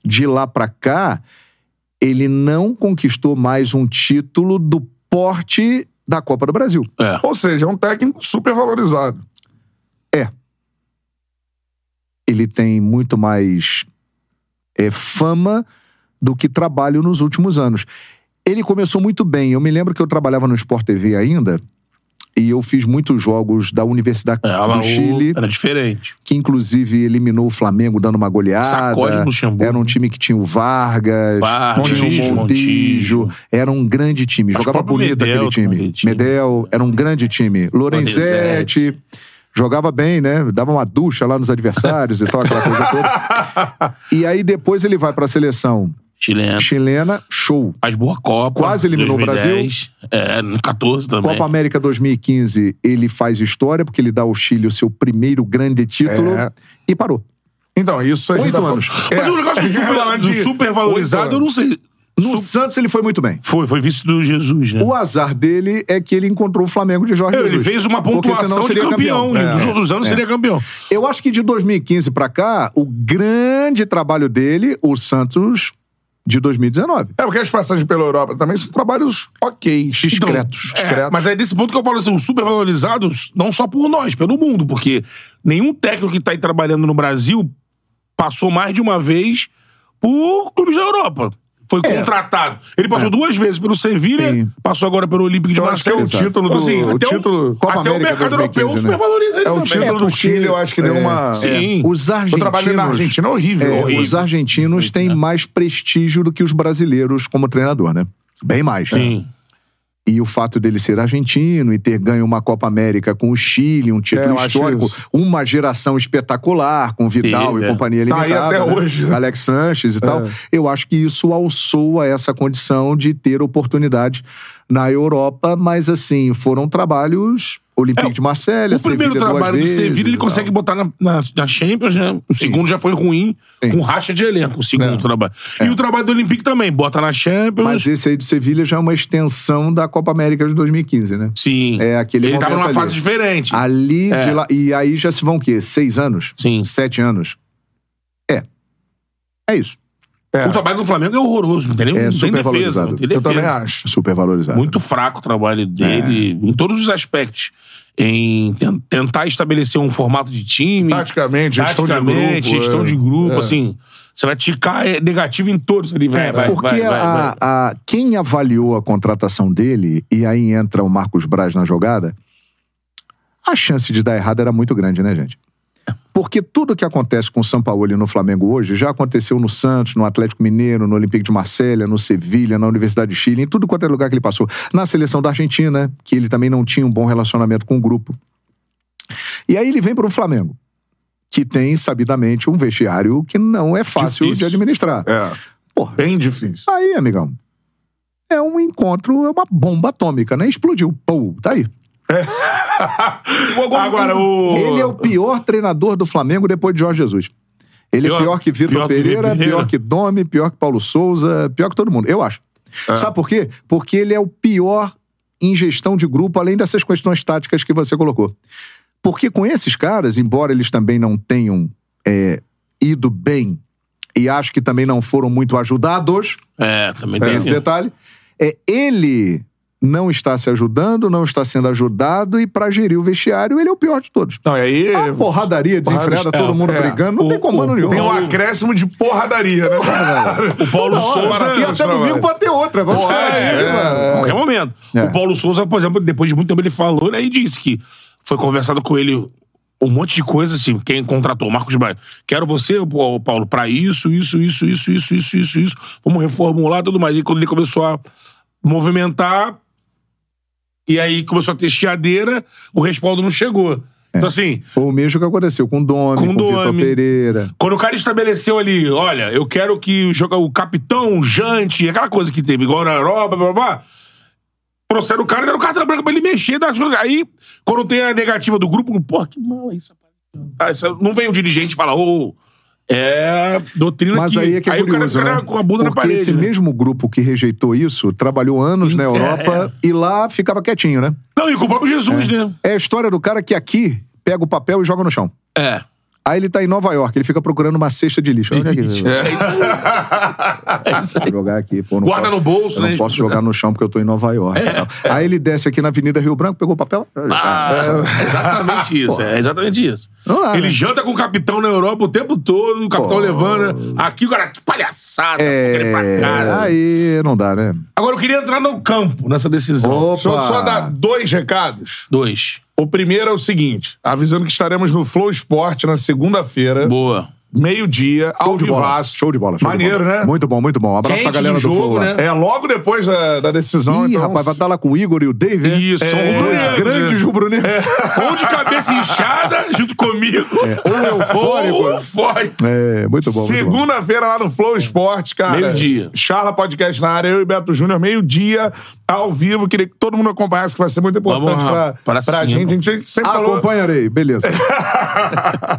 [SPEAKER 3] de lá pra cá, ele não conquistou mais um título do porte da Copa do Brasil.
[SPEAKER 2] É.
[SPEAKER 1] Ou seja, é um técnico super valorizado.
[SPEAKER 3] É. ele tem muito mais é, fama do que trabalho nos últimos anos. Ele começou muito bem. Eu me lembro que eu trabalhava no Sport TV ainda e eu fiz muitos jogos da Universidade
[SPEAKER 2] É, a
[SPEAKER 3] do
[SPEAKER 2] Laú
[SPEAKER 3] Chile,
[SPEAKER 2] era diferente.
[SPEAKER 3] que inclusive eliminou o Flamengo dando uma goleada.
[SPEAKER 2] Sacode no Luxemburgo.
[SPEAKER 3] Ah, Era um time que tinha o Vargas,
[SPEAKER 2] Vargas,
[SPEAKER 3] tinha
[SPEAKER 2] Montijo,
[SPEAKER 3] o Montijo. Era um grande time.
[SPEAKER 2] Mas o
[SPEAKER 3] jogava
[SPEAKER 2] próprio
[SPEAKER 3] bonito
[SPEAKER 2] Medel
[SPEAKER 3] aquele time.
[SPEAKER 2] também tinha.
[SPEAKER 3] Medel era um grande time. Lorenzetti. Jogava bem, né? Dava uma ducha lá nos adversários e tal, aquela coisa toda. E aí depois ele vai pra seleção
[SPEAKER 2] Chileno.
[SPEAKER 3] chilena, show.
[SPEAKER 2] Faz boa Copa.
[SPEAKER 3] Quase eliminou o
[SPEAKER 2] o Brasil. É, no 14 também.
[SPEAKER 3] Copa América 2015, ele faz história, porque ele dá ao Chile o seu primeiro grande título
[SPEAKER 1] É.
[SPEAKER 3] e parou.
[SPEAKER 1] Então, isso a gente
[SPEAKER 3] Oito
[SPEAKER 1] tá falando-
[SPEAKER 3] anos.
[SPEAKER 1] É.
[SPEAKER 2] Mas o negócio do
[SPEAKER 1] Falar
[SPEAKER 2] super,
[SPEAKER 1] de
[SPEAKER 2] do super valorizado,
[SPEAKER 1] oito
[SPEAKER 2] eu não sei.
[SPEAKER 3] No Santos ele foi muito bem.
[SPEAKER 2] Foi, foi vice do Jesus, né?
[SPEAKER 3] O azar dele é que ele encontrou o Flamengo de Jorge
[SPEAKER 2] Ele
[SPEAKER 3] Jesus.
[SPEAKER 2] fez uma
[SPEAKER 3] Porque senão
[SPEAKER 2] pontuação de
[SPEAKER 3] seria
[SPEAKER 2] campeão.
[SPEAKER 3] É.
[SPEAKER 2] Dos outros anos seria campeão.
[SPEAKER 3] Eu acho que de 2015 pra cá, o grande trabalho dele, o Santos de 2019.
[SPEAKER 1] É porque as passagens pela Europa também são trabalhos ok.
[SPEAKER 3] Discretos.
[SPEAKER 1] Então, discretos.
[SPEAKER 2] É, mas é nesse ponto que eu falo assim, o super valorizado não só por nós, pelo mundo, porque nenhum técnico que está aí trabalhando no Brasil passou mais de uma vez por clubes da Europa. Foi contratado. Ele passou duas vezes pelo Sevilha,
[SPEAKER 3] Sim.
[SPEAKER 2] passou agora pelo Olímpico de
[SPEAKER 1] Eu acho que é
[SPEAKER 2] Marseille. Então, assim,
[SPEAKER 1] o título do- o
[SPEAKER 2] até
[SPEAKER 1] título-
[SPEAKER 3] Copa
[SPEAKER 2] até
[SPEAKER 3] América
[SPEAKER 2] o mercado
[SPEAKER 3] 2015,
[SPEAKER 2] europeu
[SPEAKER 3] né?
[SPEAKER 2] super valoriza ele
[SPEAKER 1] É o
[SPEAKER 2] também.
[SPEAKER 1] título do
[SPEAKER 3] porque-
[SPEAKER 1] Chile, eu acho que deu
[SPEAKER 3] é,
[SPEAKER 1] uma.
[SPEAKER 2] Sim.
[SPEAKER 3] Os
[SPEAKER 1] Eu
[SPEAKER 3] argentinos.
[SPEAKER 1] trabalhei na Argentina, é horrível.
[SPEAKER 3] é,
[SPEAKER 1] horrível. né?
[SPEAKER 3] os argentinos têm mais prestígio do que os brasileiros como treinador, né? Bem mais. né?
[SPEAKER 2] Sim.
[SPEAKER 3] E o fato dele ser argentino e ter ganho uma Copa América com o Chile, um
[SPEAKER 1] É,
[SPEAKER 3] título
[SPEAKER 1] eu acho
[SPEAKER 3] histórico,
[SPEAKER 1] isso.
[SPEAKER 3] uma geração espetacular, com Vidal
[SPEAKER 2] Ele,
[SPEAKER 3] e
[SPEAKER 2] é.
[SPEAKER 3] companhia
[SPEAKER 1] Tá aí
[SPEAKER 3] limitada.
[SPEAKER 1] até
[SPEAKER 3] né? então,
[SPEAKER 1] hoje, né? É.
[SPEAKER 3] Alex Sanches e tal. Eu acho que isso alçoa essa condição de ter oportunidade na Europa, mas assim, foram trabalhos Olympique
[SPEAKER 2] É,
[SPEAKER 3] de Marselha,
[SPEAKER 2] O primeiro
[SPEAKER 3] Sevilha duas
[SPEAKER 2] trabalho do
[SPEAKER 3] vezes
[SPEAKER 2] Sevilha
[SPEAKER 3] e
[SPEAKER 2] ele
[SPEAKER 3] tal.
[SPEAKER 2] consegue botar na, na, na Champions, né? O segundo já foi ruim,
[SPEAKER 3] Sim. É.
[SPEAKER 2] com racha de elenco, o segundo trabalho. E o trabalho do Olympique também, bota na Champions.
[SPEAKER 3] Mas esse aí do Sevilha já é uma extensão da Copa América de 2015, né?
[SPEAKER 2] Sim.
[SPEAKER 3] É aquele
[SPEAKER 2] Ele tava
[SPEAKER 3] momento
[SPEAKER 2] numa
[SPEAKER 3] ali. Ah.
[SPEAKER 2] fase diferente.
[SPEAKER 3] Ali
[SPEAKER 2] É.
[SPEAKER 3] de lá. E aí já se vão o quê? Seis anos?
[SPEAKER 2] Sim.
[SPEAKER 3] Sete anos? É. É isso.
[SPEAKER 1] É.
[SPEAKER 2] O trabalho do Flamengo é horroroso, não tem, nem,
[SPEAKER 3] É
[SPEAKER 2] não tem
[SPEAKER 3] super
[SPEAKER 2] defesa.
[SPEAKER 3] valorizado.
[SPEAKER 2] Não tem
[SPEAKER 1] Eu também
[SPEAKER 2] defesa.
[SPEAKER 1] acho.
[SPEAKER 3] Super valorizado.
[SPEAKER 2] Muito fraco o trabalho dele,
[SPEAKER 3] É.
[SPEAKER 2] em todos os aspectos. Em ten- tentar estabelecer um formato de time.
[SPEAKER 1] Taticamente, gestão de grupo.
[SPEAKER 2] taticamente, gestão
[SPEAKER 1] é.
[SPEAKER 2] de grupo,
[SPEAKER 1] É.
[SPEAKER 2] assim. Você vai ticar é, negativo em todos ali. Vai, vai,
[SPEAKER 3] Porque
[SPEAKER 2] vai, vai,
[SPEAKER 3] a,
[SPEAKER 2] vai.
[SPEAKER 3] a- quem avaliou a contratação dele, e aí entra o Marcos Braz na jogada, a chance de dar errado era muito grande, né, gente? Porque tudo que acontece com o São Paulo e no Flamengo hoje já aconteceu no Santos, no Atlético Mineiro, no Olympique de Marselha, no Sevilha, na Universidade de Chile, em tudo quanto é lugar que ele passou. Na seleção da Argentina, que ele também não tinha um bom relacionamento com o grupo. E aí ele vem para o Flamengo, que tem, sabidamente, um vestiário que não é fácil de
[SPEAKER 2] Difícil.
[SPEAKER 3] administrar.
[SPEAKER 1] É.
[SPEAKER 3] Porra.
[SPEAKER 1] Bem difícil.
[SPEAKER 3] Aí, amigão, é um encontro, é uma bomba atômica, né? Explodiu. Pô, tá aí.
[SPEAKER 1] Agora, o.
[SPEAKER 3] Ele é o pior treinador do Flamengo depois de Jorge Jesus. Ele
[SPEAKER 2] Pior-
[SPEAKER 3] é pior que Vitor
[SPEAKER 2] pior que
[SPEAKER 3] Pereira,
[SPEAKER 2] Vitor Pereira.
[SPEAKER 3] pior que Domi, pior que Paulo Souza, pior que todo mundo, eu acho.
[SPEAKER 2] É.
[SPEAKER 3] Sabe por quê? Porque ele é o pior em gestão de grupo, além dessas questões táticas que você colocou. Porque com esses caras, embora eles também não tenham é, ido bem e acho que também não foram muito ajudados,
[SPEAKER 2] É, também
[SPEAKER 3] tem
[SPEAKER 2] tem.
[SPEAKER 3] esse detalhe, é, ele não está se ajudando, não está sendo ajudado, e para gerir o vestiário, ele é o pior de todos.
[SPEAKER 1] Não, e aí.
[SPEAKER 2] É,
[SPEAKER 3] A porradaria desenfreada,
[SPEAKER 1] Porrada-
[SPEAKER 3] tá todo mundo
[SPEAKER 1] é,
[SPEAKER 3] brigando, não
[SPEAKER 2] o-
[SPEAKER 3] tem comando
[SPEAKER 2] o-
[SPEAKER 3] nenhum.
[SPEAKER 1] Tem um acréscimo de porradaria, né?
[SPEAKER 2] O Paulo
[SPEAKER 3] Não,
[SPEAKER 2] Souza.
[SPEAKER 3] e até domingo pode ter outra.
[SPEAKER 2] né,
[SPEAKER 3] Vamos
[SPEAKER 2] Porra,
[SPEAKER 3] ficar aqui,
[SPEAKER 2] é,
[SPEAKER 3] mano.
[SPEAKER 2] é, qualquer momento.
[SPEAKER 3] É.
[SPEAKER 2] O Paulo Souza, por exemplo, depois de muito tempo ele falou né, e disse que foi conversado com ele um monte de coisa assim, quem contratou, Marcos Braz, quero você, pô, Paulo, pra isso, isso, isso, isso, isso, isso, isso, isso, vamos reformular tudo mais. E quando ele começou a movimentar, e aí começou a ter chiadeira, o respaldo não chegou. Então assim,
[SPEAKER 3] Foi o mesmo que aconteceu com o Domi,
[SPEAKER 2] Com
[SPEAKER 3] com, o Vitor
[SPEAKER 2] Domi.
[SPEAKER 3] Pereira.
[SPEAKER 2] Quando o cara estabeleceu ali, olha, eu quero que o, joga- o capitão, o Jante, aquela coisa que teve igual na Europa, blá blá blá, trouxeram o cara e deram carta branca pra ele mexer. Das... coisas. Aí, quando tem a negativa do grupo, pô, que mala isso, rapaz. Ah, isso- Não vem o dirigente e fala, ô, é doutrina
[SPEAKER 3] Mas
[SPEAKER 2] que...
[SPEAKER 3] aí é que é
[SPEAKER 2] o cara
[SPEAKER 3] curioso,
[SPEAKER 2] fica
[SPEAKER 3] né?
[SPEAKER 2] com a bunda
[SPEAKER 3] Porque
[SPEAKER 2] na parede.
[SPEAKER 3] esse
[SPEAKER 2] né?
[SPEAKER 3] mesmo grupo que rejeitou isso trabalhou anos na
[SPEAKER 2] É.
[SPEAKER 3] Europa e lá ficava quietinho, né?
[SPEAKER 2] Não, e com o próprio Jesus, né?
[SPEAKER 3] É a história do cara que aqui pega o papel e joga no chão.
[SPEAKER 2] É.
[SPEAKER 3] Aí ele tá em Nova York, ele fica procurando uma cesta de lixo. Olha aqui,
[SPEAKER 2] É isso aí.
[SPEAKER 3] vou jogar aqui. Pô, não
[SPEAKER 2] Guarda
[SPEAKER 3] posso-
[SPEAKER 2] no bolso,
[SPEAKER 3] eu
[SPEAKER 2] né?
[SPEAKER 3] Não posso jogar no chão porque eu tô em Nova York. e tal. Aí ele desce aqui na Avenida Rio Branco, pegou o papel.
[SPEAKER 2] Ah, exatamente isso, é exatamente isso.
[SPEAKER 3] Não dá,
[SPEAKER 2] ele
[SPEAKER 3] né?
[SPEAKER 2] janta com o capitão na Europa o tempo todo, o capitão
[SPEAKER 3] Pô.
[SPEAKER 2] levando. Aqui, cara, que palhaçada. quer ir pra
[SPEAKER 3] É,
[SPEAKER 2] casa.
[SPEAKER 3] aí não dá, né?
[SPEAKER 2] Agora eu queria entrar no campo nessa decisão.
[SPEAKER 3] Opa.
[SPEAKER 1] Deixa eu só dar dois recados.
[SPEAKER 2] Dois.
[SPEAKER 1] O primeiro é o seguinte: avisando que estaremos no Flow Esporte na segunda-feira,
[SPEAKER 2] Boa.
[SPEAKER 1] meio-dia, ao
[SPEAKER 3] de bola,
[SPEAKER 1] vivaço.
[SPEAKER 3] Show de bola. show de
[SPEAKER 1] Maneiro,
[SPEAKER 3] bola.
[SPEAKER 1] né?
[SPEAKER 3] Muito bom, muito bom. Abraço
[SPEAKER 2] Quente
[SPEAKER 3] pra galera
[SPEAKER 2] no
[SPEAKER 3] do
[SPEAKER 2] jogo,
[SPEAKER 3] Flow lá.
[SPEAKER 2] né?
[SPEAKER 1] É logo depois da, da decisão.
[SPEAKER 3] Ih,
[SPEAKER 1] então,
[SPEAKER 3] rapaz, vai estar lá com o Igor e o É, Dave, hein?
[SPEAKER 2] Isso, são
[SPEAKER 3] São dois
[SPEAKER 2] rubro-negros,
[SPEAKER 3] grandes
[SPEAKER 2] né?
[SPEAKER 3] rubro-negros.
[SPEAKER 2] Ou de cabeça inchada, junto comigo.
[SPEAKER 3] Ou eufórico.
[SPEAKER 2] Ou eufórico.
[SPEAKER 3] É, muito bom. muito bom.
[SPEAKER 1] Segunda-feira lá no Flow Esporte, cara.
[SPEAKER 2] Meio-dia.
[SPEAKER 1] Charla Podcast na área, eu e Beto Júnior, meio-dia, ao vivo. Queria que todo mundo acompanhasse, que vai ser muito importante
[SPEAKER 2] Vamos lá,
[SPEAKER 1] pra, pra,
[SPEAKER 2] pra cima.
[SPEAKER 1] gente. A gente sempre
[SPEAKER 3] Ah,
[SPEAKER 1] falou.
[SPEAKER 3] Acompanharei, beleza.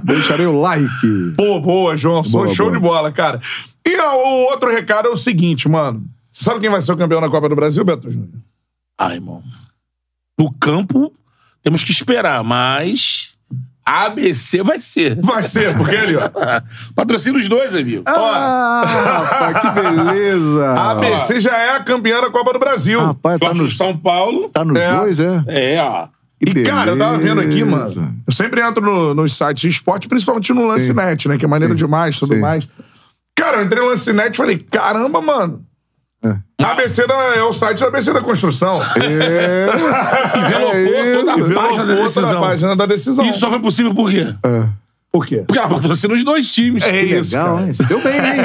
[SPEAKER 3] Deixarei o like.
[SPEAKER 1] Pô, boa, João.
[SPEAKER 3] Boa,
[SPEAKER 1] show
[SPEAKER 3] boa.
[SPEAKER 1] de bola, cara. E ó, o outro recado é o seguinte, mano. Você sabe quem vai ser o campeão da Copa do Brasil, Beto Júnior?
[SPEAKER 2] Ai, Ah, irmão. No campo, temos que esperar, mas. ABC vai ser.
[SPEAKER 1] Vai ser, porque ele, ó.
[SPEAKER 2] Patrocina os dois, amigo.
[SPEAKER 3] Ah, rapaz, que beleza.
[SPEAKER 1] A ABC já é a campeã da Copa do Brasil.
[SPEAKER 3] Rapaz, tá
[SPEAKER 2] Esporte
[SPEAKER 3] nos,
[SPEAKER 2] de São Paulo.
[SPEAKER 3] tá nos
[SPEAKER 1] É.
[SPEAKER 3] dois, é?
[SPEAKER 2] É, ó.
[SPEAKER 1] e, cara, eu tava vendo aqui,
[SPEAKER 3] beleza.
[SPEAKER 1] mano. Eu sempre entro no- nos sites de esporte, principalmente no Lancinete, né? Que é maneiro
[SPEAKER 3] Sim.
[SPEAKER 1] demais, tudo
[SPEAKER 3] Sim.
[SPEAKER 1] mais. Cara, eu entrei no Lancinete e falei, caramba, mano.
[SPEAKER 3] É.
[SPEAKER 1] ABC da- é o site da ABC da Construção. É.
[SPEAKER 3] É.
[SPEAKER 2] Envelopou toda a
[SPEAKER 1] Virou
[SPEAKER 2] página da
[SPEAKER 1] outra
[SPEAKER 2] decisão.
[SPEAKER 1] página da decisão.
[SPEAKER 2] Isso só foi possível por quê?
[SPEAKER 1] Por quê?
[SPEAKER 2] Porque ela patrocina os dois times.
[SPEAKER 1] É
[SPEAKER 3] Que
[SPEAKER 1] isso,
[SPEAKER 3] legal,
[SPEAKER 1] cara.
[SPEAKER 3] hein? Se deu bem, hein?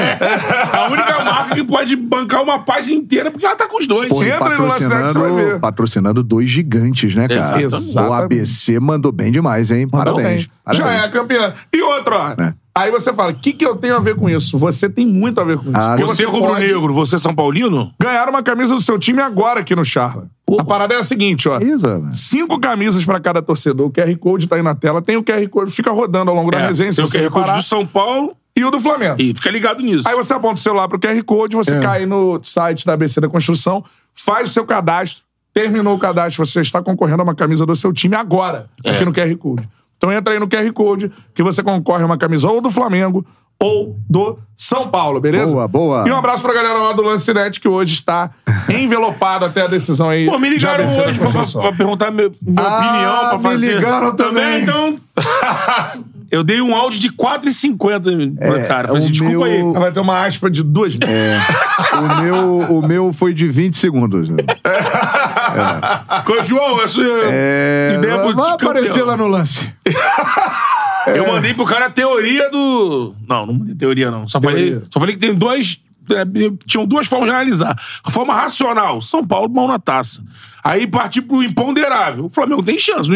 [SPEAKER 2] A única marca que pode bancar uma página inteira porque ela tá com os dois.
[SPEAKER 3] Pô, e
[SPEAKER 1] Entra aí no lance, né, que você vai ver.
[SPEAKER 3] patrocinando, patrocinando dois gigantes, né, cara?
[SPEAKER 1] Exatamente.
[SPEAKER 3] O ABC mandou bem demais, hein? Parabéns.
[SPEAKER 1] Já
[SPEAKER 3] Parabéns.
[SPEAKER 1] é a campeã. E outra, ó.
[SPEAKER 3] É.
[SPEAKER 1] Aí você fala, o que, que eu tenho a ver com isso? Você tem muito a ver com isso.
[SPEAKER 3] Ah,
[SPEAKER 1] Porque
[SPEAKER 2] Você é
[SPEAKER 1] pode
[SPEAKER 2] rubro-negro, você São Paulino?
[SPEAKER 1] Ganhar uma camisa do seu time agora aqui no Charla. A parada é a seguinte, ó.
[SPEAKER 3] Isso, mano.
[SPEAKER 1] Cinco camisas pra cada torcedor. O QR Code tá aí na tela. Tem o QR Code, fica rodando ao longo da resenha. se
[SPEAKER 2] É, tem o
[SPEAKER 1] você
[SPEAKER 2] QR Code
[SPEAKER 1] reparar,
[SPEAKER 2] do São Paulo
[SPEAKER 1] E o do Flamengo.
[SPEAKER 2] e fica ligado nisso.
[SPEAKER 1] Aí você aponta o celular pro QR Code, você
[SPEAKER 3] É.
[SPEAKER 1] cai no site da ABC da Construção, faz o seu cadastro, terminou o cadastro, você está concorrendo a uma camisa do seu time agora,
[SPEAKER 2] É.
[SPEAKER 1] aqui no QR Code. Então entra aí no QR Code, que você concorre a uma camisa ou do Flamengo ou do São Paulo, beleza?
[SPEAKER 3] Boa, boa.
[SPEAKER 1] E um abraço pra galera lá do Lancinete, que hoje está envelopado até a decisão aí.
[SPEAKER 2] Pô, me ligaram
[SPEAKER 1] da ABC da
[SPEAKER 2] hoje pra,
[SPEAKER 1] Construção.
[SPEAKER 2] pra perguntar meu- minha
[SPEAKER 3] Ah,
[SPEAKER 2] opinião, pra
[SPEAKER 3] me
[SPEAKER 2] fazer.
[SPEAKER 3] ligaram também.
[SPEAKER 2] então. Eu dei um áudio de 4,50 pra cara. Falei assim,
[SPEAKER 3] É, o
[SPEAKER 2] desculpa
[SPEAKER 3] meu-
[SPEAKER 2] aí.
[SPEAKER 1] Vai ter uma aspa de duas
[SPEAKER 2] É.
[SPEAKER 1] mil.
[SPEAKER 3] O meu, o meu foi de 20 segundos. né?
[SPEAKER 2] Ô, João, essa
[SPEAKER 3] É,
[SPEAKER 2] ideia
[SPEAKER 3] vai
[SPEAKER 2] pro
[SPEAKER 3] vai
[SPEAKER 2] campeão.
[SPEAKER 3] aparecer lá no lance.
[SPEAKER 2] Eu mandei pro cara a teoria do. Não, não mandei teoria, não. Só falei,
[SPEAKER 1] Teoria.
[SPEAKER 2] só falei que tem dois. é, Tinham duas formas de analisar. A forma racional, São Paulo mão na taça. Aí partir pro imponderável. O Flamengo tem chance. No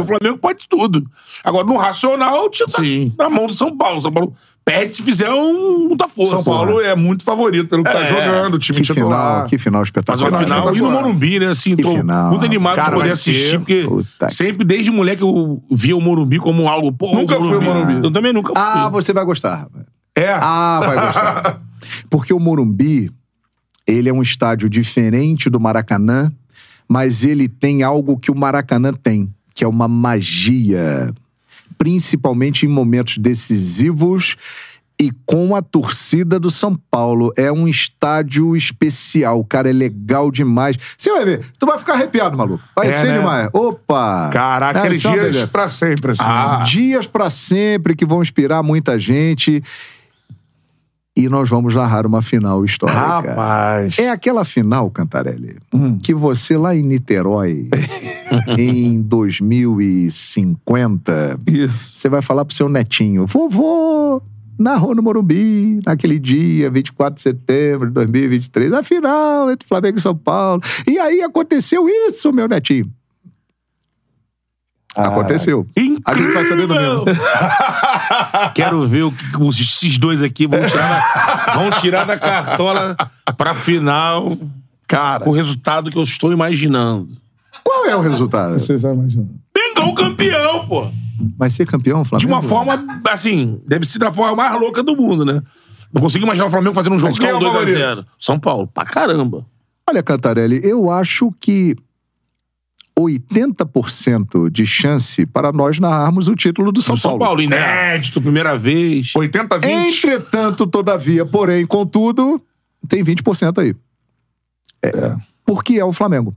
[SPEAKER 1] É.
[SPEAKER 2] o Flamengo pode tudo. Agora, no racional, tinha tá
[SPEAKER 1] Sim.
[SPEAKER 2] na mão do São Paulo. São Paulo perde se fizer um muita força.
[SPEAKER 1] São Paulo é muito favorito pelo que tá
[SPEAKER 2] É.
[SPEAKER 1] jogando, o time
[SPEAKER 3] Que
[SPEAKER 1] titular.
[SPEAKER 3] final, que final
[SPEAKER 2] Mas uma
[SPEAKER 3] espetacular.
[SPEAKER 1] é Final
[SPEAKER 2] final, e no
[SPEAKER 1] espetacular.
[SPEAKER 2] Morumbi, né? Assim, tô
[SPEAKER 3] final.
[SPEAKER 2] muito animado
[SPEAKER 1] Cara,
[SPEAKER 2] pra poder
[SPEAKER 1] vai ser-
[SPEAKER 2] assistir, porque
[SPEAKER 3] Puta que-
[SPEAKER 2] sempre desde moleque eu via o Morumbi como algo. Pô,
[SPEAKER 1] Nunca
[SPEAKER 2] o
[SPEAKER 1] fui ao Morumbi.
[SPEAKER 2] Eu também nunca fui.
[SPEAKER 3] Ah, você vai gostar, rapaz.
[SPEAKER 1] É.
[SPEAKER 3] Ah, vai gostar. Porque o Morumbi, ele é um estádio diferente do Maracanã, mas ele tem algo que o Maracanã tem, que é uma magia. Principalmente em momentos decisivos e com a torcida do São Paulo. É um estádio especial, cara. É legal demais. Você vai ver, tu vai ficar arrepiado, maluco. Vai
[SPEAKER 1] É,
[SPEAKER 3] ser
[SPEAKER 1] né?
[SPEAKER 3] demais. Opa!
[SPEAKER 1] Caraca,
[SPEAKER 3] É,
[SPEAKER 1] aqueles
[SPEAKER 3] isso é uma
[SPEAKER 1] dias
[SPEAKER 3] beleza.
[SPEAKER 1] pra sempre, assim.
[SPEAKER 2] Ah.
[SPEAKER 3] Dias pra sempre que vão inspirar muita gente. E nós vamos narrar uma final histórica.
[SPEAKER 1] Rapaz.
[SPEAKER 3] É aquela final, Cantarelli, que você lá em Niterói, em 2050,
[SPEAKER 2] Isso.
[SPEAKER 3] você vai falar pro seu netinho, vovô, narrou no Morumbi, naquele dia, 24 de setembro de 2023, a final entre Flamengo e São Paulo. E aí aconteceu isso, meu netinho. Aconteceu. A gente vai saber do mesmo.
[SPEAKER 2] Quero ver o que que os- esses dois aqui vão tirar, da, vão tirar da cartola pra final
[SPEAKER 1] Cara.
[SPEAKER 2] com o resultado que eu estou imaginando.
[SPEAKER 3] Qual é o resultado?
[SPEAKER 1] Vocês imaginam.
[SPEAKER 2] Pengão campeão, pô!
[SPEAKER 3] Vai ser campeão,
[SPEAKER 2] De
[SPEAKER 3] Flamengo?
[SPEAKER 2] uma forma, assim, deve ser da forma mais louca do mundo, né? Não consigo imaginar o Flamengo fazendo um jogo
[SPEAKER 1] quem é o
[SPEAKER 2] 2x0. São Paulo, pra caramba.
[SPEAKER 3] Olha, Cantarelli, eu acho que 80% de chance para nós narrarmos o título do São,
[SPEAKER 2] São, Paulo.
[SPEAKER 3] Paulo.
[SPEAKER 2] inédito,
[SPEAKER 1] É.
[SPEAKER 2] primeira vez.
[SPEAKER 1] 80, 20.
[SPEAKER 3] Entretanto, todavia, porém, contudo, tem 20% aí. É, Porque é o Flamengo.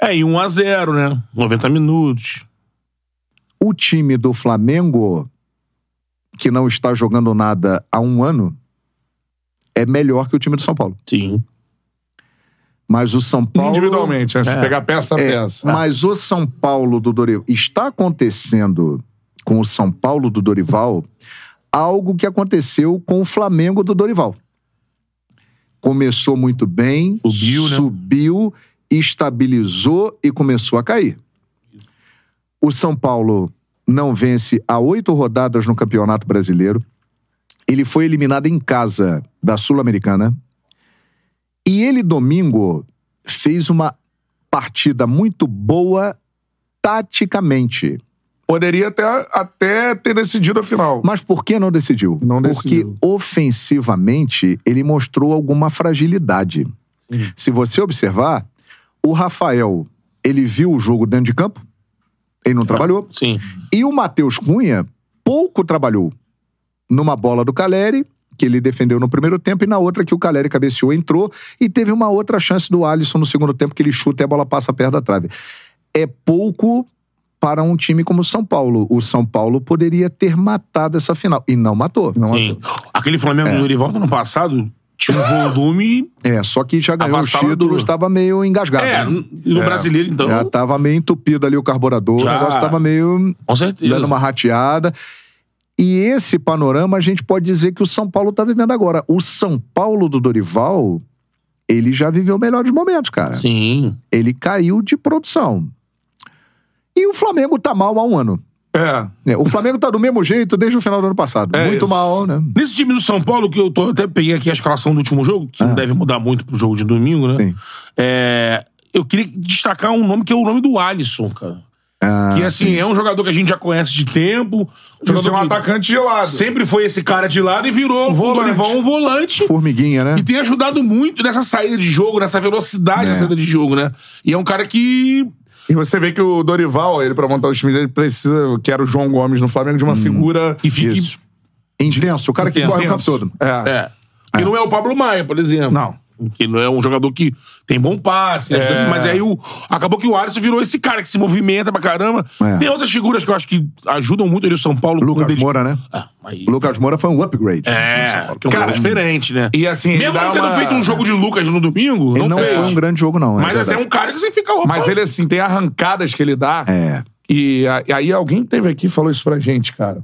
[SPEAKER 2] É, em 1x0, né? 90 minutos.
[SPEAKER 3] O time do Flamengo, que não está jogando nada há um ano, é melhor que o time do São Paulo.
[SPEAKER 2] Sim.
[SPEAKER 3] Mas o São Paulo.
[SPEAKER 1] Individualmente, né? Se
[SPEAKER 2] É.
[SPEAKER 1] pegar peça a peça.
[SPEAKER 3] Mas o São Paulo do Dorival. Está acontecendo com o São Paulo do Dorival algo que aconteceu com o Flamengo do Dorival. Começou muito bem,
[SPEAKER 2] Subiu, né?
[SPEAKER 3] subiu, estabilizou e começou a cair. O São Paulo não vence há oito rodadas no Campeonato Brasileiro. Ele foi eliminado em casa da Sul-Americana. E ele, domingo, fez uma partida muito boa taticamente.
[SPEAKER 1] Poderia até, até ter decidido a final.
[SPEAKER 3] Mas por que não decidiu?
[SPEAKER 1] Não decidiu.
[SPEAKER 3] Porque ofensivamente ele mostrou alguma fragilidade.
[SPEAKER 1] Hum.
[SPEAKER 3] Se você observar, o Rafael, ele viu o jogo dentro de campo, ele
[SPEAKER 1] É.
[SPEAKER 3] não trabalhou.
[SPEAKER 2] Sim.
[SPEAKER 3] E o Matheus Cunha pouco trabalhou. Numa bola do Caleri, que ele defendeu no primeiro tempo, e na outra que o Caleri cabeceou, entrou, e teve uma outra chance do Alisson no segundo tempo, que ele chuta e a bola passa perto da trave. É pouco para um time como o São Paulo. O São Paulo poderia ter matado essa final. E não matou. Não
[SPEAKER 2] Sim. Aquele Flamengo do Dorival no ano passado tinha um volume.
[SPEAKER 3] É, só que já ganhou os
[SPEAKER 2] Avassalador.
[SPEAKER 3] títulos, estava meio engasgado.
[SPEAKER 2] É,
[SPEAKER 3] né?
[SPEAKER 2] no
[SPEAKER 1] É.
[SPEAKER 2] brasileiro, então.
[SPEAKER 3] Já estava meio entupido ali o carburador,
[SPEAKER 2] Já.
[SPEAKER 3] o negócio estava meio
[SPEAKER 2] Com certeza.
[SPEAKER 3] dando uma rateada. E esse panorama a gente pode dizer que o São Paulo tá vivendo agora. O São Paulo do Dorival, ele já viveu melhores momentos, cara.
[SPEAKER 2] Sim.
[SPEAKER 3] Ele caiu de produção. E o Flamengo tá mal há um ano.
[SPEAKER 1] É.
[SPEAKER 3] né? O Flamengo tá do mesmo jeito desde o final do ano passado.
[SPEAKER 1] É
[SPEAKER 3] Muito
[SPEAKER 1] isso.
[SPEAKER 3] mal, né?
[SPEAKER 2] Nesse time do São Paulo, que eu tô, até peguei aqui a escalação do último jogo, que não deve mudar muito pro jogo de domingo, né?
[SPEAKER 3] Ah. Sim.
[SPEAKER 2] É, eu queria destacar um nome que é o nome do Alisson, cara.
[SPEAKER 3] Ah, é
[SPEAKER 2] que assim, é um jogador que a gente já conhece de tempo.
[SPEAKER 1] De ser um
[SPEAKER 2] que
[SPEAKER 1] atacante gelado.
[SPEAKER 2] Sempre foi esse cara de lado e virou um
[SPEAKER 1] Volante.
[SPEAKER 2] volante. um volante.
[SPEAKER 3] Formiguinha, né?
[SPEAKER 2] E tem ajudado muito nessa saída de jogo, nessa velocidade
[SPEAKER 3] É.
[SPEAKER 2] da saída de jogo, né? E é um cara que.
[SPEAKER 1] E você vê que o Dorival, ele pra montar o time dele, precisa, que era o João Gomes no Flamengo,
[SPEAKER 2] Hum.
[SPEAKER 1] de uma figura...
[SPEAKER 2] que fica.
[SPEAKER 3] Isso. Intenso, o cara que
[SPEAKER 2] Intenso.
[SPEAKER 3] corre o campo todo.
[SPEAKER 1] É.
[SPEAKER 2] É. Que não é o Pablo Maia, por exemplo.
[SPEAKER 1] Não.
[SPEAKER 2] Que não é um jogador que tem bom passe, né?
[SPEAKER 1] É.
[SPEAKER 2] mas aí o, acabou que o Alisson virou esse cara que se movimenta pra caramba.
[SPEAKER 3] É.
[SPEAKER 2] Tem outras figuras que eu acho que ajudam muito ali o São Paulo.
[SPEAKER 3] Lucas
[SPEAKER 2] quando eles-
[SPEAKER 3] Moura, né?
[SPEAKER 2] Ah, aí-
[SPEAKER 3] O Lucas Moura foi um upgrade.
[SPEAKER 2] É, que é um
[SPEAKER 1] Cara,
[SPEAKER 2] cara diferente, né?
[SPEAKER 1] E assim, ele
[SPEAKER 2] Mesmo
[SPEAKER 1] dá
[SPEAKER 2] não tendo
[SPEAKER 1] uma...
[SPEAKER 2] feito um jogo de Lucas no domingo,
[SPEAKER 3] Ele
[SPEAKER 2] não,
[SPEAKER 3] não,
[SPEAKER 2] fez.
[SPEAKER 3] foi um grande jogo, não.
[SPEAKER 2] Mas assim, é
[SPEAKER 3] verdade.
[SPEAKER 2] um cara que você fica opa,
[SPEAKER 1] Mas ele, assim, tem arrancadas que ele dá.
[SPEAKER 3] É.
[SPEAKER 1] E, a- e aí alguém teve aqui e falou isso pra gente, cara.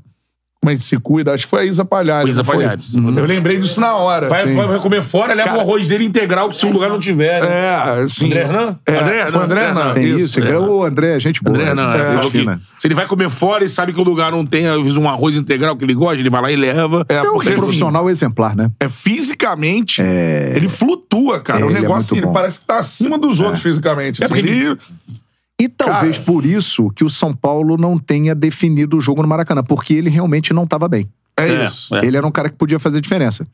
[SPEAKER 1] Como a gente se cuida. Acho que foi a Isa Palhares.
[SPEAKER 2] Isa
[SPEAKER 1] não foi?
[SPEAKER 2] Palhares.
[SPEAKER 1] Uhum. Eu lembrei disso na hora.
[SPEAKER 2] vai,
[SPEAKER 1] Sim.
[SPEAKER 2] vai, vai comer fora, leva
[SPEAKER 1] Cara-
[SPEAKER 2] o arroz dele integral que se um lugar não tiver. né?
[SPEAKER 1] É, assim...
[SPEAKER 2] André Hernan?
[SPEAKER 1] É,
[SPEAKER 2] André Hernan,
[SPEAKER 1] foi André
[SPEAKER 2] André
[SPEAKER 1] Hernan.
[SPEAKER 3] Tem isso,
[SPEAKER 2] André
[SPEAKER 3] André. O André é gente boa.
[SPEAKER 2] André, não,
[SPEAKER 3] é,
[SPEAKER 2] é, falou
[SPEAKER 3] gente
[SPEAKER 2] que
[SPEAKER 3] fina.
[SPEAKER 2] se ele vai comer fora e sabe que o lugar não tem, às vezes, um arroz integral que ele gosta, ele vai lá e leva.
[SPEAKER 1] É,
[SPEAKER 3] É um
[SPEAKER 1] porque assim,
[SPEAKER 3] profissional exemplar, né?
[SPEAKER 1] é fisicamente,
[SPEAKER 3] É.
[SPEAKER 1] ele flutua, cara.
[SPEAKER 3] É,
[SPEAKER 1] o
[SPEAKER 3] ele é
[SPEAKER 1] negócio,
[SPEAKER 3] muito
[SPEAKER 1] assim, ele
[SPEAKER 3] bom. É.
[SPEAKER 1] parece que tá acima dos outros fisicamente. assim,
[SPEAKER 2] É porque ele-
[SPEAKER 1] ele-
[SPEAKER 3] E talvez por isso que o São Paulo não tenha definido o jogo no Maracanã, porque ele realmente não estava bem.
[SPEAKER 1] É,
[SPEAKER 2] É,
[SPEAKER 1] isso.
[SPEAKER 2] é.
[SPEAKER 3] Ele era um cara que podia fazer diferença.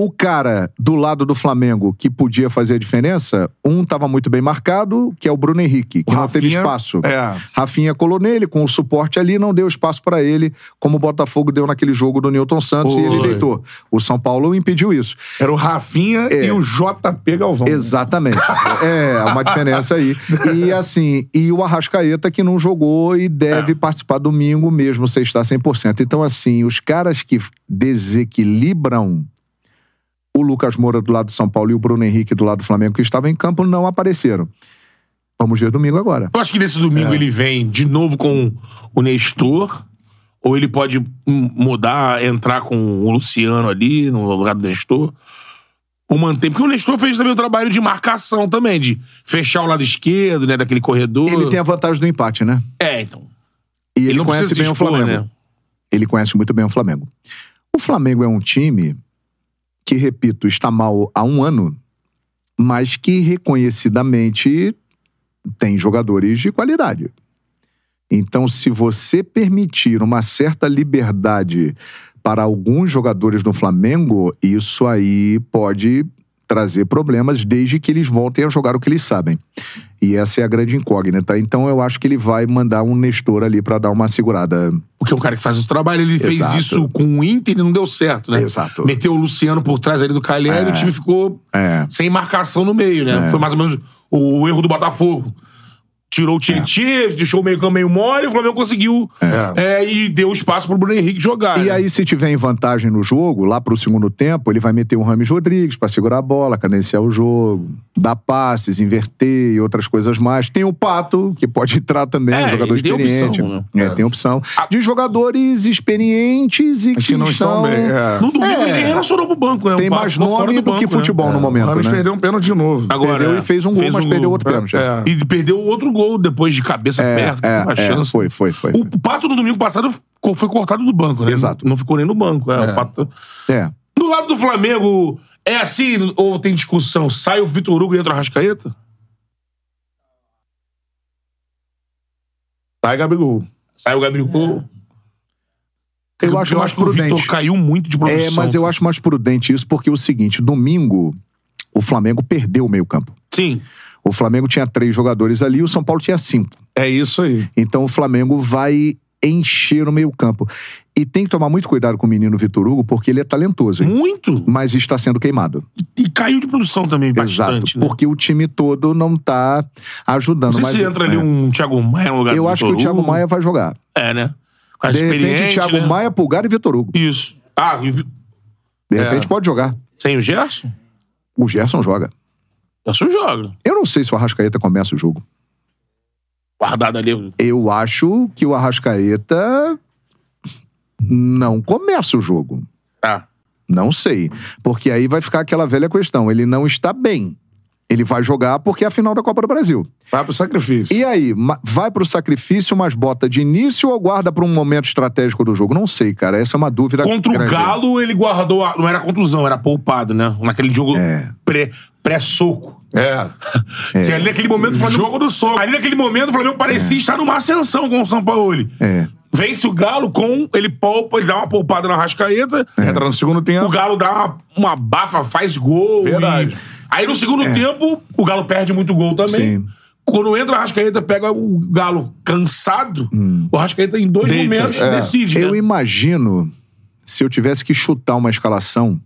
[SPEAKER 3] O cara do lado do Flamengo que podia fazer diferença, um estava muito bem marcado, que é o Bruno Henrique, que não teve
[SPEAKER 1] Rafinha,
[SPEAKER 3] espaço.
[SPEAKER 1] é.
[SPEAKER 3] Rafinha colou nele, com o suporte ali, não deu espaço para ele, como o Botafogo deu naquele jogo do Newton Santos e ele
[SPEAKER 2] Foi.
[SPEAKER 3] deitou. O São Paulo impediu isso.
[SPEAKER 1] Era o Rafinha
[SPEAKER 3] É.
[SPEAKER 1] e o JP Galvão.
[SPEAKER 3] Exatamente. é, há uma diferença aí. E assim, e o Arrascaeta que não jogou e deve
[SPEAKER 2] É.
[SPEAKER 3] participar domingo mesmo se está 100%. Então assim, os caras que desequilibram o Lucas Moura do lado de São Paulo e o Bruno Henrique do lado do Flamengo que estavam em campo não apareceram. Vamos ver domingo agora.
[SPEAKER 2] Eu acho que nesse
[SPEAKER 3] É.
[SPEAKER 2] domingo ele vem de novo com o Nestor, ou ele pode hum, mudar, entrar com o Luciano ali no lugar do Nestor. Ou mantém, porque o Nestor fez também um trabalho de marcação também, de fechar o lado esquerdo, né, daquele corredor.
[SPEAKER 3] Ele tem a vantagem do empate, né?
[SPEAKER 2] É, então.
[SPEAKER 3] E ele,
[SPEAKER 2] não
[SPEAKER 3] conhece
[SPEAKER 2] precisa
[SPEAKER 3] bem
[SPEAKER 2] se
[SPEAKER 3] o
[SPEAKER 2] expor,
[SPEAKER 3] Flamengo.
[SPEAKER 2] né?
[SPEAKER 3] Ele conhece muito bem o Flamengo. O Flamengo é um time que, repito, está mal há um ano, mas que reconhecidamente tem jogadores de qualidade. Então, se você permitir uma certa liberdade para alguns jogadores do Flamengo, isso aí pode trazer problemas desde que eles voltem a jogar o que eles sabem. E essa é a grande incógnita. Então, eu acho que ele vai mandar um Nestor ali para dar uma segurada.
[SPEAKER 2] Porque é um cara que faz o trabalho, ele fez
[SPEAKER 3] Exato.
[SPEAKER 2] isso com o Inter e não deu certo, né?
[SPEAKER 3] Exato.
[SPEAKER 2] Meteu o Luciano por trás ali do Calheri e o time ficou
[SPEAKER 3] É.
[SPEAKER 2] sem marcação no meio, né? Foi mais ou menos o, erro do Botafogo. Tirou o Tietchan,
[SPEAKER 3] É.
[SPEAKER 2] deixou o meio campo meio mole, o Flamengo conseguiu. É, e deu espaço pro Bruno Henrique jogar.
[SPEAKER 3] E
[SPEAKER 2] né?
[SPEAKER 3] aí, se tiver em vantagem no jogo, lá pro segundo tempo, ele vai meter o Rames Rodrigues pra segurar a bola, cadenciar o jogo, dar passes, inverter e outras coisas mais. Tem o Pato, que pode entrar também, um
[SPEAKER 2] É,
[SPEAKER 3] jogador
[SPEAKER 2] ele tem
[SPEAKER 3] experiente.
[SPEAKER 2] opção, né? Ah.
[SPEAKER 3] É, tem opção. De jogadores experientes e que,
[SPEAKER 1] que não estão bem. É.
[SPEAKER 2] No domingo
[SPEAKER 3] É.
[SPEAKER 2] ele nem relacionou pro banco, né?
[SPEAKER 3] Tem
[SPEAKER 2] O Pato
[SPEAKER 3] mais
[SPEAKER 2] ficou fora
[SPEAKER 3] nome do, que
[SPEAKER 2] banco, né?
[SPEAKER 3] futebol no
[SPEAKER 1] O
[SPEAKER 3] momento,
[SPEAKER 1] Ramos
[SPEAKER 3] né?
[SPEAKER 1] perdeu um pênalti de novo.
[SPEAKER 2] Agora,
[SPEAKER 3] Perdeu e fez um gol, mas perdeu outro pênalti, já.
[SPEAKER 1] É.
[SPEAKER 2] E perdeu outro gol depois de cabeça perto, que
[SPEAKER 3] é,
[SPEAKER 2] uma
[SPEAKER 3] é,
[SPEAKER 2] chance.
[SPEAKER 3] foi, foi, foi.
[SPEAKER 2] O, o Pato no domingo passado co- foi cortado do banco, né?
[SPEAKER 3] Exato.
[SPEAKER 2] Não, ficou nem no banco. é, o Pato-
[SPEAKER 3] É.
[SPEAKER 2] Do lado do Flamengo, é assim ou tem discussão? Sai o Vitor Hugo e entra o Arrascaeta?
[SPEAKER 1] Sai, Gabigol.
[SPEAKER 2] Sai o Gabigol?
[SPEAKER 3] É. Eu acho mais
[SPEAKER 2] que o
[SPEAKER 3] prudente.
[SPEAKER 2] Vitor caiu muito de produção.
[SPEAKER 3] É, mas eu acho mais prudente isso, porque é o seguinte: domingo, o Flamengo perdeu o meio-campo.
[SPEAKER 2] Sim.
[SPEAKER 3] O Flamengo tinha três jogadores ali, o São Paulo tinha cinco.
[SPEAKER 1] É isso aí.
[SPEAKER 3] Então o Flamengo vai encher o meio-campo. E tem que tomar muito cuidado com o menino Vitor Hugo, porque ele é talentoso, hein?
[SPEAKER 2] Muito.
[SPEAKER 3] mas está sendo queimado.
[SPEAKER 2] E caiu de produção também bastante.
[SPEAKER 3] Exato.
[SPEAKER 2] né?
[SPEAKER 3] Porque o time todo não está
[SPEAKER 2] Não
[SPEAKER 3] ajudando.
[SPEAKER 2] sei
[SPEAKER 3] mas,
[SPEAKER 2] se entra ali
[SPEAKER 3] é.
[SPEAKER 2] um Thiago Maia no lugar
[SPEAKER 3] Eu
[SPEAKER 2] do
[SPEAKER 3] acho que
[SPEAKER 2] Vitor
[SPEAKER 3] o Thiago
[SPEAKER 2] Hugo.
[SPEAKER 3] Maia vai jogar.
[SPEAKER 2] É, né? Com a
[SPEAKER 3] De repente,
[SPEAKER 2] experiente,
[SPEAKER 3] Thiago
[SPEAKER 2] né?
[SPEAKER 3] Maia, Pulgar e Vitor Hugo.
[SPEAKER 2] Isso. Ah, e vi-
[SPEAKER 3] De
[SPEAKER 1] É.
[SPEAKER 3] repente pode jogar.
[SPEAKER 2] sem o Gerson?
[SPEAKER 3] O Gerson joga.
[SPEAKER 2] Gerson joga.
[SPEAKER 3] Eu não sei se o Arrascaeta começa o jogo.
[SPEAKER 2] Guardado ali.
[SPEAKER 3] Eu acho que o Arrascaeta não começa o jogo.
[SPEAKER 2] Tá.
[SPEAKER 3] Não sei. Porque aí vai ficar aquela velha questão. Ele não está bem. Ele vai jogar porque é a final da Copa do Brasil.
[SPEAKER 1] Vai pro sacrifício.
[SPEAKER 3] E aí, ma- vai pro sacrifício, mas bota de início ou guarda para um momento estratégico do jogo? Não sei, cara. Essa é uma dúvida.
[SPEAKER 2] Contra o
[SPEAKER 3] grande.
[SPEAKER 2] Galo, ele guardou. a- Não era contusão, era poupado, né? Naquele jogo
[SPEAKER 3] É.
[SPEAKER 2] pré- pré-soco.
[SPEAKER 1] É.
[SPEAKER 2] Que ali naquele momento o Flamengo. Jogo do soco. Ali naquele momento o Flamengo parecia estar numa ascensão com o São Paulo.
[SPEAKER 3] É.
[SPEAKER 2] Vence o Galo com. Ele poupa, ele dá uma poupada na Rascaeta.
[SPEAKER 3] é.
[SPEAKER 1] Entra no segundo tempo.
[SPEAKER 2] O Galo dá uma, uma bafa, faz gol.
[SPEAKER 1] Verdade.
[SPEAKER 2] e- Aí no segundo tempo, o Galo perde muito gol também.
[SPEAKER 3] Sim.
[SPEAKER 2] Quando entra o Rascaeta, pega o Galo cansado. O Rascaeta, em dois
[SPEAKER 1] Deita,
[SPEAKER 2] momentos,
[SPEAKER 1] é.
[SPEAKER 2] decide.
[SPEAKER 3] Eu
[SPEAKER 2] né?
[SPEAKER 3] imagino, se eu tivesse que chutar uma escalação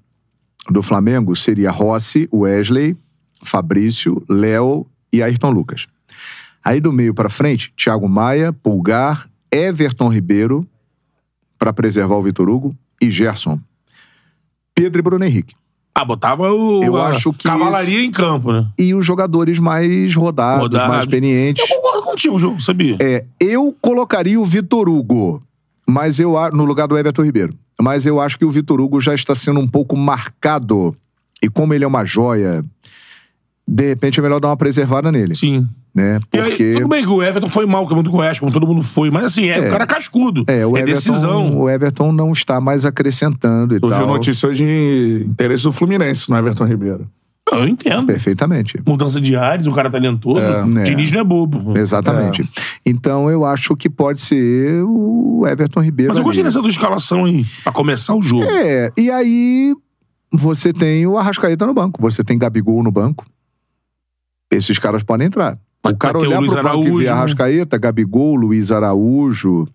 [SPEAKER 3] do Flamengo, seria Rossi, Wesley, Fabrício, Léo e Ayrton Lucas. Aí do meio pra frente, Thiago Maia, Pulgar, Everton Ribeiro, pra preservar o Vitor Hugo, e Gerson. Pedro e Bruno Henrique.
[SPEAKER 2] Ah, botava o.
[SPEAKER 3] Eu
[SPEAKER 2] a
[SPEAKER 3] acho que
[SPEAKER 2] Cavalaria em campo, né?
[SPEAKER 3] E os jogadores mais rodados,
[SPEAKER 2] Rodados.
[SPEAKER 3] mais experientes.
[SPEAKER 2] Eu concordo contigo, João, sabia?
[SPEAKER 3] É, eu colocaria o Vitor Hugo, mas eu a- no lugar do Everton Ribeiro. Mas eu acho que o Vitor Hugo já está sendo um pouco marcado. E como ele é uma joia, de repente é melhor dar uma preservada nele,
[SPEAKER 2] Sim.
[SPEAKER 3] né?
[SPEAKER 2] E aí,
[SPEAKER 3] Porque
[SPEAKER 2] tudo bem que o Everton foi mal, que é muito Goiás, como todo mundo foi, mas assim, é, um cara cascudo.
[SPEAKER 3] é, o, Everton,
[SPEAKER 2] decisão.
[SPEAKER 3] o Everton não está mais acrescentando e
[SPEAKER 1] Surgiu
[SPEAKER 3] tal.
[SPEAKER 1] notícia hoje de interesse do Fluminense no é, Everton Ribeiro.
[SPEAKER 2] Eu entendo.
[SPEAKER 3] Perfeitamente.
[SPEAKER 2] Mudança de ares, um cara talentoso.
[SPEAKER 3] É, né.
[SPEAKER 2] Diniz não é bobo. É.
[SPEAKER 3] Exatamente. Então eu acho que pode ser o Everton
[SPEAKER 2] É.
[SPEAKER 3] Ribeiro.
[SPEAKER 2] Mas eu
[SPEAKER 3] ali.
[SPEAKER 2] gostei dessa tua escalação, hein? Pra começar o jogo.
[SPEAKER 3] É, e aí você tem o Arrascaeta no banco, você tem Gabigol no banco. Esses caras podem entrar.
[SPEAKER 2] Mas
[SPEAKER 3] O cara
[SPEAKER 2] vai ter Tá o
[SPEAKER 3] olhar pro
[SPEAKER 2] Luiz
[SPEAKER 3] banco e
[SPEAKER 2] Araújo,
[SPEAKER 3] ver
[SPEAKER 2] né?
[SPEAKER 3] Arrascaeta, Gabigol, Luiz Araújo.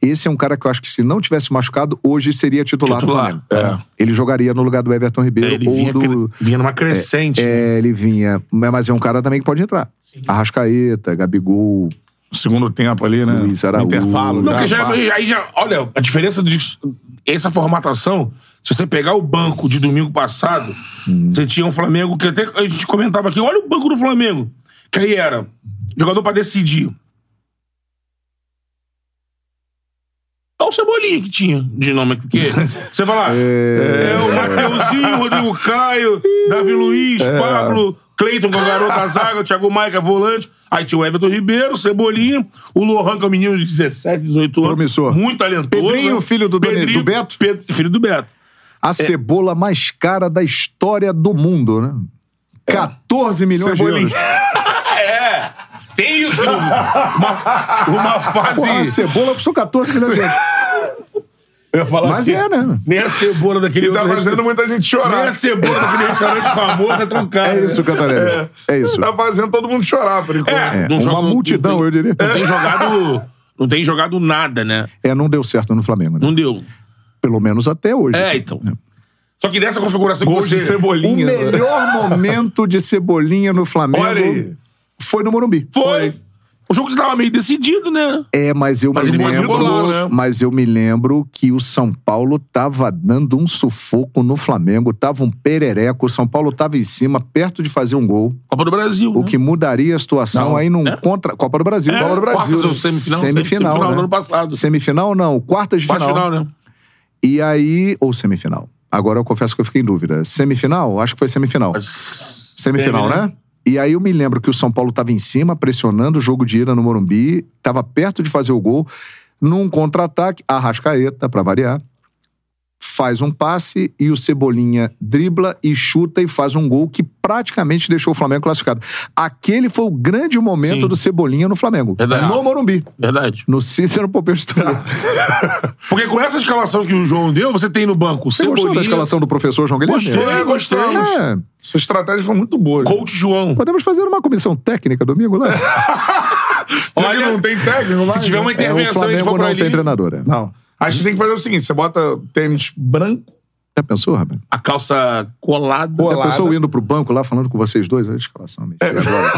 [SPEAKER 3] Esse é um cara que eu acho que se não tivesse machucado, hoje seria titular,
[SPEAKER 2] Titular, é.
[SPEAKER 3] do Flamengo. Ele jogaria no lugar do Everton Ribeiro
[SPEAKER 2] Ele
[SPEAKER 3] ou
[SPEAKER 2] vinha,
[SPEAKER 3] do...
[SPEAKER 2] cre- vinha numa crescente.
[SPEAKER 3] É, ele vinha. Mas mas é um cara também que pode entrar. Arrascaeta, Gabigol.
[SPEAKER 1] Segundo tempo ali, né?
[SPEAKER 3] Luiz Araújo.
[SPEAKER 1] Intervalo.
[SPEAKER 2] Não,
[SPEAKER 1] já, é
[SPEAKER 2] que já,
[SPEAKER 1] pá.
[SPEAKER 2] aí já, olha, a diferença de essa formatação, se você pegar o banco de domingo passado, você tinha um Flamengo que até a gente comentava aqui, olha o banco do Flamengo, que aí era jogador pra decidir. Olha o Cebolinha que tinha de nome, porque você fala, é, o Mateuzinho, Rodrigo Caio, Davi Luiz,
[SPEAKER 3] É.
[SPEAKER 2] Pablo, Cleiton, que é o garoto da zaga, o Thiago Maia, que é volante, aí tinha o Everton Ribeiro, o Cebolinha, o Lohan, que é um menino de 17, 18 anos,
[SPEAKER 3] Promissor.
[SPEAKER 2] muito talentoso.
[SPEAKER 3] Pedrinho, filho do Doni- do Beto?
[SPEAKER 2] Pedro- filho do Beto. É.
[SPEAKER 3] A cebola mais cara da história do mundo, né? 14 milhões de
[SPEAKER 1] Cebolinha.
[SPEAKER 3] euros.
[SPEAKER 2] É, tem isso, Silvio. uma, uma fase...
[SPEAKER 3] Porra, a cebola custou 14 milhões de euros.
[SPEAKER 2] Eu ia falar
[SPEAKER 3] Mas
[SPEAKER 2] que
[SPEAKER 3] é, né?
[SPEAKER 2] Nem a cebola daquele
[SPEAKER 1] E tá
[SPEAKER 2] outro
[SPEAKER 1] fazendo
[SPEAKER 3] um
[SPEAKER 1] muita gente
[SPEAKER 2] restaurante- Nem
[SPEAKER 1] chorar.
[SPEAKER 2] a cebola daquele restaurante famoso é tão cara.
[SPEAKER 3] É isso, Cantarelli. É isso.
[SPEAKER 1] Tá fazendo todo mundo chorar, por enquanto.
[SPEAKER 2] É.
[SPEAKER 3] É,
[SPEAKER 2] Não joga-
[SPEAKER 3] uma
[SPEAKER 2] não
[SPEAKER 3] multidão,
[SPEAKER 2] tem-
[SPEAKER 3] eu diria.
[SPEAKER 2] Não tem jogado... Não tem jogado nada, né?
[SPEAKER 3] É, não deu certo no Flamengo, né?
[SPEAKER 2] Não deu.
[SPEAKER 3] Pelo menos até hoje.
[SPEAKER 2] É, né? então. Só que nessa configuração que
[SPEAKER 1] Gols de
[SPEAKER 2] você...
[SPEAKER 3] O
[SPEAKER 1] cebolinha.
[SPEAKER 3] melhor momento de cebolinha no
[SPEAKER 1] Olha aí.
[SPEAKER 3] Flamengo foi no Morumbi.
[SPEAKER 2] Foi. O jogo estava meio decidido, né?
[SPEAKER 3] É, mas eu
[SPEAKER 2] Mas
[SPEAKER 3] me
[SPEAKER 2] ele fazia
[SPEAKER 3] lembro.
[SPEAKER 2] golaço, né?
[SPEAKER 3] Mas eu me lembro que o São Paulo tava dando um sufoco no Flamengo, tava um perereco, o São Paulo tava em cima, perto de fazer um gol,
[SPEAKER 2] Copa do Brasil.
[SPEAKER 3] o que mudaria a situação
[SPEAKER 2] Uhum. Não,
[SPEAKER 3] aí num
[SPEAKER 2] é?
[SPEAKER 3] contra Copa do Brasil,
[SPEAKER 2] É,
[SPEAKER 3] Copa do Brasil,
[SPEAKER 2] quartas ou semifinal?
[SPEAKER 3] semifinal,
[SPEAKER 2] Semifinal
[SPEAKER 3] né?
[SPEAKER 2] do ano passado.
[SPEAKER 3] Semifinal não, quartas de
[SPEAKER 2] Faz
[SPEAKER 3] final.
[SPEAKER 2] final, né?
[SPEAKER 3] E aí ou semifinal. Agora eu confesso que eu fiquei em dúvida. Semifinal? Acho que foi semifinal. Semifinal,
[SPEAKER 2] É,
[SPEAKER 3] né? E aí eu me lembro que o São Paulo tava em cima, pressionando o jogo de ida no Morumbi, tava perto de fazer o gol. Num contra-ataque, Arrascaeta, pra variar, faz um passe e o Cebolinha dribla e chuta e faz um gol que praticamente deixou o Flamengo classificado. Aquele foi o grande momento
[SPEAKER 2] Sim.
[SPEAKER 3] do Cebolinha no Flamengo.
[SPEAKER 2] Verdade.
[SPEAKER 3] No Morumbi.
[SPEAKER 2] Verdade.
[SPEAKER 3] No Cícero Popestre.
[SPEAKER 2] Porque com essa escalação que o João deu, você tem no banco o
[SPEAKER 3] Você gostou da
[SPEAKER 2] Cebolinha,
[SPEAKER 3] escalação do professor João Guilherme?
[SPEAKER 2] Gostou,
[SPEAKER 1] É, gostei.
[SPEAKER 3] É.
[SPEAKER 1] Sua estratégia foi muito boa.
[SPEAKER 2] coach João.
[SPEAKER 3] Podemos fazer uma comissão técnica domingo lá?
[SPEAKER 1] Olha,
[SPEAKER 2] Olha,
[SPEAKER 1] que não tem técnico mais.
[SPEAKER 2] se tiver uma
[SPEAKER 1] né?
[SPEAKER 3] É, o
[SPEAKER 2] intervenção e a gente
[SPEAKER 3] Flamengo
[SPEAKER 2] for
[SPEAKER 3] não
[SPEAKER 2] pra
[SPEAKER 3] tem é.
[SPEAKER 2] ali,
[SPEAKER 3] treinadora.
[SPEAKER 1] Não. Acho que tem que fazer o seguinte: você bota tênis branco,
[SPEAKER 3] Já pensou, Rabin?
[SPEAKER 2] a calça colada.
[SPEAKER 3] Já
[SPEAKER 1] Colada.
[SPEAKER 3] pensou eu indo pro banco lá falando com vocês dois? Olha a escalação, bicho.
[SPEAKER 1] É.
[SPEAKER 3] E agora?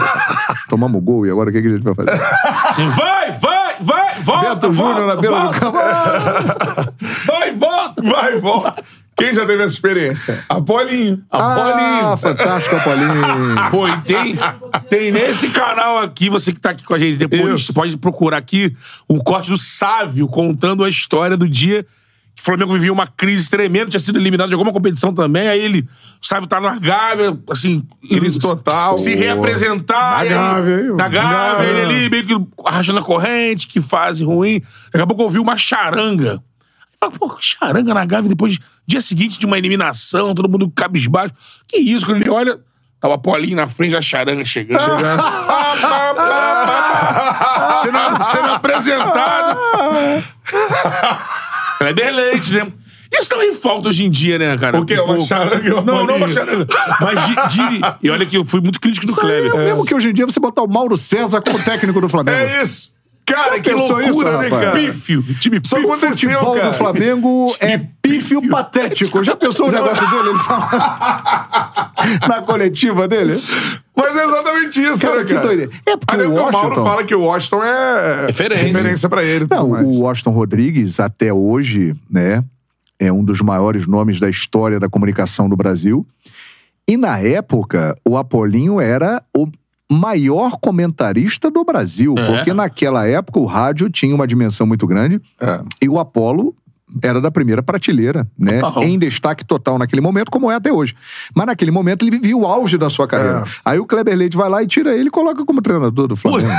[SPEAKER 3] Tomamos gol e agora o que, que a gente vai fazer?
[SPEAKER 2] Assim, vai, vai, vai, volta,
[SPEAKER 3] Beto
[SPEAKER 2] volta,
[SPEAKER 3] Júnior na beira do
[SPEAKER 2] volta,
[SPEAKER 3] campo.
[SPEAKER 2] Vai, volta.
[SPEAKER 1] vai e volta. Quem já teve essa experiência? A Paulinho.
[SPEAKER 2] A bolinha.
[SPEAKER 3] Ah, fantástico, Apolinho.
[SPEAKER 2] Pô, e tem, tem nesse canal aqui, você que tá aqui com a gente depois,
[SPEAKER 1] Isso.
[SPEAKER 2] você pode procurar aqui um corte do Sávio contando a história do dia que o Flamengo vivia uma crise tremenda, tinha sido eliminado de alguma competição também, aí ele, o Sávio tá na Gávea, assim...
[SPEAKER 1] Crise
[SPEAKER 2] ele-
[SPEAKER 1] total.
[SPEAKER 2] Se
[SPEAKER 1] Boa.
[SPEAKER 2] reapresentar.
[SPEAKER 1] Na
[SPEAKER 2] e aí-
[SPEAKER 1] Gávea, hein?
[SPEAKER 2] Na Gávea,
[SPEAKER 1] Gávea.
[SPEAKER 2] ele ali meio que arrastando a corrente, que fase ruim. Daqui a pouco ouviu uma charanga. Aí fala, pô, charanga na Gávea depois, dia seguinte de uma eliminação, todo mundo cabisbaixo. Que isso, quando ele olha, tava a Paulinho na frente, a charanga chegando.
[SPEAKER 1] Ah.
[SPEAKER 2] chegando. Pá, pá, pá, pá. sendo, sendo apresentado. Kleber Leite, né? Isso também falta hoje em dia, né, cara?
[SPEAKER 1] O quê?
[SPEAKER 2] Um
[SPEAKER 1] Uma
[SPEAKER 2] pouco.
[SPEAKER 1] charanga e uma
[SPEAKER 2] Não, não
[SPEAKER 1] bolinha.
[SPEAKER 2] uma charanga. Mas de, de- E olha que eu fui muito crítico do
[SPEAKER 3] Isso aí
[SPEAKER 2] Kleber.
[SPEAKER 3] é o mesmo que hoje em dia você botar o Mauro César como técnico do Flamengo.
[SPEAKER 1] É isso. Cara,
[SPEAKER 3] Já
[SPEAKER 1] que
[SPEAKER 3] pensou
[SPEAKER 1] loucura,
[SPEAKER 3] isso,
[SPEAKER 1] né,
[SPEAKER 3] rapaz?
[SPEAKER 1] cara?
[SPEAKER 2] Pífio. Time
[SPEAKER 1] Só
[SPEAKER 2] pífio.
[SPEAKER 1] aconteceu,
[SPEAKER 3] O futebol
[SPEAKER 1] cara.
[SPEAKER 3] do Flamengo é pífio patético. Já pensou o negócio dele? Ele fala na coletiva dele?
[SPEAKER 1] Mas é exatamente isso,
[SPEAKER 3] Cara,
[SPEAKER 1] né,
[SPEAKER 3] que
[SPEAKER 1] cara?
[SPEAKER 3] doideira. É porque
[SPEAKER 1] Até
[SPEAKER 3] o
[SPEAKER 1] porque o Mauro
[SPEAKER 3] Washington-
[SPEAKER 1] fala que o Washington é
[SPEAKER 2] Referência.
[SPEAKER 3] né?
[SPEAKER 1] referência pra ele. e tudo
[SPEAKER 3] Não,
[SPEAKER 1] mais.
[SPEAKER 3] o Washington Rodrigues, até hoje, né, é um dos maiores nomes da história da comunicação do Brasil. E na época, o Apolinho era o maior comentarista do Brasil,
[SPEAKER 2] É.
[SPEAKER 3] porque naquela época o rádio tinha uma dimensão muito grande
[SPEAKER 1] É.
[SPEAKER 3] e o Apolo era da primeira prateleira, né?
[SPEAKER 2] Total.
[SPEAKER 3] Em destaque total naquele momento, como é até hoje. Mas naquele momento ele vivia o auge da sua carreira.
[SPEAKER 1] É.
[SPEAKER 3] Aí o Kleber Leite vai lá e tira ele e coloca como treinador do Flamengo.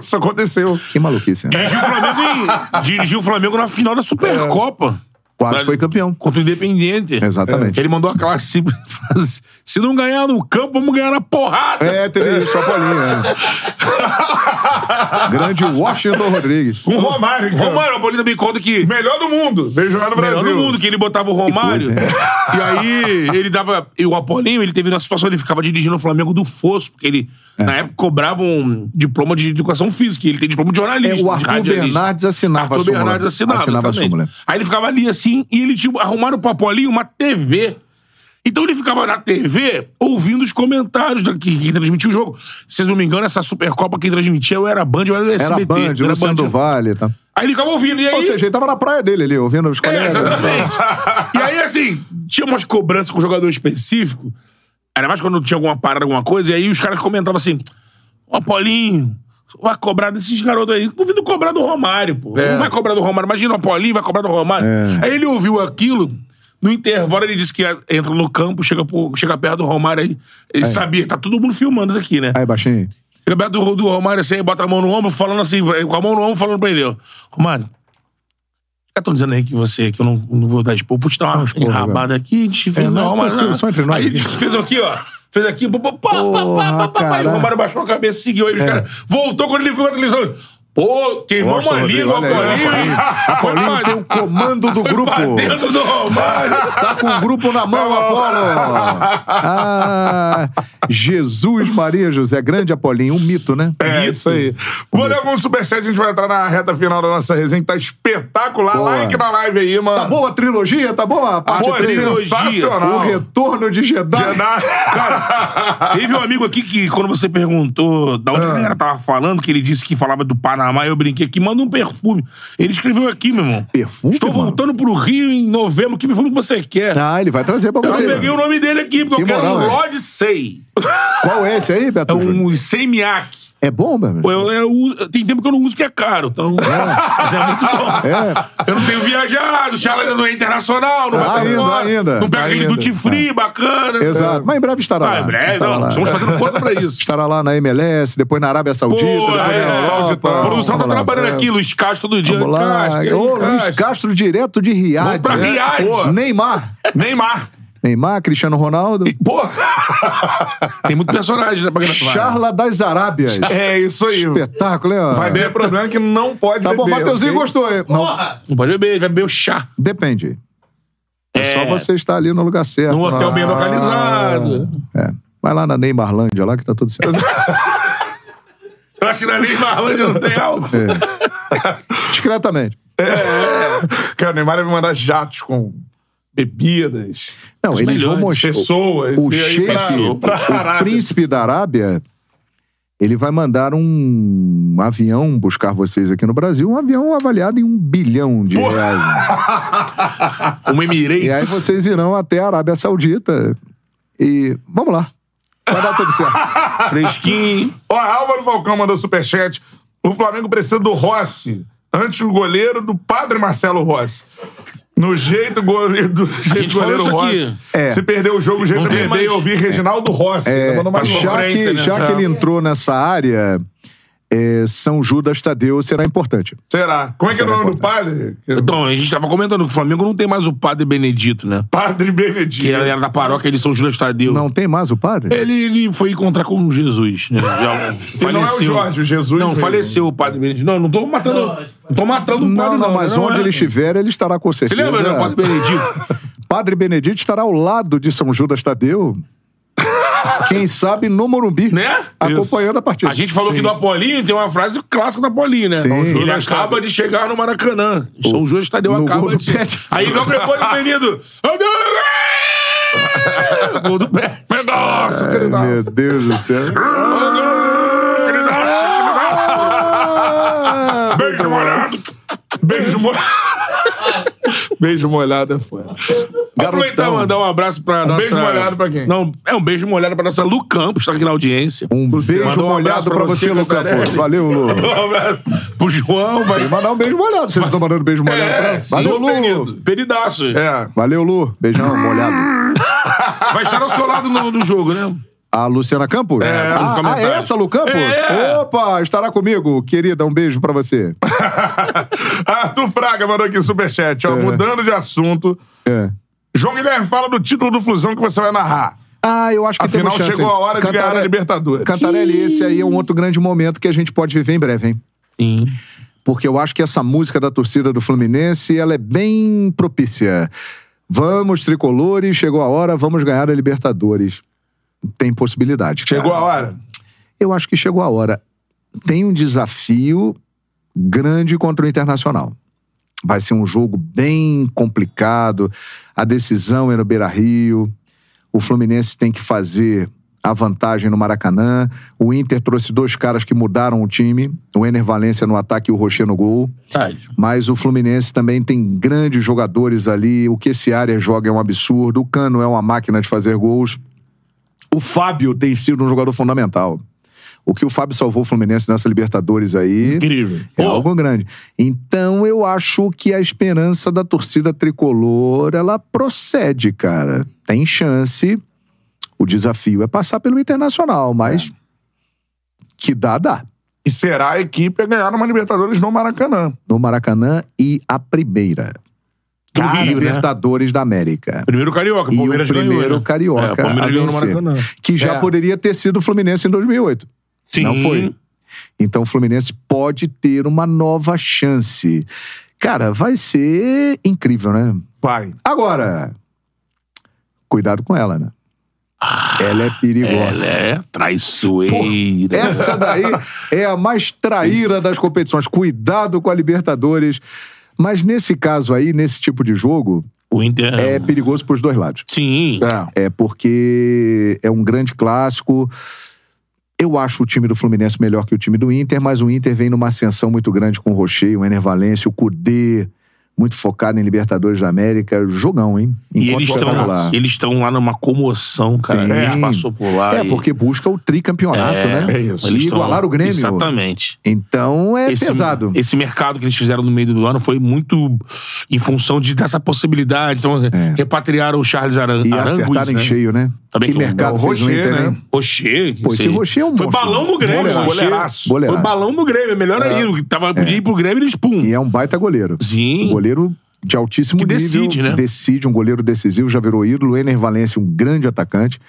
[SPEAKER 1] Isso aconteceu.
[SPEAKER 3] Que maluquice, né?
[SPEAKER 2] Dirigiu o Flamengo em- Dirigiu o Flamengo na final da Supercopa.
[SPEAKER 3] Quase
[SPEAKER 2] Mas-
[SPEAKER 3] foi campeão.
[SPEAKER 2] Contra o Independente.
[SPEAKER 3] Exatamente.
[SPEAKER 2] Que ele mandou aquela simples frase: se não ganhar no campo, vamos ganhar na porrada.
[SPEAKER 3] É, teve isso, a bolinha. é. Grande Washington Rodrigues.
[SPEAKER 1] Com o Romário, cara.
[SPEAKER 2] Romário, a Paulina me conta que.
[SPEAKER 1] Melhor do mundo. Veio jogar no
[SPEAKER 2] Melhor
[SPEAKER 1] Brasil.
[SPEAKER 2] do mundo, que ele botava o Romário.
[SPEAKER 3] coisa,
[SPEAKER 2] e aí, ele dava. E o Apolinho, ele teve uma situação, ele ficava dirigindo o Flamengo do Fosso, porque ele,
[SPEAKER 3] É.
[SPEAKER 2] na época, cobrava um diploma de educação física. e Ele tem diploma de
[SPEAKER 3] É,
[SPEAKER 2] jornalista.
[SPEAKER 3] o
[SPEAKER 2] de
[SPEAKER 3] Arthur
[SPEAKER 2] radialista.
[SPEAKER 3] Bernardes assinava a
[SPEAKER 2] Arthur
[SPEAKER 3] súmula.
[SPEAKER 2] Bernardes assinava,
[SPEAKER 3] assinava a
[SPEAKER 2] exatamente.
[SPEAKER 3] súmula.
[SPEAKER 2] Aí ele ficava ali assim, e ele tipo, arrumaram pro Apolinho uma TV. Então ele ficava na TV ouvindo os comentários da, que, que transmitia o jogo. Se eu não me engano, essa Supercopa quem transmitia eu era a Band, eu era o
[SPEAKER 3] Era
[SPEAKER 2] SBT.
[SPEAKER 3] Band,
[SPEAKER 2] era
[SPEAKER 3] Luciano do Vale e tal.
[SPEAKER 2] Aí ele ficava ouvindo. E aí,
[SPEAKER 3] Ou seja, ele tava na praia dele ali, ouvindo os
[SPEAKER 2] é,
[SPEAKER 3] colegas.
[SPEAKER 2] exatamente. e aí, assim, tinha umas cobranças com um jogador específico. Era mais quando tinha alguma parada, alguma coisa, e aí os caras comentavam assim: Ó, Paulinho, vai cobrar desses garotos aí. Duvido cobrar do Romário, pô. Não vai cobrar do Romário. Imagina, o Paulinho vai cobrar do Romário. Aí ele ouviu aquilo. No intervalo, ele disse que ia- entra no campo, chega, pro- chega perto do Romário aí. Ele sabia, tá todo mundo filmando isso aqui, né?
[SPEAKER 3] Aí, baixinho.
[SPEAKER 2] Chega perto do, do Romário assim, aí bota a mão no ombro, falando assim, com a mão no ombro, falando pra ele, ó. Romário, os caras tão dizendo aí que você, que eu não, não vou dar expor, vou te dar uma enrabada aqui, a gente fez.
[SPEAKER 3] É,
[SPEAKER 2] não,
[SPEAKER 3] não,
[SPEAKER 2] Romário,
[SPEAKER 3] tranquilo,
[SPEAKER 2] não.
[SPEAKER 3] só entre nós
[SPEAKER 2] Aí
[SPEAKER 3] aqui.
[SPEAKER 2] ele fez aqui, ó. Fez aqui, pá, pá, pá, pá,
[SPEAKER 3] Porra,
[SPEAKER 2] pá, pá, pá, e o
[SPEAKER 3] caralho.
[SPEAKER 2] Romário baixou a cabeça, seguiu
[SPEAKER 3] É.
[SPEAKER 2] aí os caras. Voltou quando ele viu a televisão. Pô, queimou
[SPEAKER 3] Nossa,
[SPEAKER 2] uma
[SPEAKER 3] Rodrigo,
[SPEAKER 2] língua,
[SPEAKER 3] olha aí,
[SPEAKER 2] Apolinho, hein? Foi pra-
[SPEAKER 3] tem um o comando do
[SPEAKER 2] foi
[SPEAKER 3] grupo.
[SPEAKER 2] pra dentro do Romário.
[SPEAKER 3] Tá com o grupo na mão, Apolo! Ah, Jesus Maria José, grande Apolinho, um mito, né?
[SPEAKER 1] É, isso aí. Vou ler alguns superchats, a gente vai entrar na reta final da nossa resenha, que tá espetacular.
[SPEAKER 3] Boa.
[SPEAKER 1] Like na live aí, mano.
[SPEAKER 3] Tá boa a trilogia, tá boa a parte
[SPEAKER 1] Pô, é
[SPEAKER 3] três?
[SPEAKER 2] trilogia.
[SPEAKER 1] sensacional.
[SPEAKER 3] O retorno de Jedi.
[SPEAKER 1] Jedi.
[SPEAKER 2] Teve um amigo aqui que, quando você perguntou da onde a
[SPEAKER 3] Ah.
[SPEAKER 2] galera tava falando, que ele disse que falava do Panamá, eu brinquei que manda um perfume. Ele escreveu aqui, meu irmão.
[SPEAKER 3] Perfume,
[SPEAKER 2] Estou
[SPEAKER 3] mano?
[SPEAKER 2] voltando pro Rio em novembro, que perfume que você quer?
[SPEAKER 3] Ah, ele vai trazer pra
[SPEAKER 2] eu
[SPEAKER 3] você.
[SPEAKER 2] peguei um- o nome dele aqui, porque
[SPEAKER 3] Que
[SPEAKER 2] eu quero
[SPEAKER 3] moral,
[SPEAKER 2] um
[SPEAKER 3] hein?
[SPEAKER 2] Lodge 100.
[SPEAKER 3] Qual é esse aí, Beto?
[SPEAKER 2] É um semiac.
[SPEAKER 3] É bom, meu amigo?
[SPEAKER 2] Eu, eu uso- tem tempo que eu não uso, que é caro. Então, mas é muito bom. Eu não tenho viajado, o Charla ainda não é internacional, não
[SPEAKER 3] Ah,
[SPEAKER 2] vai pra
[SPEAKER 3] ainda,
[SPEAKER 2] fora,
[SPEAKER 3] ainda.
[SPEAKER 2] Não pega aquele
[SPEAKER 1] Ainda.
[SPEAKER 2] duty free, bacana.
[SPEAKER 3] Tá Exato. Mas em breve estará lá.
[SPEAKER 2] Ah, em breve,
[SPEAKER 3] Estará
[SPEAKER 2] não,
[SPEAKER 3] lá.
[SPEAKER 2] estamos fazendo força pra isso.
[SPEAKER 3] Estará lá na MLS, depois na Arábia Saudita.
[SPEAKER 2] Pô,
[SPEAKER 3] depois
[SPEAKER 2] é,
[SPEAKER 3] na Europa.
[SPEAKER 2] A produção tá
[SPEAKER 3] Vamos lá,
[SPEAKER 2] trabalhando
[SPEAKER 3] é.
[SPEAKER 2] aqui, Luiz Castro todo dia.
[SPEAKER 3] Vamos lá.
[SPEAKER 2] Castro,
[SPEAKER 3] Ô,
[SPEAKER 2] aí,
[SPEAKER 3] Luiz
[SPEAKER 2] Castro.
[SPEAKER 3] Castro, direto de Riad.
[SPEAKER 2] Vamos pra
[SPEAKER 3] né?
[SPEAKER 2] Riad.
[SPEAKER 3] Pô, Neymar.
[SPEAKER 2] é
[SPEAKER 1] Neymar.
[SPEAKER 3] Neymar, Cristiano Ronaldo.
[SPEAKER 2] Tem muito personagem, né, pra gravar.
[SPEAKER 3] Charla das Arábias.
[SPEAKER 1] É isso aí.
[SPEAKER 3] Espetáculo, hein? ó?
[SPEAKER 1] Vai bem, o problema é que não pode
[SPEAKER 3] Tá bom,
[SPEAKER 1] beber,
[SPEAKER 3] Mateuzinho
[SPEAKER 1] ok?
[SPEAKER 3] gostou, hein? Não,
[SPEAKER 2] Não pode beber, ele vai beber o chá.
[SPEAKER 3] depende. É, só você estar ali no lugar certo.
[SPEAKER 2] Num hotel
[SPEAKER 3] na-
[SPEAKER 2] bem localizado.
[SPEAKER 3] É. Vai lá na Neymarlândia, lá que tá tudo certo.
[SPEAKER 2] Eu acho que na Neymarlândia não tem álcool.
[SPEAKER 3] Discretamente.
[SPEAKER 1] Cara, o Neymar vai me mandar jatos com bebidas,
[SPEAKER 3] Não,
[SPEAKER 2] Os
[SPEAKER 3] eles
[SPEAKER 2] melhores.
[SPEAKER 3] vão mostrar.
[SPEAKER 1] pessoas.
[SPEAKER 3] o
[SPEAKER 1] e aí
[SPEAKER 3] chefe,
[SPEAKER 1] pra, pra
[SPEAKER 3] o
[SPEAKER 1] Arábia.
[SPEAKER 3] príncipe da Arábia, ele vai mandar um avião buscar vocês aqui no Brasil, um avião avaliado em um bilhão de reais.
[SPEAKER 2] Uma
[SPEAKER 3] E aí
[SPEAKER 2] Emirates.
[SPEAKER 3] vocês irão até a Arábia Saudita e vamos lá. Vai dar tudo certo.
[SPEAKER 2] Fresquinho.
[SPEAKER 1] Ó, Álvaro Falcão mandou superchat. O Flamengo precisa do Rossi. Antes o goleiro do padre Marcelo Rossi. No jeito goleiro do jeito
[SPEAKER 2] gente falou
[SPEAKER 1] goleiro
[SPEAKER 2] isso
[SPEAKER 1] Rossi.
[SPEAKER 2] aqui.
[SPEAKER 3] É.
[SPEAKER 1] Se perder o jogo, o jeito é
[SPEAKER 2] Não tem
[SPEAKER 1] perder
[SPEAKER 2] mais.
[SPEAKER 1] e ouvir Reginaldo Rossi.
[SPEAKER 3] É,
[SPEAKER 1] Tá dando uma
[SPEAKER 2] mas
[SPEAKER 3] já
[SPEAKER 1] sofrência,
[SPEAKER 3] que,
[SPEAKER 2] né?
[SPEAKER 3] já que ele entrou nessa área, é, São Judas Tadeu será importante.
[SPEAKER 1] Será? Como é que é o nome do padre?
[SPEAKER 2] Então, a gente tava comentando que o Flamengo não tem mais o padre Benedito, né?
[SPEAKER 1] Padre Benedito.
[SPEAKER 2] Que é era da paróquia de São Júlio Tadeu.
[SPEAKER 3] Não tem mais o padre?
[SPEAKER 2] Ele, ele foi encontrar com Jesus, né? Já faleceu.
[SPEAKER 1] não é o Jorge, o Jesus
[SPEAKER 2] Não,
[SPEAKER 1] mesmo.
[SPEAKER 2] faleceu o padre Benedito. Não, não tô matando. Não, tô matando o
[SPEAKER 3] Não,
[SPEAKER 2] padre, não.
[SPEAKER 3] não, mas
[SPEAKER 2] Não
[SPEAKER 3] onde
[SPEAKER 2] é.
[SPEAKER 3] ele estiver, ele estará com
[SPEAKER 2] Você
[SPEAKER 3] certeza.
[SPEAKER 2] lembra, né? O padre Benedito.
[SPEAKER 3] Padre Benedito estará ao lado de São Judas Tadeu. Quem sabe no Morumbi.
[SPEAKER 2] Né?
[SPEAKER 3] Acompanhando a partida.
[SPEAKER 2] A gente falou que do Apolinho tem uma frase clássica do Apolinho, né?
[SPEAKER 3] Sim.
[SPEAKER 2] Ele
[SPEAKER 1] Judas
[SPEAKER 2] acaba de chegar no Maracanã. São Júlio Tadeu
[SPEAKER 3] no
[SPEAKER 2] acaba
[SPEAKER 3] gol do
[SPEAKER 2] de.
[SPEAKER 3] Pet.
[SPEAKER 2] Aí logo depois do menino. "Ô, meu- Gol do Pet.
[SPEAKER 1] Nossa,
[SPEAKER 3] Ai,
[SPEAKER 1] querido.
[SPEAKER 3] É, meu Deus do céu.
[SPEAKER 1] Beijo molhado. Beijo molhado. Beijo molhado é foda.
[SPEAKER 2] Aproveitar e mandar um abraço pra nossa.
[SPEAKER 1] beijo molhado pra quem?
[SPEAKER 2] Não, é um beijo molhado pra nossa Lu Campos, tá aqui na audiência.
[SPEAKER 3] Um beijo
[SPEAKER 2] mandou um abraço
[SPEAKER 3] molhado
[SPEAKER 2] pra
[SPEAKER 3] pra você,
[SPEAKER 2] você,
[SPEAKER 3] Lu Campos.
[SPEAKER 2] Lucarelli.
[SPEAKER 3] Valeu, Lu.
[SPEAKER 1] Então,
[SPEAKER 2] Um abraço pro João,
[SPEAKER 3] E
[SPEAKER 2] vai.
[SPEAKER 3] mandar um beijo molhado. Vocês estão mandando beijo molhado pra
[SPEAKER 2] É,
[SPEAKER 3] ela. Valeu,
[SPEAKER 2] sim,
[SPEAKER 3] Lu.
[SPEAKER 2] querido. Peridaço.
[SPEAKER 1] É.
[SPEAKER 3] Valeu, Lu. Beijão molhado.
[SPEAKER 2] Vai estar ao seu lado no, no jogo, né?
[SPEAKER 3] A Luciana Campos?
[SPEAKER 1] É, nos
[SPEAKER 3] ah, ah,
[SPEAKER 1] comentários.
[SPEAKER 3] essa, Lu Campos?
[SPEAKER 1] É.
[SPEAKER 3] Opa, estará comigo. Querida, um beijo pra você.
[SPEAKER 1] Arthur Fraga mandou aqui superchat, ó. Mudando de assunto.
[SPEAKER 3] É.
[SPEAKER 1] João Guilherme, fala do título do Flusão que você vai narrar.
[SPEAKER 3] Ah, eu acho que
[SPEAKER 1] Afinal,
[SPEAKER 3] temos chance.
[SPEAKER 1] chegou a hora de ganhar a
[SPEAKER 3] Cantare-
[SPEAKER 1] Libertadores.
[SPEAKER 3] Cantarelli, esse aí é um outro grande momento que a gente pode viver em breve, hein?
[SPEAKER 2] Sim.
[SPEAKER 3] porque eu acho que essa música da torcida do Fluminense ela é bem propícia. Vamos, tricolores, chegou a hora, vamos ganhar a Libertadores. Tem possibilidade. cara.
[SPEAKER 1] Chegou a hora.
[SPEAKER 3] Eu acho que chegou a hora. Tem um desafio grande contra o Internacional. Vai ser um jogo bem complicado. A decisão é no Beira Rio. O Fluminense tem que fazer a vantagem no Maracanã. O Inter trouxe dois caras que mudaram o time: o Ener Valência no ataque e o Rocher no gol. Mas o Fluminense também tem grandes jogadores ali. O que esse área joga é um absurdo. O Cano é uma máquina de fazer gols. O Fábio tem sido um jogador fundamental. O que o Fábio salvou o Fluminense nessa Libertadores aí
[SPEAKER 2] Incrível.
[SPEAKER 3] é
[SPEAKER 2] Pô,
[SPEAKER 3] algo grande. Então eu acho que a esperança da torcida tricolor, ela procede, cara. Tem chance. O desafio é passar pelo Internacional, mas que dá, dá.
[SPEAKER 1] E será a equipe a ganhar uma Libertadores no Maracanã.
[SPEAKER 3] No Maracanã e a primeira.
[SPEAKER 2] do
[SPEAKER 3] A
[SPEAKER 2] Rio, né?
[SPEAKER 3] Libertadores da América.
[SPEAKER 2] Primeiro carioca, o
[SPEAKER 3] E
[SPEAKER 2] Palmeiras
[SPEAKER 3] o primeiro
[SPEAKER 2] ganhou. né?
[SPEAKER 3] carioca
[SPEAKER 2] É, o Palmeiras
[SPEAKER 3] a
[SPEAKER 2] ganhou no
[SPEAKER 3] vencer.
[SPEAKER 2] Maracanã.
[SPEAKER 3] Que já
[SPEAKER 2] É.
[SPEAKER 3] poderia ter sido o Fluminense em 2008.
[SPEAKER 2] Sim.
[SPEAKER 3] Não foi. Então o Fluminense pode ter uma nova chance. Cara, vai ser incrível, né?
[SPEAKER 1] Vai.
[SPEAKER 3] Agora, cuidado com ela, né? ela é perigosa.
[SPEAKER 2] Ah, Ela é traiçoeira.
[SPEAKER 3] Essa daí é a mais traíra das competições. Cuidado com a Libertadores. Mas nesse caso aí, nesse tipo de jogo,
[SPEAKER 2] O Inter.
[SPEAKER 3] é perigoso pros dois lados.
[SPEAKER 2] Sim.
[SPEAKER 3] É porque é um grande clássico. Eu acho o time do Fluminense melhor que o time do Inter, mas o Inter vem numa ascensão muito grande com o Rocher, o Ener Valencia, o Cudê, muito focado em Libertadores da América. Jogão, hein?
[SPEAKER 2] E
[SPEAKER 3] Enquanto
[SPEAKER 2] eles estão
[SPEAKER 3] jogaram
[SPEAKER 2] lá. Eles estão lá numa comoção, cara.
[SPEAKER 3] Sim.
[SPEAKER 2] Eles passou por lá.
[SPEAKER 3] É,
[SPEAKER 2] e-
[SPEAKER 3] porque busca o tricampeonato,
[SPEAKER 2] É,
[SPEAKER 3] né?
[SPEAKER 1] é isso.
[SPEAKER 3] E
[SPEAKER 2] Eles estão-
[SPEAKER 3] igualar o Grêmio.
[SPEAKER 2] Exatamente.
[SPEAKER 3] Então é pesado.
[SPEAKER 2] Esse mercado que eles fizeram no meio do ano foi muito em função de, dessa possibilidade. Então, repatriaram o Charles Aran
[SPEAKER 3] É. E
[SPEAKER 2] Arangues,
[SPEAKER 3] acertaram em
[SPEAKER 2] né?
[SPEAKER 3] cheio, né?
[SPEAKER 2] Também
[SPEAKER 3] que
[SPEAKER 2] que o-
[SPEAKER 3] mercado
[SPEAKER 1] o
[SPEAKER 3] fez no
[SPEAKER 1] Rocher,
[SPEAKER 3] Inter, né?
[SPEAKER 1] né?
[SPEAKER 2] Rocher, que
[SPEAKER 3] Pô, esse
[SPEAKER 2] sei.
[SPEAKER 3] Rocher é um
[SPEAKER 2] Foi
[SPEAKER 3] monstro.
[SPEAKER 2] balão no Grêmio. né?
[SPEAKER 3] Goleiraço.
[SPEAKER 1] Goleiraço.
[SPEAKER 2] Foi
[SPEAKER 3] Goleiraço.
[SPEAKER 2] balão no Grêmio. é Melhor aí. o que Tava, Podia ir pro Grêmio e eles pum.
[SPEAKER 3] É. E é um baita goleiro.
[SPEAKER 2] Sim.
[SPEAKER 3] Um goleiro de altíssimo
[SPEAKER 2] Que decide,
[SPEAKER 3] nível.
[SPEAKER 2] né?
[SPEAKER 3] Decide, um goleiro decisivo, já virou ídolo. O Ener Valencia, um grande atacante.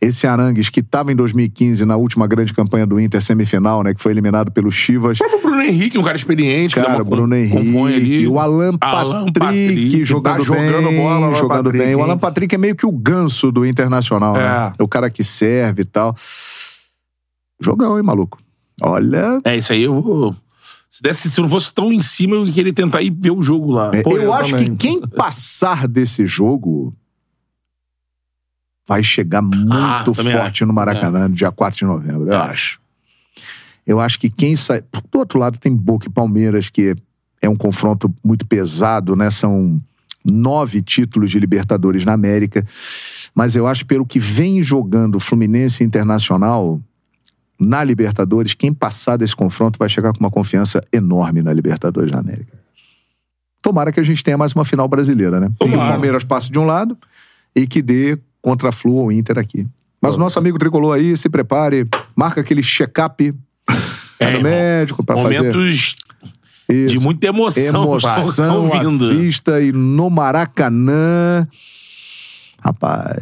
[SPEAKER 3] Esse Arangues, que estava em 2015 na última grande campanha do Inter, semifinal, né? Que foi eliminado pelo Chivas.
[SPEAKER 2] O próprio Bruno Henrique, um cara experiente. que dá
[SPEAKER 3] Cara,
[SPEAKER 2] uma-
[SPEAKER 3] Bruno
[SPEAKER 2] compõe
[SPEAKER 3] Henrique,
[SPEAKER 2] ali.
[SPEAKER 3] o Alan
[SPEAKER 2] Alan
[SPEAKER 3] Patrick,
[SPEAKER 2] Patrick,
[SPEAKER 3] jogando,
[SPEAKER 1] tá jogando
[SPEAKER 3] bem,
[SPEAKER 1] bola, Alan
[SPEAKER 3] jogando
[SPEAKER 1] Patrick,
[SPEAKER 3] bem. O
[SPEAKER 1] hein?
[SPEAKER 3] Alan Patrick é meio que o ganso do Internacional, né? É o cara que serve e tal. Jogão, hein, maluco? Olha,
[SPEAKER 2] É, isso aí eu vou. Se, desse, se eu não fosse tão em cima, eu ia querer tentar ir ver o jogo lá.
[SPEAKER 3] é,
[SPEAKER 1] Pô,
[SPEAKER 3] eu,
[SPEAKER 1] eu
[SPEAKER 3] acho
[SPEAKER 1] também.
[SPEAKER 3] que quem passar desse jogo vai chegar muito
[SPEAKER 2] Ah, também
[SPEAKER 3] forte no Maracanã no dia 4 de novembro, eu
[SPEAKER 2] É.
[SPEAKER 3] acho. Eu acho que quem sai... Do outro lado tem Boca e Palmeiras, que é um confronto muito pesado, né? São nove títulos de Libertadores na América. Mas eu acho, pelo que vem jogando o Fluminense Internacional na Libertadores, quem passar desse confronto vai chegar com uma confiança enorme na Libertadores na América. Tomara que a gente tenha mais uma final brasileira, né? E que o
[SPEAKER 2] Tomara.
[SPEAKER 3] Palmeiras passe de um lado e que dê contra a Flu ou Inter aqui. Mas o nosso amigo tricolor aí, se prepare, marca aquele check-up
[SPEAKER 2] É,
[SPEAKER 3] é, no
[SPEAKER 2] irmão.
[SPEAKER 3] médico pra fazer.
[SPEAKER 2] Momentos
[SPEAKER 3] Isso
[SPEAKER 2] de muita emoção. tá
[SPEAKER 3] emoção
[SPEAKER 2] tão
[SPEAKER 3] à
[SPEAKER 2] vindo.
[SPEAKER 3] vista e no Maracanã. Rapaz,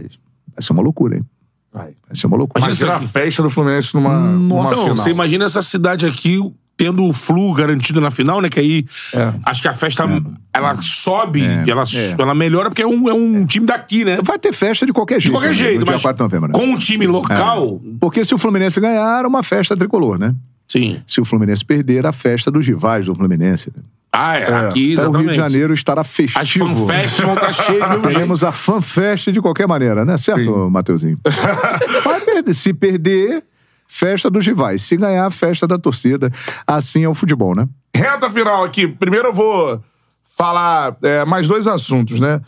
[SPEAKER 3] vai ser uma loucura, hein?
[SPEAKER 1] Vai.
[SPEAKER 3] Vai ser uma loucura.
[SPEAKER 2] Imagina
[SPEAKER 1] Imagina a
[SPEAKER 2] isso aqui.
[SPEAKER 1] festa do Fluminense numa, numa
[SPEAKER 2] Não,
[SPEAKER 3] Nossa,
[SPEAKER 1] final.
[SPEAKER 2] Então, você imagina essa cidade aqui tendo o flu garantido na final, né? Que aí
[SPEAKER 1] É.
[SPEAKER 2] acho que a festa ela sobe, ela,
[SPEAKER 3] é.
[SPEAKER 2] ela melhora, porque é um, é um time daqui, né?
[SPEAKER 3] Vai ter festa de qualquer
[SPEAKER 2] De
[SPEAKER 3] jeito.
[SPEAKER 2] qualquer
[SPEAKER 3] né?
[SPEAKER 2] jeito,
[SPEAKER 3] no dia
[SPEAKER 2] mas
[SPEAKER 3] 4 de novembro. né?
[SPEAKER 2] com um time local,
[SPEAKER 3] Porque se o Fluminense ganhar, uma festa tricolor, né?
[SPEAKER 2] sim.
[SPEAKER 3] Se o Fluminense perder, a festa dos rivais do Fluminense. né?
[SPEAKER 2] Ah, é, aqui
[SPEAKER 3] Então, o
[SPEAKER 2] exatamente.
[SPEAKER 3] Rio de Janeiro estará
[SPEAKER 2] As
[SPEAKER 3] festivo.
[SPEAKER 2] fanfests vão estar cheias mesmo jeito.
[SPEAKER 3] Teremos a fanfest de qualquer maneira, né? Certo, Mateuzinho? Vai perder. Se perder, festa dos rivais. Se ganhar, festa da torcida. Assim é o futebol, né?
[SPEAKER 1] Reta final aqui. Primeiro eu vou falar é, mais dois assuntos, né?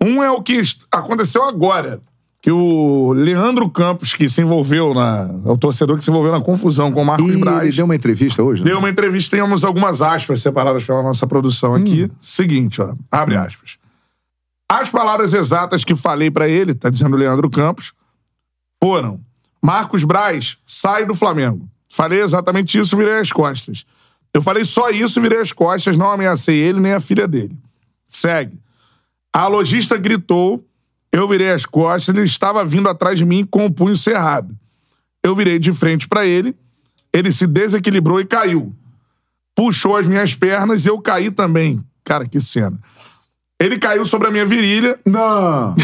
[SPEAKER 1] Um é o que est- aconteceu agora. Que o Leandro Campos, que se envolveu na. É o torcedor que se envolveu na confusão com o Marcos
[SPEAKER 3] E ele
[SPEAKER 1] Braz.
[SPEAKER 3] deu uma entrevista hoje? né?
[SPEAKER 1] Deu uma Hum. entrevista, temos algumas aspas separadas pela nossa produção aqui. Seguinte, ó, abre aspas. As palavras exatas que falei pra ele, tá dizendo o Leandro Campos, foram: Marcos Braz sai do Flamengo. Falei exatamente isso, virei as costas. Eu falei só isso, virei as costas, não ameacei ele nem a filha dele. Segue. A lojista gritou, eu virei as costas, ele estava vindo atrás de mim com o punho cerrado. Eu virei de frente para ele, ele se desequilibrou e caiu. Puxou as minhas pernas e eu caí também. Cara, que cena. Ele caiu sobre a minha virilha.
[SPEAKER 3] Não.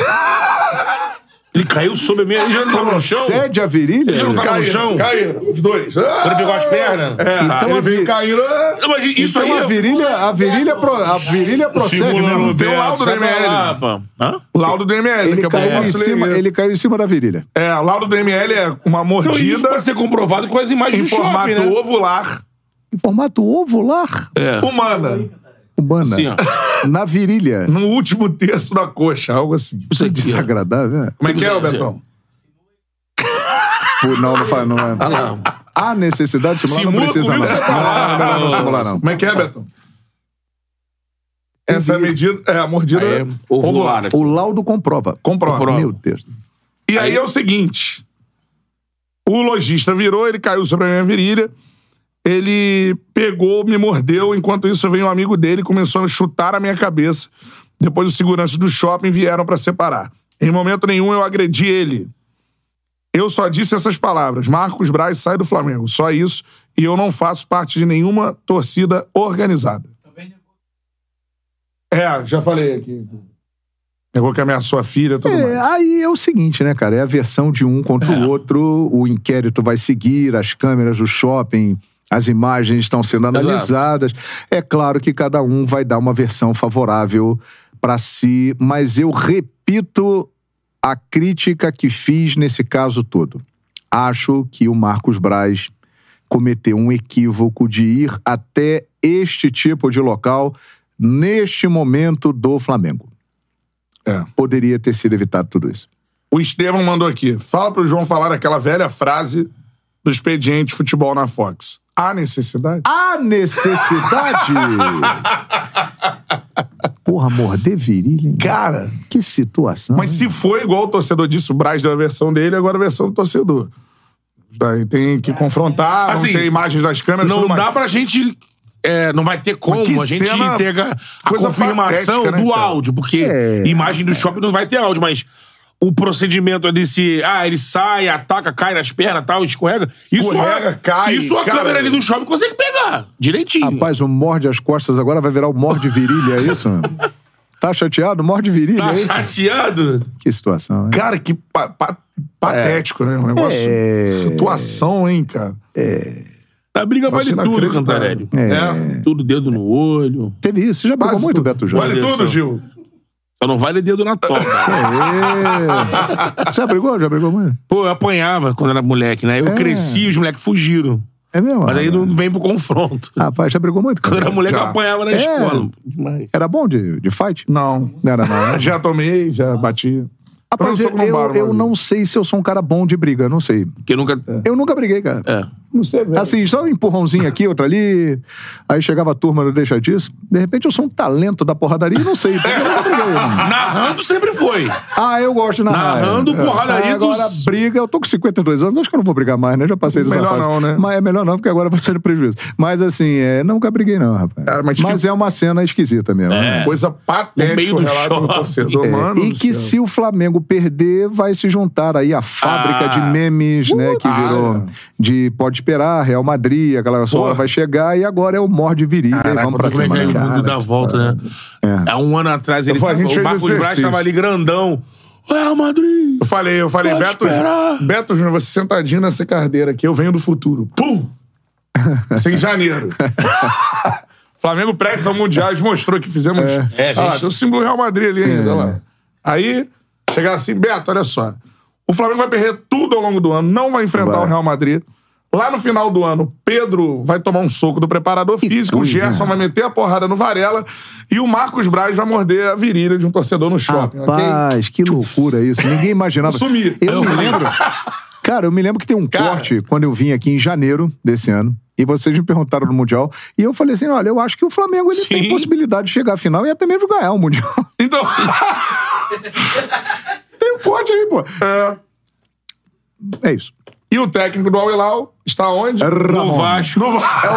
[SPEAKER 2] Ele caiu sobre a minha. Ele já não tava no
[SPEAKER 1] Então,
[SPEAKER 2] chão?
[SPEAKER 3] Cede a virilha?
[SPEAKER 2] Ele não tá- no chão?
[SPEAKER 1] Caíram, os dois. Ah,
[SPEAKER 2] Quando ele pegou as pernas?
[SPEAKER 1] É,
[SPEAKER 3] Então
[SPEAKER 1] ele
[SPEAKER 3] a
[SPEAKER 1] veio
[SPEAKER 3] vi-
[SPEAKER 1] caindo. ah.
[SPEAKER 2] Não, mas isso
[SPEAKER 3] Então
[SPEAKER 2] aí. é
[SPEAKER 3] a virilha, a virilha, pro, a virilha procede né?
[SPEAKER 2] Segura
[SPEAKER 3] mesmo.
[SPEAKER 2] no
[SPEAKER 1] Tem o
[SPEAKER 2] dedo,
[SPEAKER 1] laudo
[SPEAKER 2] sai
[SPEAKER 1] do
[SPEAKER 2] pra
[SPEAKER 1] ML.
[SPEAKER 2] lá, pá. Hã?
[SPEAKER 1] Laudo do ML.
[SPEAKER 3] Ele
[SPEAKER 1] daqui a pouco eu
[SPEAKER 3] caiu, em
[SPEAKER 1] posso ler
[SPEAKER 3] cima,
[SPEAKER 1] isso.
[SPEAKER 3] ele caiu em cima da virilha.
[SPEAKER 1] É, laudo do ML é uma
[SPEAKER 2] Então, isso
[SPEAKER 1] mordida
[SPEAKER 2] pode ser comprovado com as imagens
[SPEAKER 1] em
[SPEAKER 2] do
[SPEAKER 1] formato
[SPEAKER 2] shopping, né?
[SPEAKER 1] ovular
[SPEAKER 3] Em formato ovular
[SPEAKER 2] É.
[SPEAKER 1] humana.
[SPEAKER 3] humana.
[SPEAKER 2] Assim, ó.
[SPEAKER 1] né?
[SPEAKER 3] na virilha. é
[SPEAKER 1] No último terço da coxa, algo assim.
[SPEAKER 2] Isso aqui, ó.
[SPEAKER 3] Desagradável, né?
[SPEAKER 1] Como é que é,
[SPEAKER 2] Vamos dizer.
[SPEAKER 1] Betão?
[SPEAKER 3] Pô, Não, não fala, não é. Há necessidade de simular,
[SPEAKER 2] Simula
[SPEAKER 3] não precisa
[SPEAKER 2] comigo,
[SPEAKER 3] não.
[SPEAKER 2] você
[SPEAKER 1] tá
[SPEAKER 3] Não,
[SPEAKER 2] fala.
[SPEAKER 3] não, não, não, simular não.
[SPEAKER 1] Como é que é, Betão? Essa medida é a mordida
[SPEAKER 2] Aí é
[SPEAKER 1] ovular.
[SPEAKER 2] ovular.
[SPEAKER 3] O laudo comprova.
[SPEAKER 1] Comprova.
[SPEAKER 3] Meu Deus.
[SPEAKER 1] E aí, é o seguinte: o lojista virou, ele caiu sobre a minha virilha, ele pegou, me mordeu. Enquanto isso, veio um amigo dele, começou a chutar a minha cabeça. Depois, os seguranças do shopping vieram pra separar. Em momento nenhum, eu agredi ele. Eu só disse essas palavras: Marcos Braz sai do Flamengo. Só isso. E eu não faço parte de nenhuma torcida organizada. É, já falei aqui. Negou que ameaçou a filha e tudo mais.
[SPEAKER 3] É, aí é o seguinte, né, cara? É a versão de um contra o outro. O inquérito vai seguir, as câmeras do shopping, as imagens estão sendo analisadas. É claro que cada um vai dar uma versão favorável pra si, mas eu repito a crítica que fiz nesse caso todo. Acho que o Marcos Braz cometeu um equívoco de ir até este tipo de local neste momento do Flamengo.
[SPEAKER 1] É.
[SPEAKER 3] Poderia ter sido evitado tudo isso.
[SPEAKER 1] O Estevão mandou aqui. Fala pro João falar aquela velha frase do expediente futebol na Fox. Há necessidade?
[SPEAKER 3] A necessidade. Porra, morder virilha, hein?
[SPEAKER 1] Cara,
[SPEAKER 3] Que situação.
[SPEAKER 1] mas se foi igual o torcedor disse, o Braz deu a versão dele, agora a versão do torcedor. Daí tem que confrontar,
[SPEAKER 2] Assim,
[SPEAKER 1] não tem imagens das câmeras,
[SPEAKER 2] Não
[SPEAKER 1] tudo mais.
[SPEAKER 2] dá pra gente. é, não vai ter como
[SPEAKER 1] que
[SPEAKER 2] a gente
[SPEAKER 1] cena-
[SPEAKER 2] ter a, a
[SPEAKER 1] coisa
[SPEAKER 2] confirmação
[SPEAKER 1] patética, né,
[SPEAKER 2] do
[SPEAKER 1] cara?
[SPEAKER 2] áudio, porque
[SPEAKER 3] É.
[SPEAKER 2] imagem do shopping não vai ter áudio, mas o procedimento é desse. Ah, ele sai, ataca, cai nas pernas, tal, escorrega. Isso,
[SPEAKER 1] Escorrega,
[SPEAKER 2] a,
[SPEAKER 1] cai,
[SPEAKER 2] isso a
[SPEAKER 1] cara.
[SPEAKER 2] câmera ali do shopping consegue pegar direitinho.
[SPEAKER 3] Rapaz, o morde as costas agora vai virar o morde virilha, é isso? tá chateado? Morde virilha,
[SPEAKER 2] tá
[SPEAKER 3] é isso?
[SPEAKER 2] chateado?
[SPEAKER 3] Que situação, hein?
[SPEAKER 1] Cara, que pa- pa- patético, né? Um negócio.
[SPEAKER 3] É.
[SPEAKER 1] Situação, hein, cara?
[SPEAKER 2] A briga vale
[SPEAKER 1] Nossa,
[SPEAKER 2] tudo,
[SPEAKER 1] inacreditável.
[SPEAKER 2] Cantarelli.
[SPEAKER 1] É.
[SPEAKER 2] Tudo dedo no olho.
[SPEAKER 3] Teve isso. Você já pegou
[SPEAKER 1] Quase
[SPEAKER 3] muito,
[SPEAKER 1] tudo.
[SPEAKER 3] Beto Júnior?
[SPEAKER 1] Vale tudo,
[SPEAKER 2] Anderson.
[SPEAKER 1] Gil.
[SPEAKER 2] Só não vale dedo na toba.
[SPEAKER 3] É. Já brigou? Já brigou muito?
[SPEAKER 2] Pô, eu apanhava quando era moleque, né? Eu
[SPEAKER 3] É.
[SPEAKER 2] cresci, os moleques fugiram.
[SPEAKER 3] É mesmo?
[SPEAKER 2] Mas aí não vem pro confronto.
[SPEAKER 3] Rapaz, já brigou muito?
[SPEAKER 2] Quando
[SPEAKER 3] cara?
[SPEAKER 2] era moleque, eu
[SPEAKER 1] Já.
[SPEAKER 2] apanhava na
[SPEAKER 3] É.
[SPEAKER 2] escola. Demais.
[SPEAKER 3] Era bom de, de fight?
[SPEAKER 1] Não.
[SPEAKER 3] Não era, não. né?
[SPEAKER 1] Ah, Já tomei, já bati.
[SPEAKER 3] Rapaz,
[SPEAKER 1] Eu não sou
[SPEAKER 3] eu,
[SPEAKER 1] como um
[SPEAKER 3] eu,
[SPEAKER 1] bárbaro,
[SPEAKER 3] eu
[SPEAKER 1] né?
[SPEAKER 3] não sei se eu sou um cara bom de briga, não sei.
[SPEAKER 2] Porque nunca.
[SPEAKER 3] Eu nunca briguei, cara.
[SPEAKER 2] É.
[SPEAKER 1] Não sei, velho.
[SPEAKER 3] Assim, só um empurrãozinho aqui, outro ali. Aí chegava a turma, não deixa disso. De repente eu sou um talento da porradaria e não sei. porque eu nunca briguei. né?
[SPEAKER 2] Narrando sempre foi.
[SPEAKER 3] Ah, eu gosto de narrar.
[SPEAKER 2] Narrando porradaria
[SPEAKER 3] Ah, Agora,
[SPEAKER 2] dos-
[SPEAKER 3] briga, eu tô com 52 anos, acho que eu não vou brigar mais, né? Já passei dessa
[SPEAKER 1] Melhor
[SPEAKER 3] fase.
[SPEAKER 1] não, né?
[SPEAKER 3] Mas é melhor não, porque agora vai ser prejuízo. Mas assim, é, nunca briguei não, rapaz.
[SPEAKER 1] Cara, mas
[SPEAKER 3] mas
[SPEAKER 1] que-
[SPEAKER 3] é uma cena esquisita
[SPEAKER 2] É.
[SPEAKER 3] mesmo. né?
[SPEAKER 1] Coisa patética.
[SPEAKER 2] No meio
[SPEAKER 1] o
[SPEAKER 2] do
[SPEAKER 1] relato
[SPEAKER 2] shopping.
[SPEAKER 1] torcedor,
[SPEAKER 2] É.
[SPEAKER 1] mano.
[SPEAKER 3] e
[SPEAKER 1] do
[SPEAKER 3] que
[SPEAKER 1] céu.
[SPEAKER 3] se o Flamengo perder, vai se juntar aí à fábrica
[SPEAKER 2] Ah.
[SPEAKER 3] de memes, né? Que
[SPEAKER 1] Ah,
[SPEAKER 3] virou
[SPEAKER 1] é.
[SPEAKER 3] de pode esperar, Real Madrid, aquela hora
[SPEAKER 2] Porra.
[SPEAKER 3] vai chegar e agora é o morde virilha e vamos pra
[SPEAKER 2] Como é
[SPEAKER 3] cima.
[SPEAKER 2] que é o
[SPEAKER 3] Cara,
[SPEAKER 2] mundo dá volta, né? Há um ano atrás ele
[SPEAKER 1] Eu falei,
[SPEAKER 2] tava,
[SPEAKER 1] É. a gente
[SPEAKER 2] o
[SPEAKER 1] fez
[SPEAKER 2] Marcos Braz
[SPEAKER 1] exercício.
[SPEAKER 2] tava ali grandão. Ué, Madrid!
[SPEAKER 1] Eu falei, eu falei,
[SPEAKER 2] Pode
[SPEAKER 1] Beto,
[SPEAKER 2] esperar.
[SPEAKER 1] Beto Júnior, você sentadinho nessa cadeira aqui, eu venho do futuro. Pum! Sem janeiro. Flamengo prestes ao Mundiais mostrou que fizemos.
[SPEAKER 2] É, gente.
[SPEAKER 1] Ah, tem o símbolo do Real Madrid ali ainda, olha lá. Aí, chegar assim, Beto, olha só. O Flamengo vai perder tudo ao longo do ano, não vai enfrentar
[SPEAKER 3] Vai.
[SPEAKER 1] o Real Madrid. Lá no final do ano, Pedro vai tomar um soco do preparador físico, o
[SPEAKER 3] coisa,
[SPEAKER 1] Gerson
[SPEAKER 3] né?
[SPEAKER 1] vai meter a porrada no Varela e o Marcos Braz vai morder a virilha de um torcedor no shopping, ok?
[SPEAKER 3] Rapaz, que loucura isso. Ninguém imaginava.
[SPEAKER 1] Sumi.
[SPEAKER 3] Eu me lembro. Cara, eu me lembro que tem um
[SPEAKER 1] Cara.
[SPEAKER 3] corte quando eu vim aqui em janeiro desse ano. E vocês me perguntaram no Mundial. E eu falei assim: olha, eu acho que o Flamengo ele tem
[SPEAKER 2] Sim.
[SPEAKER 3] possibilidade de chegar à final e até mesmo ganhar o Mundial.
[SPEAKER 1] Então.
[SPEAKER 3] tem um corte aí, pô.
[SPEAKER 1] É.
[SPEAKER 3] É isso.
[SPEAKER 1] E o técnico do Al-Hilal está onde?
[SPEAKER 2] No
[SPEAKER 3] Ramon.
[SPEAKER 2] Vasco.
[SPEAKER 1] No Vasco.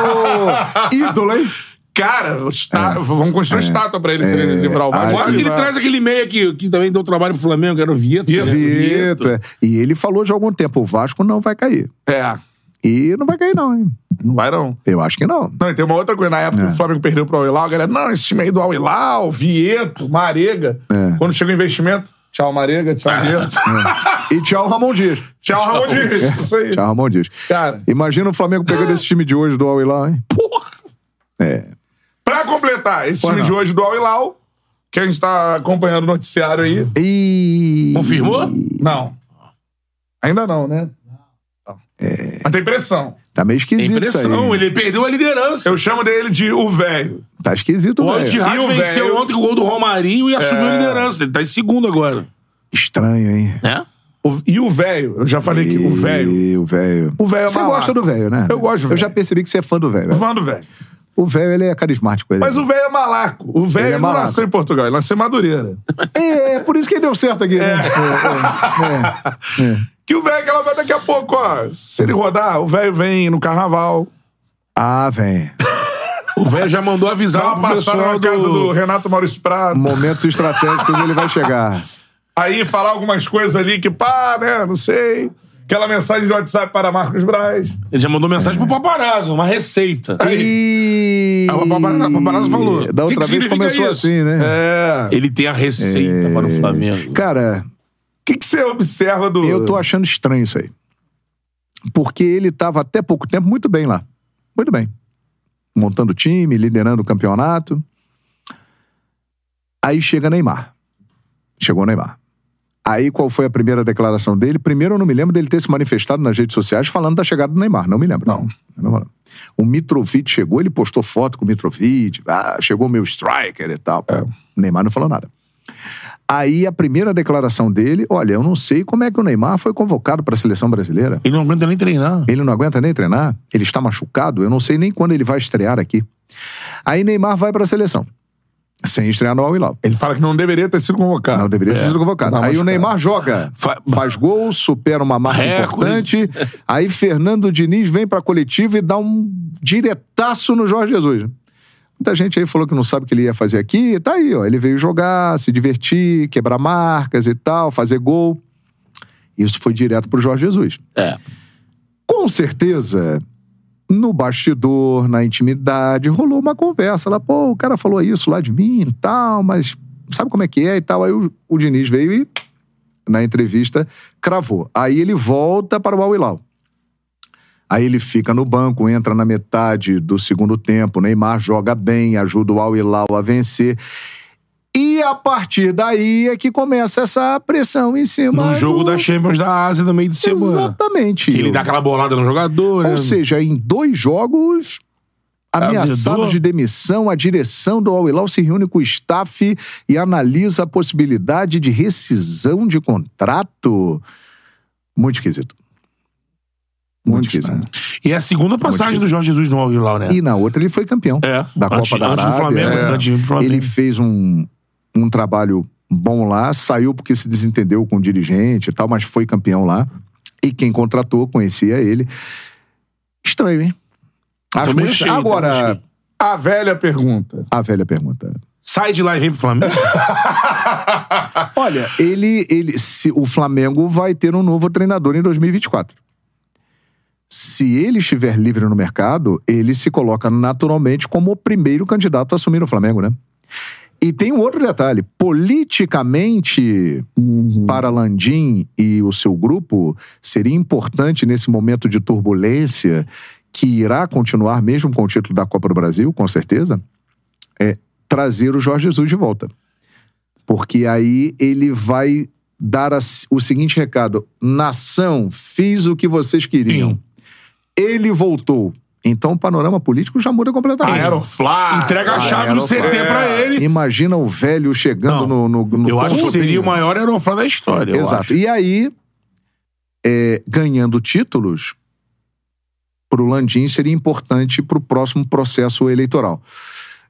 [SPEAKER 3] Ô, ídolo, hein?
[SPEAKER 1] Cara, o está- vamos construir estátua pra ele se ele livrar o
[SPEAKER 3] Ah,
[SPEAKER 1] Vasco.
[SPEAKER 2] Eu acho que ele
[SPEAKER 1] É. Vai.
[SPEAKER 2] traz aquele meia que, que também deu trabalho pro Flamengo, que era o Vieto. né?
[SPEAKER 3] Vieto. é. E ele falou já há algum tempo: o Vasco não vai cair.
[SPEAKER 1] É,
[SPEAKER 3] E não vai cair, não, hein?
[SPEAKER 1] não vai não.
[SPEAKER 3] Eu acho que não.
[SPEAKER 1] Não, e tem uma outra coisa. Na época o Flamengo perdeu pro Al-Hilal, a galera, não, esse time aí do Al-Hilal, Vieto, Marega. Quando chega o investimento, tchau Marega, tchau Vieto.
[SPEAKER 3] E tchau, Ramon Dias.
[SPEAKER 1] É. Tchau, É. Ramon Dias. Isso aí.
[SPEAKER 3] Tchau, Ramon Dias.
[SPEAKER 1] Cara.
[SPEAKER 3] Imagina o Flamengo pegando esse time de hoje do Al-Hilal, hein?
[SPEAKER 1] Porra.
[SPEAKER 3] É.
[SPEAKER 1] Pra completar, esse
[SPEAKER 3] Pois
[SPEAKER 1] time
[SPEAKER 3] não.
[SPEAKER 1] de hoje do Al-Hilal, que a gente tá acompanhando o noticiário aí.
[SPEAKER 3] E...
[SPEAKER 2] Confirmou?
[SPEAKER 1] Não. Ainda não, né? Não. Mas tem pressão.
[SPEAKER 3] Tá meio
[SPEAKER 2] Tem
[SPEAKER 3] esquisito isso aí.
[SPEAKER 2] pressão, ele perdeu a liderança.
[SPEAKER 1] Eu chamo dele de o velho.
[SPEAKER 3] Tá esquisito,
[SPEAKER 2] O
[SPEAKER 3] velho.
[SPEAKER 1] E o
[SPEAKER 2] Al-Ittihad venceu
[SPEAKER 1] velho?
[SPEAKER 2] ontem com o gol do Romarinho e assumiu a liderança. Ele tá em segundo agora.
[SPEAKER 3] Estranho, hein?
[SPEAKER 2] É?
[SPEAKER 1] O- E o velho. Eu já falei que o velho.
[SPEAKER 3] Ih, O velho.
[SPEAKER 1] O velho é
[SPEAKER 3] Você
[SPEAKER 1] malaco.
[SPEAKER 3] gosta do velho, né?
[SPEAKER 1] Eu gosto do
[SPEAKER 3] Eu já
[SPEAKER 1] velho.
[SPEAKER 3] percebi que você é fã do velho.
[SPEAKER 1] Vando velho.
[SPEAKER 3] O velho, ele é carismático. Ele.
[SPEAKER 1] Mas o velho é malaco. O velho
[SPEAKER 3] é
[SPEAKER 1] não
[SPEAKER 3] malaco.
[SPEAKER 1] nasceu em Portugal, ele nasceu em Madureira.
[SPEAKER 3] É, é por isso que ele deu certo aqui. né? É, é, é.
[SPEAKER 1] que o velho, que ela vai daqui a pouco, ó. Se ele rodar, o velho vem no carnaval.
[SPEAKER 3] Ah, velho.
[SPEAKER 2] O velho já mandou
[SPEAKER 1] Dá
[SPEAKER 2] avisar
[SPEAKER 1] uma
[SPEAKER 2] pro
[SPEAKER 1] passada
[SPEAKER 2] pessoal
[SPEAKER 1] na casa do
[SPEAKER 2] do...
[SPEAKER 1] Renato Maurício Prado.
[SPEAKER 3] Momentos estratégicos ele vai chegar.
[SPEAKER 1] Aí falar algumas coisas ali que pá, né? Não sei. Aquela mensagem de WhatsApp para Marcos Braz.
[SPEAKER 2] Ele já mandou mensagem pro paparazzo, uma receita.
[SPEAKER 3] E...
[SPEAKER 2] Ah, o Paparazzo- o Paparazzo falou.
[SPEAKER 3] Da
[SPEAKER 2] O que
[SPEAKER 3] outra
[SPEAKER 2] que
[SPEAKER 3] vez
[SPEAKER 2] significa
[SPEAKER 3] começou
[SPEAKER 2] isso?
[SPEAKER 3] assim, né?
[SPEAKER 1] É. O
[SPEAKER 2] Ele tem a receita para o
[SPEAKER 1] É.
[SPEAKER 2] Flamengo.
[SPEAKER 3] Cara,
[SPEAKER 1] que, que você observa do.
[SPEAKER 3] eu tô achando estranho isso aí. Porque ele tava até pouco tempo muito bem lá. Muito bem. Montando time, liderando o campeonato. Aí chega Neymar. Chegou Neymar. Aí qual foi a primeira declaração dele? Primeiro eu não me lembro dele ter se manifestado nas redes sociais falando da chegada do Neymar, não me lembro. Não. Eu não me lembro. O Mitrovic chegou, ele postou foto com o Mitrovic, ah, chegou meu striker e tal. O Neymar não falou nada. Aí a primeira declaração dele, olha, eu não sei como é que o Neymar foi convocado para a seleção brasileira.
[SPEAKER 2] Ele não aguenta nem treinar.
[SPEAKER 3] Ele não aguenta nem treinar, ele está machucado, eu não sei nem quando ele vai estrear aqui. Aí Neymar vai para a seleção, sem estrear no Al-Hilal.
[SPEAKER 1] Ele fala que não deveria ter sido convocado.
[SPEAKER 3] Não
[SPEAKER 2] É.
[SPEAKER 3] deveria ter sido convocado.
[SPEAKER 1] Dá uma
[SPEAKER 3] Aí o
[SPEAKER 1] machucada.
[SPEAKER 3] Neymar joga,
[SPEAKER 2] Fa-
[SPEAKER 3] faz gol, supera uma marca
[SPEAKER 2] Recorde.
[SPEAKER 3] importante. Aí Fernando Diniz vem pra coletiva e dá um diretaço no Jorge Jesus. Muita gente aí falou que não sabe o que ele ia fazer aqui. Tá aí, ó. Ele veio jogar, se divertir, quebrar marcas e tal, fazer gol. Isso foi direto pro Jorge Jesus.
[SPEAKER 2] É.
[SPEAKER 3] Com certeza, no bastidor, na intimidade, rolou uma conversa lá, pô, o cara falou isso lá de mim e tal, mas sabe como é que é e tal. Aí o, o Diniz veio e, na entrevista, cravou. Aí ele volta para o Al-Hilal. Aí ele fica no banco, entra na metade do segundo tempo, Neymar joga bem, ajuda o Al-Hilal a vencer. E a partir daí é que começa essa pressão em cima
[SPEAKER 2] No jogo
[SPEAKER 3] do...
[SPEAKER 2] da Champions da Ásia no meio de semana.
[SPEAKER 3] Exatamente.
[SPEAKER 2] Que Ele dá aquela bolada no jogador. né?
[SPEAKER 3] Ou seja, em dois jogos, ameaçado
[SPEAKER 2] Azedou.
[SPEAKER 3] de demissão, a direção do Al-Hilal se reúne com o staff e analisa a possibilidade de rescisão de contrato. Muito esquisito. Muito,
[SPEAKER 1] Muito
[SPEAKER 3] esquisito.
[SPEAKER 2] E é a segunda passagem do Jorge Jesus no Al-Hilal, né?
[SPEAKER 3] E na outra ele foi campeão
[SPEAKER 2] É.
[SPEAKER 3] da Copa
[SPEAKER 2] antes,
[SPEAKER 3] da
[SPEAKER 2] antes do
[SPEAKER 3] Arábia.
[SPEAKER 2] Flamengo.
[SPEAKER 3] é.
[SPEAKER 2] Antes do Flamengo.
[SPEAKER 3] Ele fez um, um trabalho bom lá, saiu porque se desentendeu com o dirigente e tal, mas foi campeão lá. E quem contratou conhecia ele. Estranho, hein? Acho
[SPEAKER 2] Também
[SPEAKER 3] muito
[SPEAKER 2] achei,
[SPEAKER 3] estranho.
[SPEAKER 2] também
[SPEAKER 3] Agora,
[SPEAKER 2] achei.
[SPEAKER 1] A velha pergunta.
[SPEAKER 3] a velha pergunta.
[SPEAKER 2] Sai de lá e vem pro Flamengo.
[SPEAKER 3] Olha, ele, ele, se o Flamengo vai ter um novo treinador em 2024. Se ele estiver livre no mercado, ele se coloca naturalmente como o primeiro candidato a assumir o Flamengo, né? E tem um outro detalhe. Politicamente, para Landim e o seu grupo, seria importante nesse momento de turbulência, que irá continuar mesmo com o título da Copa do Brasil, com certeza, é trazer o Jorge Jesus de volta. Porque aí ele vai dar a- o seguinte recado: Nação, fiz o que vocês queriam.
[SPEAKER 2] Sim.
[SPEAKER 3] Ele voltou. Então o panorama político já muda completamente.
[SPEAKER 2] Ah,
[SPEAKER 1] Aeroflá.
[SPEAKER 2] Entrega a chave do CT
[SPEAKER 1] é.
[SPEAKER 2] pra ele.
[SPEAKER 3] Imagina o velho chegando
[SPEAKER 2] Não.
[SPEAKER 3] no, no, no.
[SPEAKER 2] Eu acho que
[SPEAKER 3] topo.
[SPEAKER 2] seria o maior aeroflá da história. eu
[SPEAKER 3] Exato.
[SPEAKER 2] acho.
[SPEAKER 3] E aí, é, ganhando títulos, pro Landim seria importante pro próximo processo eleitoral.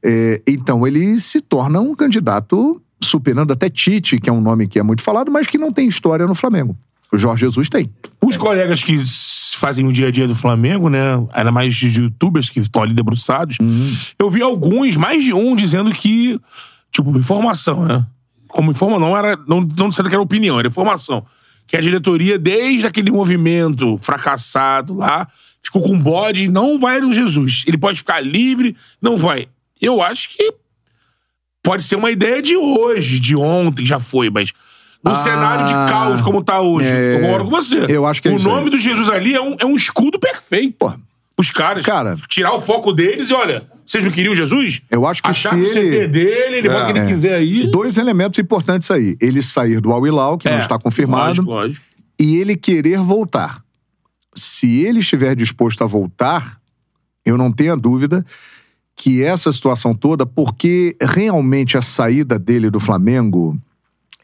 [SPEAKER 3] É, então, ele se torna um candidato superando até Tite, que é um nome que é muito falado, mas que não tem história no Flamengo. O Jorge Jesus tem.
[SPEAKER 2] Os colegas que s- fazem o dia a dia do Flamengo, né? Ainda mais de youtubers que estão ali debruçados. Eu vi alguns, mais de um, dizendo que, tipo, informação, né? Como informa, não era. Não, não dizendo que era opinião, era informação. Que a diretoria, desde aquele movimento fracassado lá, ficou com um bode e não vai no Jesus. Ele pode ficar livre, não vai. Eu acho que pode ser uma ideia de hoje, de ontem, já foi, mas. No
[SPEAKER 3] Ah,
[SPEAKER 2] cenário de caos como tá hoje.
[SPEAKER 3] é.
[SPEAKER 2] eu concordo com você.
[SPEAKER 3] Eu acho que é
[SPEAKER 2] O
[SPEAKER 3] isso
[SPEAKER 2] nome do Jesus ali é um, é um escudo perfeito.
[SPEAKER 3] Pô,
[SPEAKER 2] Os caras.
[SPEAKER 3] Cara.
[SPEAKER 2] Tirar o foco deles e olha, vocês não queriam Jesus?
[SPEAKER 3] Eu acho que
[SPEAKER 2] Achar
[SPEAKER 3] se
[SPEAKER 2] no
[SPEAKER 3] ele-
[SPEAKER 2] CT dele, ele
[SPEAKER 3] É,
[SPEAKER 2] bota o que ele
[SPEAKER 3] é.
[SPEAKER 2] quiser aí. É.
[SPEAKER 3] dois elementos importantes aí. Ele sair do Al-Hilal, que não está confirmado,
[SPEAKER 2] Lógico, lógico.
[SPEAKER 3] e ele querer voltar. Se ele estiver disposto a voltar, eu não tenho a dúvida que essa situação toda, porque realmente a saída dele do Flamengo,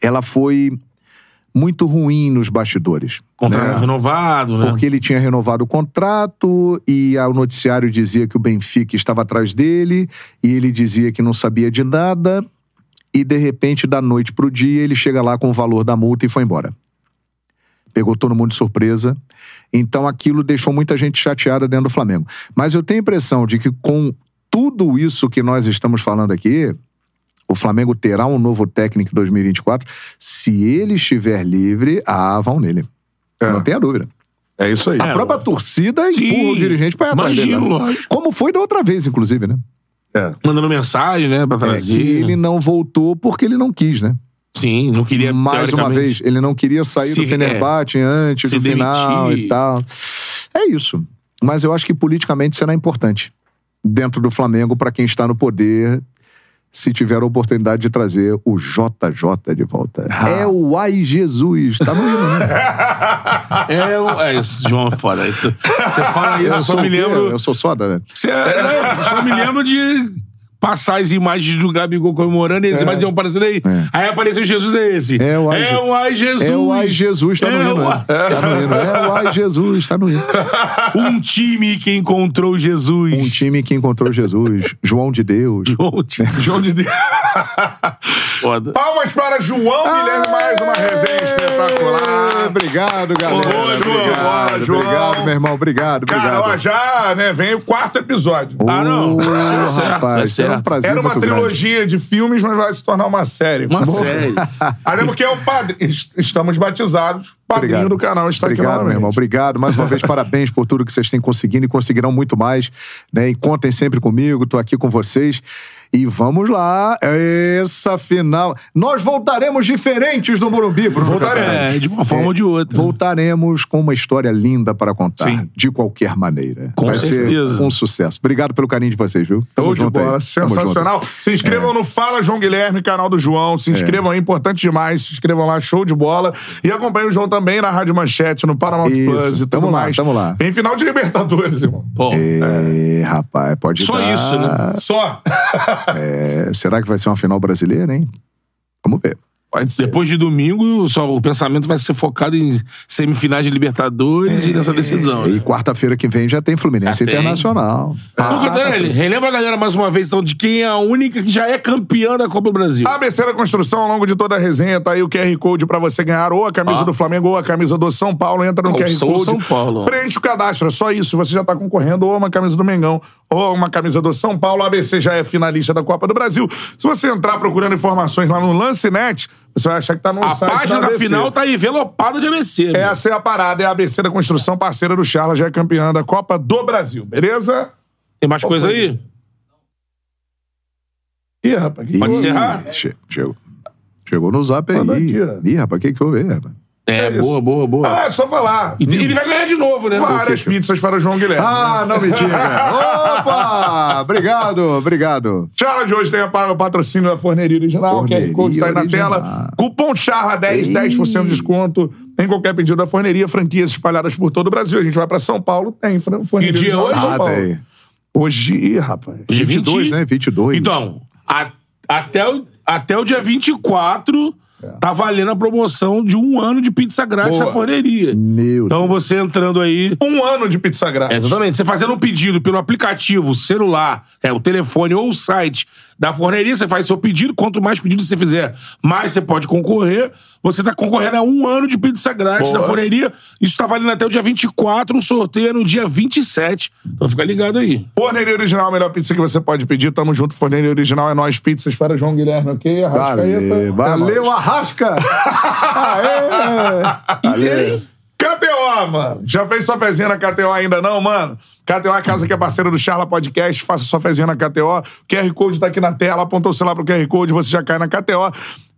[SPEAKER 3] ela foi muito ruim nos bastidores.
[SPEAKER 2] Contrato
[SPEAKER 3] né?
[SPEAKER 2] renovado, né?
[SPEAKER 3] Porque ele tinha renovado o contrato e ah, o noticiário dizia que o Benfica estava atrás dele e ele dizia que não sabia de nada. E de repente, da noite pro dia, ele chega lá com o valor da multa e foi embora. Pegou todo mundo de surpresa. Então aquilo deixou muita gente chateada dentro do Flamengo. Mas eu tenho a impressão de que com tudo isso que nós estamos falando aqui, o Flamengo terá um novo técnico em 2024. Se ele estiver livre, ah, vão nele.
[SPEAKER 1] É.
[SPEAKER 3] Não tenha dúvida.
[SPEAKER 1] É isso aí.
[SPEAKER 3] A
[SPEAKER 2] É,
[SPEAKER 3] própria
[SPEAKER 2] lógico.
[SPEAKER 3] torcida
[SPEAKER 2] Sim,
[SPEAKER 3] empurra o dirigente pra ir atrás dele,
[SPEAKER 2] imagino,
[SPEAKER 3] né?
[SPEAKER 2] lógico.
[SPEAKER 3] Como foi da outra vez, inclusive, né?
[SPEAKER 1] É.
[SPEAKER 2] Mandando mensagem, né? Pra
[SPEAKER 3] É,
[SPEAKER 2] trazer.
[SPEAKER 3] que ele não voltou porque ele não quis, né?
[SPEAKER 2] Sim, não queria.
[SPEAKER 3] Mais uma
[SPEAKER 2] É, teoricamente,
[SPEAKER 3] vez, ele não queria sair
[SPEAKER 2] Se- é,
[SPEAKER 3] do Fenerbahçe antes
[SPEAKER 2] se
[SPEAKER 3] do final
[SPEAKER 2] demitir.
[SPEAKER 3] e tal. É isso. Mas eu acho que politicamente será importante dentro do Flamengo pra quem está no poder, se tiver a oportunidade de trazer o JJ de volta. É o Ai Jesus, tá no hino, né?
[SPEAKER 2] É, eu- é isso, João é foda. Você fala isso, eu só
[SPEAKER 3] sou
[SPEAKER 2] me
[SPEAKER 3] o quê?
[SPEAKER 2] lembro.
[SPEAKER 3] Eu sou soda, né?
[SPEAKER 2] Cê- eu é, só me lembro de passar as imagens do Gabigol comemorando e as imagens iam aparecendo aí. Aí apareceu Jesus, é esse.
[SPEAKER 3] É o ai-
[SPEAKER 2] é o ai Jesus.
[SPEAKER 3] É o Ai Jesus, tá no
[SPEAKER 2] É o
[SPEAKER 3] hino. né?
[SPEAKER 2] ai-
[SPEAKER 3] Tá no hino. É o Ai Jesus, tá no hino.
[SPEAKER 2] Um time que encontrou Jesus.
[SPEAKER 3] Um time que encontrou Jesus, João de Deus.
[SPEAKER 2] João de, João de Deus. Foda.
[SPEAKER 1] Palmas para João
[SPEAKER 3] Ah!
[SPEAKER 1] Guilherme, mais uma resenha espetacular.
[SPEAKER 3] Obrigado, galera.
[SPEAKER 1] Ô, João,
[SPEAKER 3] obrigado,
[SPEAKER 1] bora, João.
[SPEAKER 3] obrigado, meu irmão. Obrigado,
[SPEAKER 1] Cara, ó,
[SPEAKER 3] obrigado.
[SPEAKER 1] já, né, vem o quarto episódio.
[SPEAKER 2] Ah, não.
[SPEAKER 3] Ô,
[SPEAKER 2] Isso é certo,
[SPEAKER 3] rapaz,
[SPEAKER 2] é
[SPEAKER 3] era um
[SPEAKER 2] certo.
[SPEAKER 3] prazer
[SPEAKER 1] Era uma
[SPEAKER 3] muito grande.
[SPEAKER 1] trilogia de filmes, mas vai se tornar uma série.
[SPEAKER 2] Uma
[SPEAKER 1] Bom,
[SPEAKER 2] série.
[SPEAKER 1] Haremos que é o padrinho. Estamos batizados. Padrinho
[SPEAKER 3] Obrigado.
[SPEAKER 1] do canal está aqui
[SPEAKER 3] Obrigado, meu
[SPEAKER 1] novamente.
[SPEAKER 3] irmão. Obrigado. Mais uma vez, parabéns por tudo que vocês têm conseguido e conseguirão muito mais. Né? E contem sempre comigo, tô aqui com vocês. E vamos lá. Essa final. Nós voltaremos diferentes do Morumbi, Bruno.
[SPEAKER 1] Voltaremos.
[SPEAKER 3] Cantarelli.
[SPEAKER 2] É, de uma forma
[SPEAKER 3] É,
[SPEAKER 2] ou de outra.
[SPEAKER 3] Voltaremos com uma história linda para contar,
[SPEAKER 2] Sim.
[SPEAKER 3] de qualquer maneira.
[SPEAKER 2] Com
[SPEAKER 3] Vai ser
[SPEAKER 2] certeza.
[SPEAKER 3] um sucesso. Obrigado pelo carinho de vocês, viu?
[SPEAKER 1] Show
[SPEAKER 3] Tamo
[SPEAKER 1] de
[SPEAKER 3] junto É. aí.
[SPEAKER 1] bola,
[SPEAKER 3] Tamo
[SPEAKER 1] sensacional. Se inscrevam no Fala João Guilherme, canal do João.
[SPEAKER 3] É.
[SPEAKER 1] Se inscrevam aí, importante demais. Se inscrevam lá, show de bola. E acompanhem o João também na Rádio Manchete, no Paramount
[SPEAKER 3] Isso,
[SPEAKER 1] Plus e
[SPEAKER 3] tamo
[SPEAKER 1] tudo
[SPEAKER 3] lá,
[SPEAKER 1] mais.
[SPEAKER 3] tamo lá.
[SPEAKER 1] Tem final de Libertadores, irmão.
[SPEAKER 2] Pô,
[SPEAKER 3] junto. Ei, É, rapaz, pode
[SPEAKER 2] é só
[SPEAKER 3] dar.
[SPEAKER 2] isso, né?
[SPEAKER 1] Só.
[SPEAKER 3] É, será que vai ser uma final brasileira, hein? Vamos ver.
[SPEAKER 1] Pode ser.
[SPEAKER 2] Depois de domingo, só o pensamento vai ser focado em semifinais de Libertadores e nessa decisão.
[SPEAKER 3] E
[SPEAKER 2] né?
[SPEAKER 3] quarta-feira que vem já tem Fluminense
[SPEAKER 2] Já tem. Ah,
[SPEAKER 3] Internacional. Ah,
[SPEAKER 2] Ô, Cantarelli, relembra a galera mais uma vez, então, de quem é a única que já é campeã da Copa do Brasil.
[SPEAKER 1] ABC da Construção, ao longo de toda a resenha, tá aí o QR Code pra você ganhar ou a camisa
[SPEAKER 2] Ó.
[SPEAKER 1] do Flamengo ou a camisa do São Paulo. Entra no QR
[SPEAKER 2] Calção
[SPEAKER 1] Code.
[SPEAKER 2] Ah. São Paulo.
[SPEAKER 1] Preenche o cadastro, é só isso. Você já tá concorrendo ou a uma camisa do Mengão ou a uma camisa do São Paulo. A ABC já é finalista da Copa do Brasil. Se você entrar procurando informações lá no Lancenet, você vai achar que tá no
[SPEAKER 2] A
[SPEAKER 1] site
[SPEAKER 2] página
[SPEAKER 1] da
[SPEAKER 2] da
[SPEAKER 1] ABC.
[SPEAKER 2] final tá envelopada de ABC. né?
[SPEAKER 1] Essa é a parada, é a ABC da Construção, parceira do Charla, já é campeã da Copa do Brasil, beleza?
[SPEAKER 2] Tem mais coisa
[SPEAKER 1] foi?
[SPEAKER 2] aí?
[SPEAKER 1] Ih, rapaz, que
[SPEAKER 2] Pode
[SPEAKER 1] coisa.
[SPEAKER 2] encerrar?
[SPEAKER 3] Che- Chegou. Chegou no zap aí.
[SPEAKER 1] Manda aqui, ó.
[SPEAKER 3] Ih, rapaz, o que que houve aí, rapaz?
[SPEAKER 2] É,
[SPEAKER 1] isso.
[SPEAKER 2] boa, boa, boa.
[SPEAKER 1] Ah, é só falar.
[SPEAKER 2] E tem- ele vai ganhar de novo, né?
[SPEAKER 1] Várias pizzas para o João Guilherme.
[SPEAKER 3] Ah, não me diga. Opa! Obrigado, obrigado.
[SPEAKER 1] Charla de hoje tem a pa- o patrocínio da Forneria Original,
[SPEAKER 3] Forneria
[SPEAKER 1] QR Code tá aí na
[SPEAKER 3] Original.
[SPEAKER 1] tela. Cupom CHARLA10, 10% de desconto em qualquer pedido da Forneria. Franquias espalhadas por todo o Brasil. A gente vai pra São Paulo, tem Fran- Forneria
[SPEAKER 2] Que dia
[SPEAKER 1] Original em
[SPEAKER 2] hoje?
[SPEAKER 1] São
[SPEAKER 3] Ah,
[SPEAKER 1] Paulo.
[SPEAKER 3] daí.
[SPEAKER 1] Hoje, ih, rapaz.
[SPEAKER 2] Dia
[SPEAKER 3] 22,
[SPEAKER 2] 20?
[SPEAKER 3] né? 22.
[SPEAKER 2] Então, a- até, o, até o dia 24 tá valendo a promoção de um ano de pizza grátis
[SPEAKER 1] É. Boa.
[SPEAKER 2] na forneria.
[SPEAKER 3] Meu
[SPEAKER 2] Então você entrando aí. é,
[SPEAKER 1] Um ano de pizza grátis.
[SPEAKER 2] Exatamente. Você fazendo um pedido pelo aplicativo, celular, é, o telefone é, ou o site da forneria, você faz seu pedido. Quanto mais pedido você fizer, mais você pode concorrer. Você tá concorrendo a um ano de pizza grátis
[SPEAKER 1] Boa.
[SPEAKER 2] da forneria. Isso tá valendo até o dia 24, um sorteio no dia 27. Então fica ligado aí.
[SPEAKER 1] Forneria Original, a melhor pizza que você pode pedir. Tamo junto, Forneria Original é nós pizzas para João Guilherme, ok? tá-
[SPEAKER 3] Valeu, valeu, Arrasca! Aê! Valeu.
[SPEAKER 1] KTO, mano. Já fez sua fezinha na KTO ainda não, mano? KTO é a casa que é parceira do Charla Podcast. Faça sua fezinha na KTO. O QR Code tá aqui na tela. Aponta o celular pro QR Code, você já cai na KTO.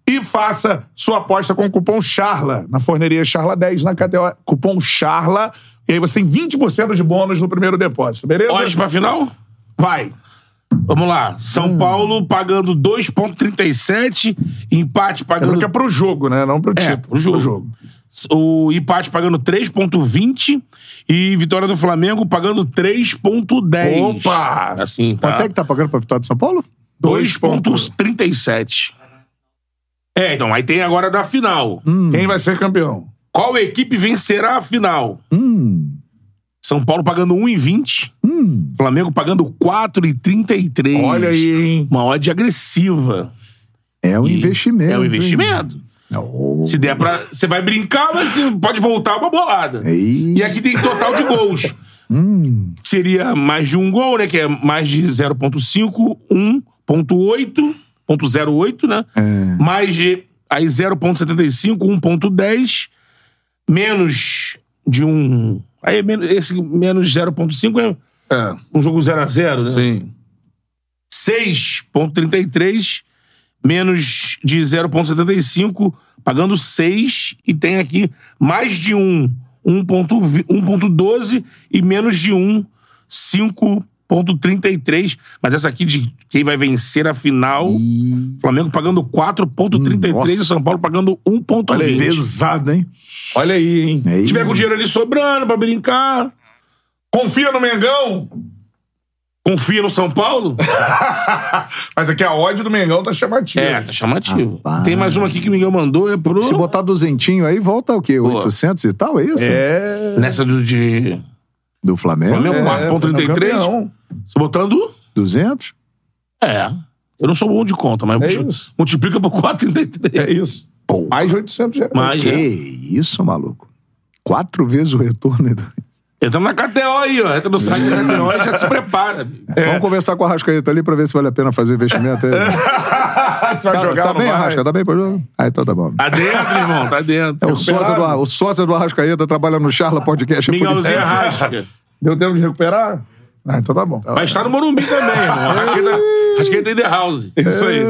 [SPEAKER 1] E faça sua aposta com o cupom CHARLA. Na forneria CHARLA 10, na KTO. Cupom CHARLA. E aí você tem 20% de bônus no primeiro depósito, beleza?
[SPEAKER 2] Odds pra final?
[SPEAKER 1] Vai.
[SPEAKER 2] Vamos lá. São
[SPEAKER 1] Hum.
[SPEAKER 2] Paulo pagando 2,37. Empate pagando.
[SPEAKER 1] Lembrando que é pro jogo, né? Não pro
[SPEAKER 2] É,
[SPEAKER 1] tipo.
[SPEAKER 2] pro jogo. O empate pagando 3,20 e vitória do Flamengo pagando 3,10.
[SPEAKER 1] Opa!
[SPEAKER 2] Assim, tá.
[SPEAKER 3] Quanto é que tá pagando pra vitória de São Paulo?
[SPEAKER 2] 2,37. É, então, aí tem agora da final.
[SPEAKER 1] Quem vai ser campeão?
[SPEAKER 2] Qual equipe vencerá a final?
[SPEAKER 3] Hum.
[SPEAKER 2] São Paulo pagando 1,20.
[SPEAKER 3] Hum.
[SPEAKER 2] Flamengo pagando 4,33.
[SPEAKER 1] Olha aí, hein?
[SPEAKER 2] Uma odd agressiva.
[SPEAKER 3] É um
[SPEAKER 2] E
[SPEAKER 3] investimento.
[SPEAKER 2] É um
[SPEAKER 3] hein? Oh.
[SPEAKER 2] investimento.
[SPEAKER 3] Não.
[SPEAKER 2] Se der pra. Você vai brincar, mas você pode voltar uma bolada.
[SPEAKER 3] Ei. Hum,
[SPEAKER 2] E é- aqui tem total de gols. Seria mais de um gol, né? Que é mais de 0,5, 1,8, 0,08, né?
[SPEAKER 3] É.
[SPEAKER 2] Mais de. Aí 0,75, 1,10, menos de um. Aí é menos, esse menos 0,5 é
[SPEAKER 1] É.
[SPEAKER 2] um jogo 0x0, né?
[SPEAKER 1] Sim.
[SPEAKER 2] 6,33 menos de 0,75, pagando 6, e tem aqui mais de 1, 1,12 e menos de 1, 5,33. Mas essa aqui de quem vai vencer a final,
[SPEAKER 3] Ih, Hum,
[SPEAKER 2] Flamengo pagando 4,33 e
[SPEAKER 3] Nossa.
[SPEAKER 2] São Paulo pagando
[SPEAKER 3] olha, é
[SPEAKER 2] 1,20.
[SPEAKER 3] pesado, hein? É
[SPEAKER 1] Olha aí, hein?
[SPEAKER 3] Ei.
[SPEAKER 2] Se tiver com o dinheiro ali sobrando pra brincar,
[SPEAKER 1] Confia no Mengão?
[SPEAKER 2] confia no São Paulo?
[SPEAKER 1] Mas aqui a odd do Mengão tá chamativa.
[SPEAKER 2] É, tá chamativo.
[SPEAKER 3] Rapaz.
[SPEAKER 2] Tem mais uma aqui que o Miguel mandou, é pro...
[SPEAKER 3] Se botar duzentinho aí, volta o quê?
[SPEAKER 2] Boa.
[SPEAKER 3] 800 e tal, é isso?
[SPEAKER 1] É.
[SPEAKER 2] Nessa do de...
[SPEAKER 3] Do Flamengo?
[SPEAKER 2] Flamengo,
[SPEAKER 3] É.
[SPEAKER 2] quatro. 4,33?
[SPEAKER 1] campeão.
[SPEAKER 2] Você botando?
[SPEAKER 3] 200?
[SPEAKER 2] É. Eu não sou bom de conta, mas
[SPEAKER 1] É
[SPEAKER 2] multi-
[SPEAKER 1] isso.
[SPEAKER 2] multiplica por 4,33.
[SPEAKER 1] É isso.
[SPEAKER 3] Pô,
[SPEAKER 1] Mais de 800 reais.
[SPEAKER 2] Mas
[SPEAKER 3] que
[SPEAKER 2] é.
[SPEAKER 3] isso, maluco. Quatro vezes o retorno.
[SPEAKER 2] entramos na KTO aí, ó. Entra no site da KTO e já se prepara.
[SPEAKER 1] É.
[SPEAKER 3] Vamos conversar com a Arrascaeta ali pra ver se vale a pena fazer o investimento aí.
[SPEAKER 1] Você vai
[SPEAKER 3] Tá,
[SPEAKER 1] É. jogar
[SPEAKER 3] tá
[SPEAKER 1] ou não
[SPEAKER 3] bem,
[SPEAKER 1] vai?
[SPEAKER 3] Arrasca, tá bem pro jogo? Ah, então tá bom.
[SPEAKER 2] Tá dentro, irmão, tá
[SPEAKER 3] É
[SPEAKER 2] dentro.
[SPEAKER 3] o sócio, do, o sócio do Arrascaeta, trabalha no Charla Podcast. é por isso.
[SPEAKER 2] Miguelzinho Arrasca.
[SPEAKER 1] Deu tempo de recuperar? Ah, então tá bom.
[SPEAKER 2] Vai estar no Morumbi também, irmão. Arrasqueta, Arrasqueta in the house.
[SPEAKER 1] Isso aí.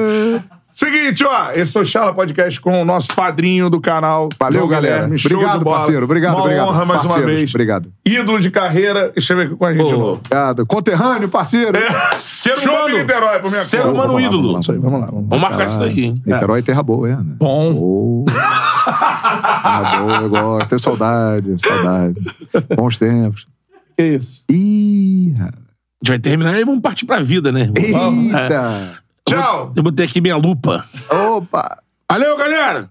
[SPEAKER 1] Seguinte, ó, esse é o Charla Podcast com o nosso padrinho do canal.
[SPEAKER 3] Valeu,
[SPEAKER 1] João
[SPEAKER 3] galera.
[SPEAKER 1] Guilherme. Show
[SPEAKER 3] Obrigado,
[SPEAKER 1] de bola.
[SPEAKER 3] parceiro. Obrigado,
[SPEAKER 1] uma
[SPEAKER 3] obrigado.
[SPEAKER 1] honra mais uma
[SPEAKER 3] Parceiros,
[SPEAKER 1] vez.
[SPEAKER 3] Obrigado.
[SPEAKER 1] Ídolo de carreira, esteve aqui com a gente. de
[SPEAKER 2] Pô.
[SPEAKER 1] novo.
[SPEAKER 3] Obrigado. Conterrâneo, parceiro.
[SPEAKER 2] Ser
[SPEAKER 1] Show,
[SPEAKER 2] humano.
[SPEAKER 1] Niterói, por minha
[SPEAKER 2] Ser
[SPEAKER 1] conta.
[SPEAKER 2] humano
[SPEAKER 3] Vamos lá,
[SPEAKER 2] ídolo.
[SPEAKER 3] vamos
[SPEAKER 1] Isso aí, É. vamos lá. Vamos lá.
[SPEAKER 2] Vamos marcar isso daí, hein?
[SPEAKER 3] Niterói é terra boa, é, né?
[SPEAKER 1] Bom.
[SPEAKER 3] Oh. Terra boa, eu gosto. Tenho saudade, saudade. Bons tempos.
[SPEAKER 1] Que isso.
[SPEAKER 3] Ih, rapaz.
[SPEAKER 2] A gente vai terminar e vamos partir pra vida, né? irmão?
[SPEAKER 3] eita.
[SPEAKER 1] Tchau.
[SPEAKER 2] Eu botei aqui minha lupa.
[SPEAKER 3] Opa.
[SPEAKER 2] Valeu, galera!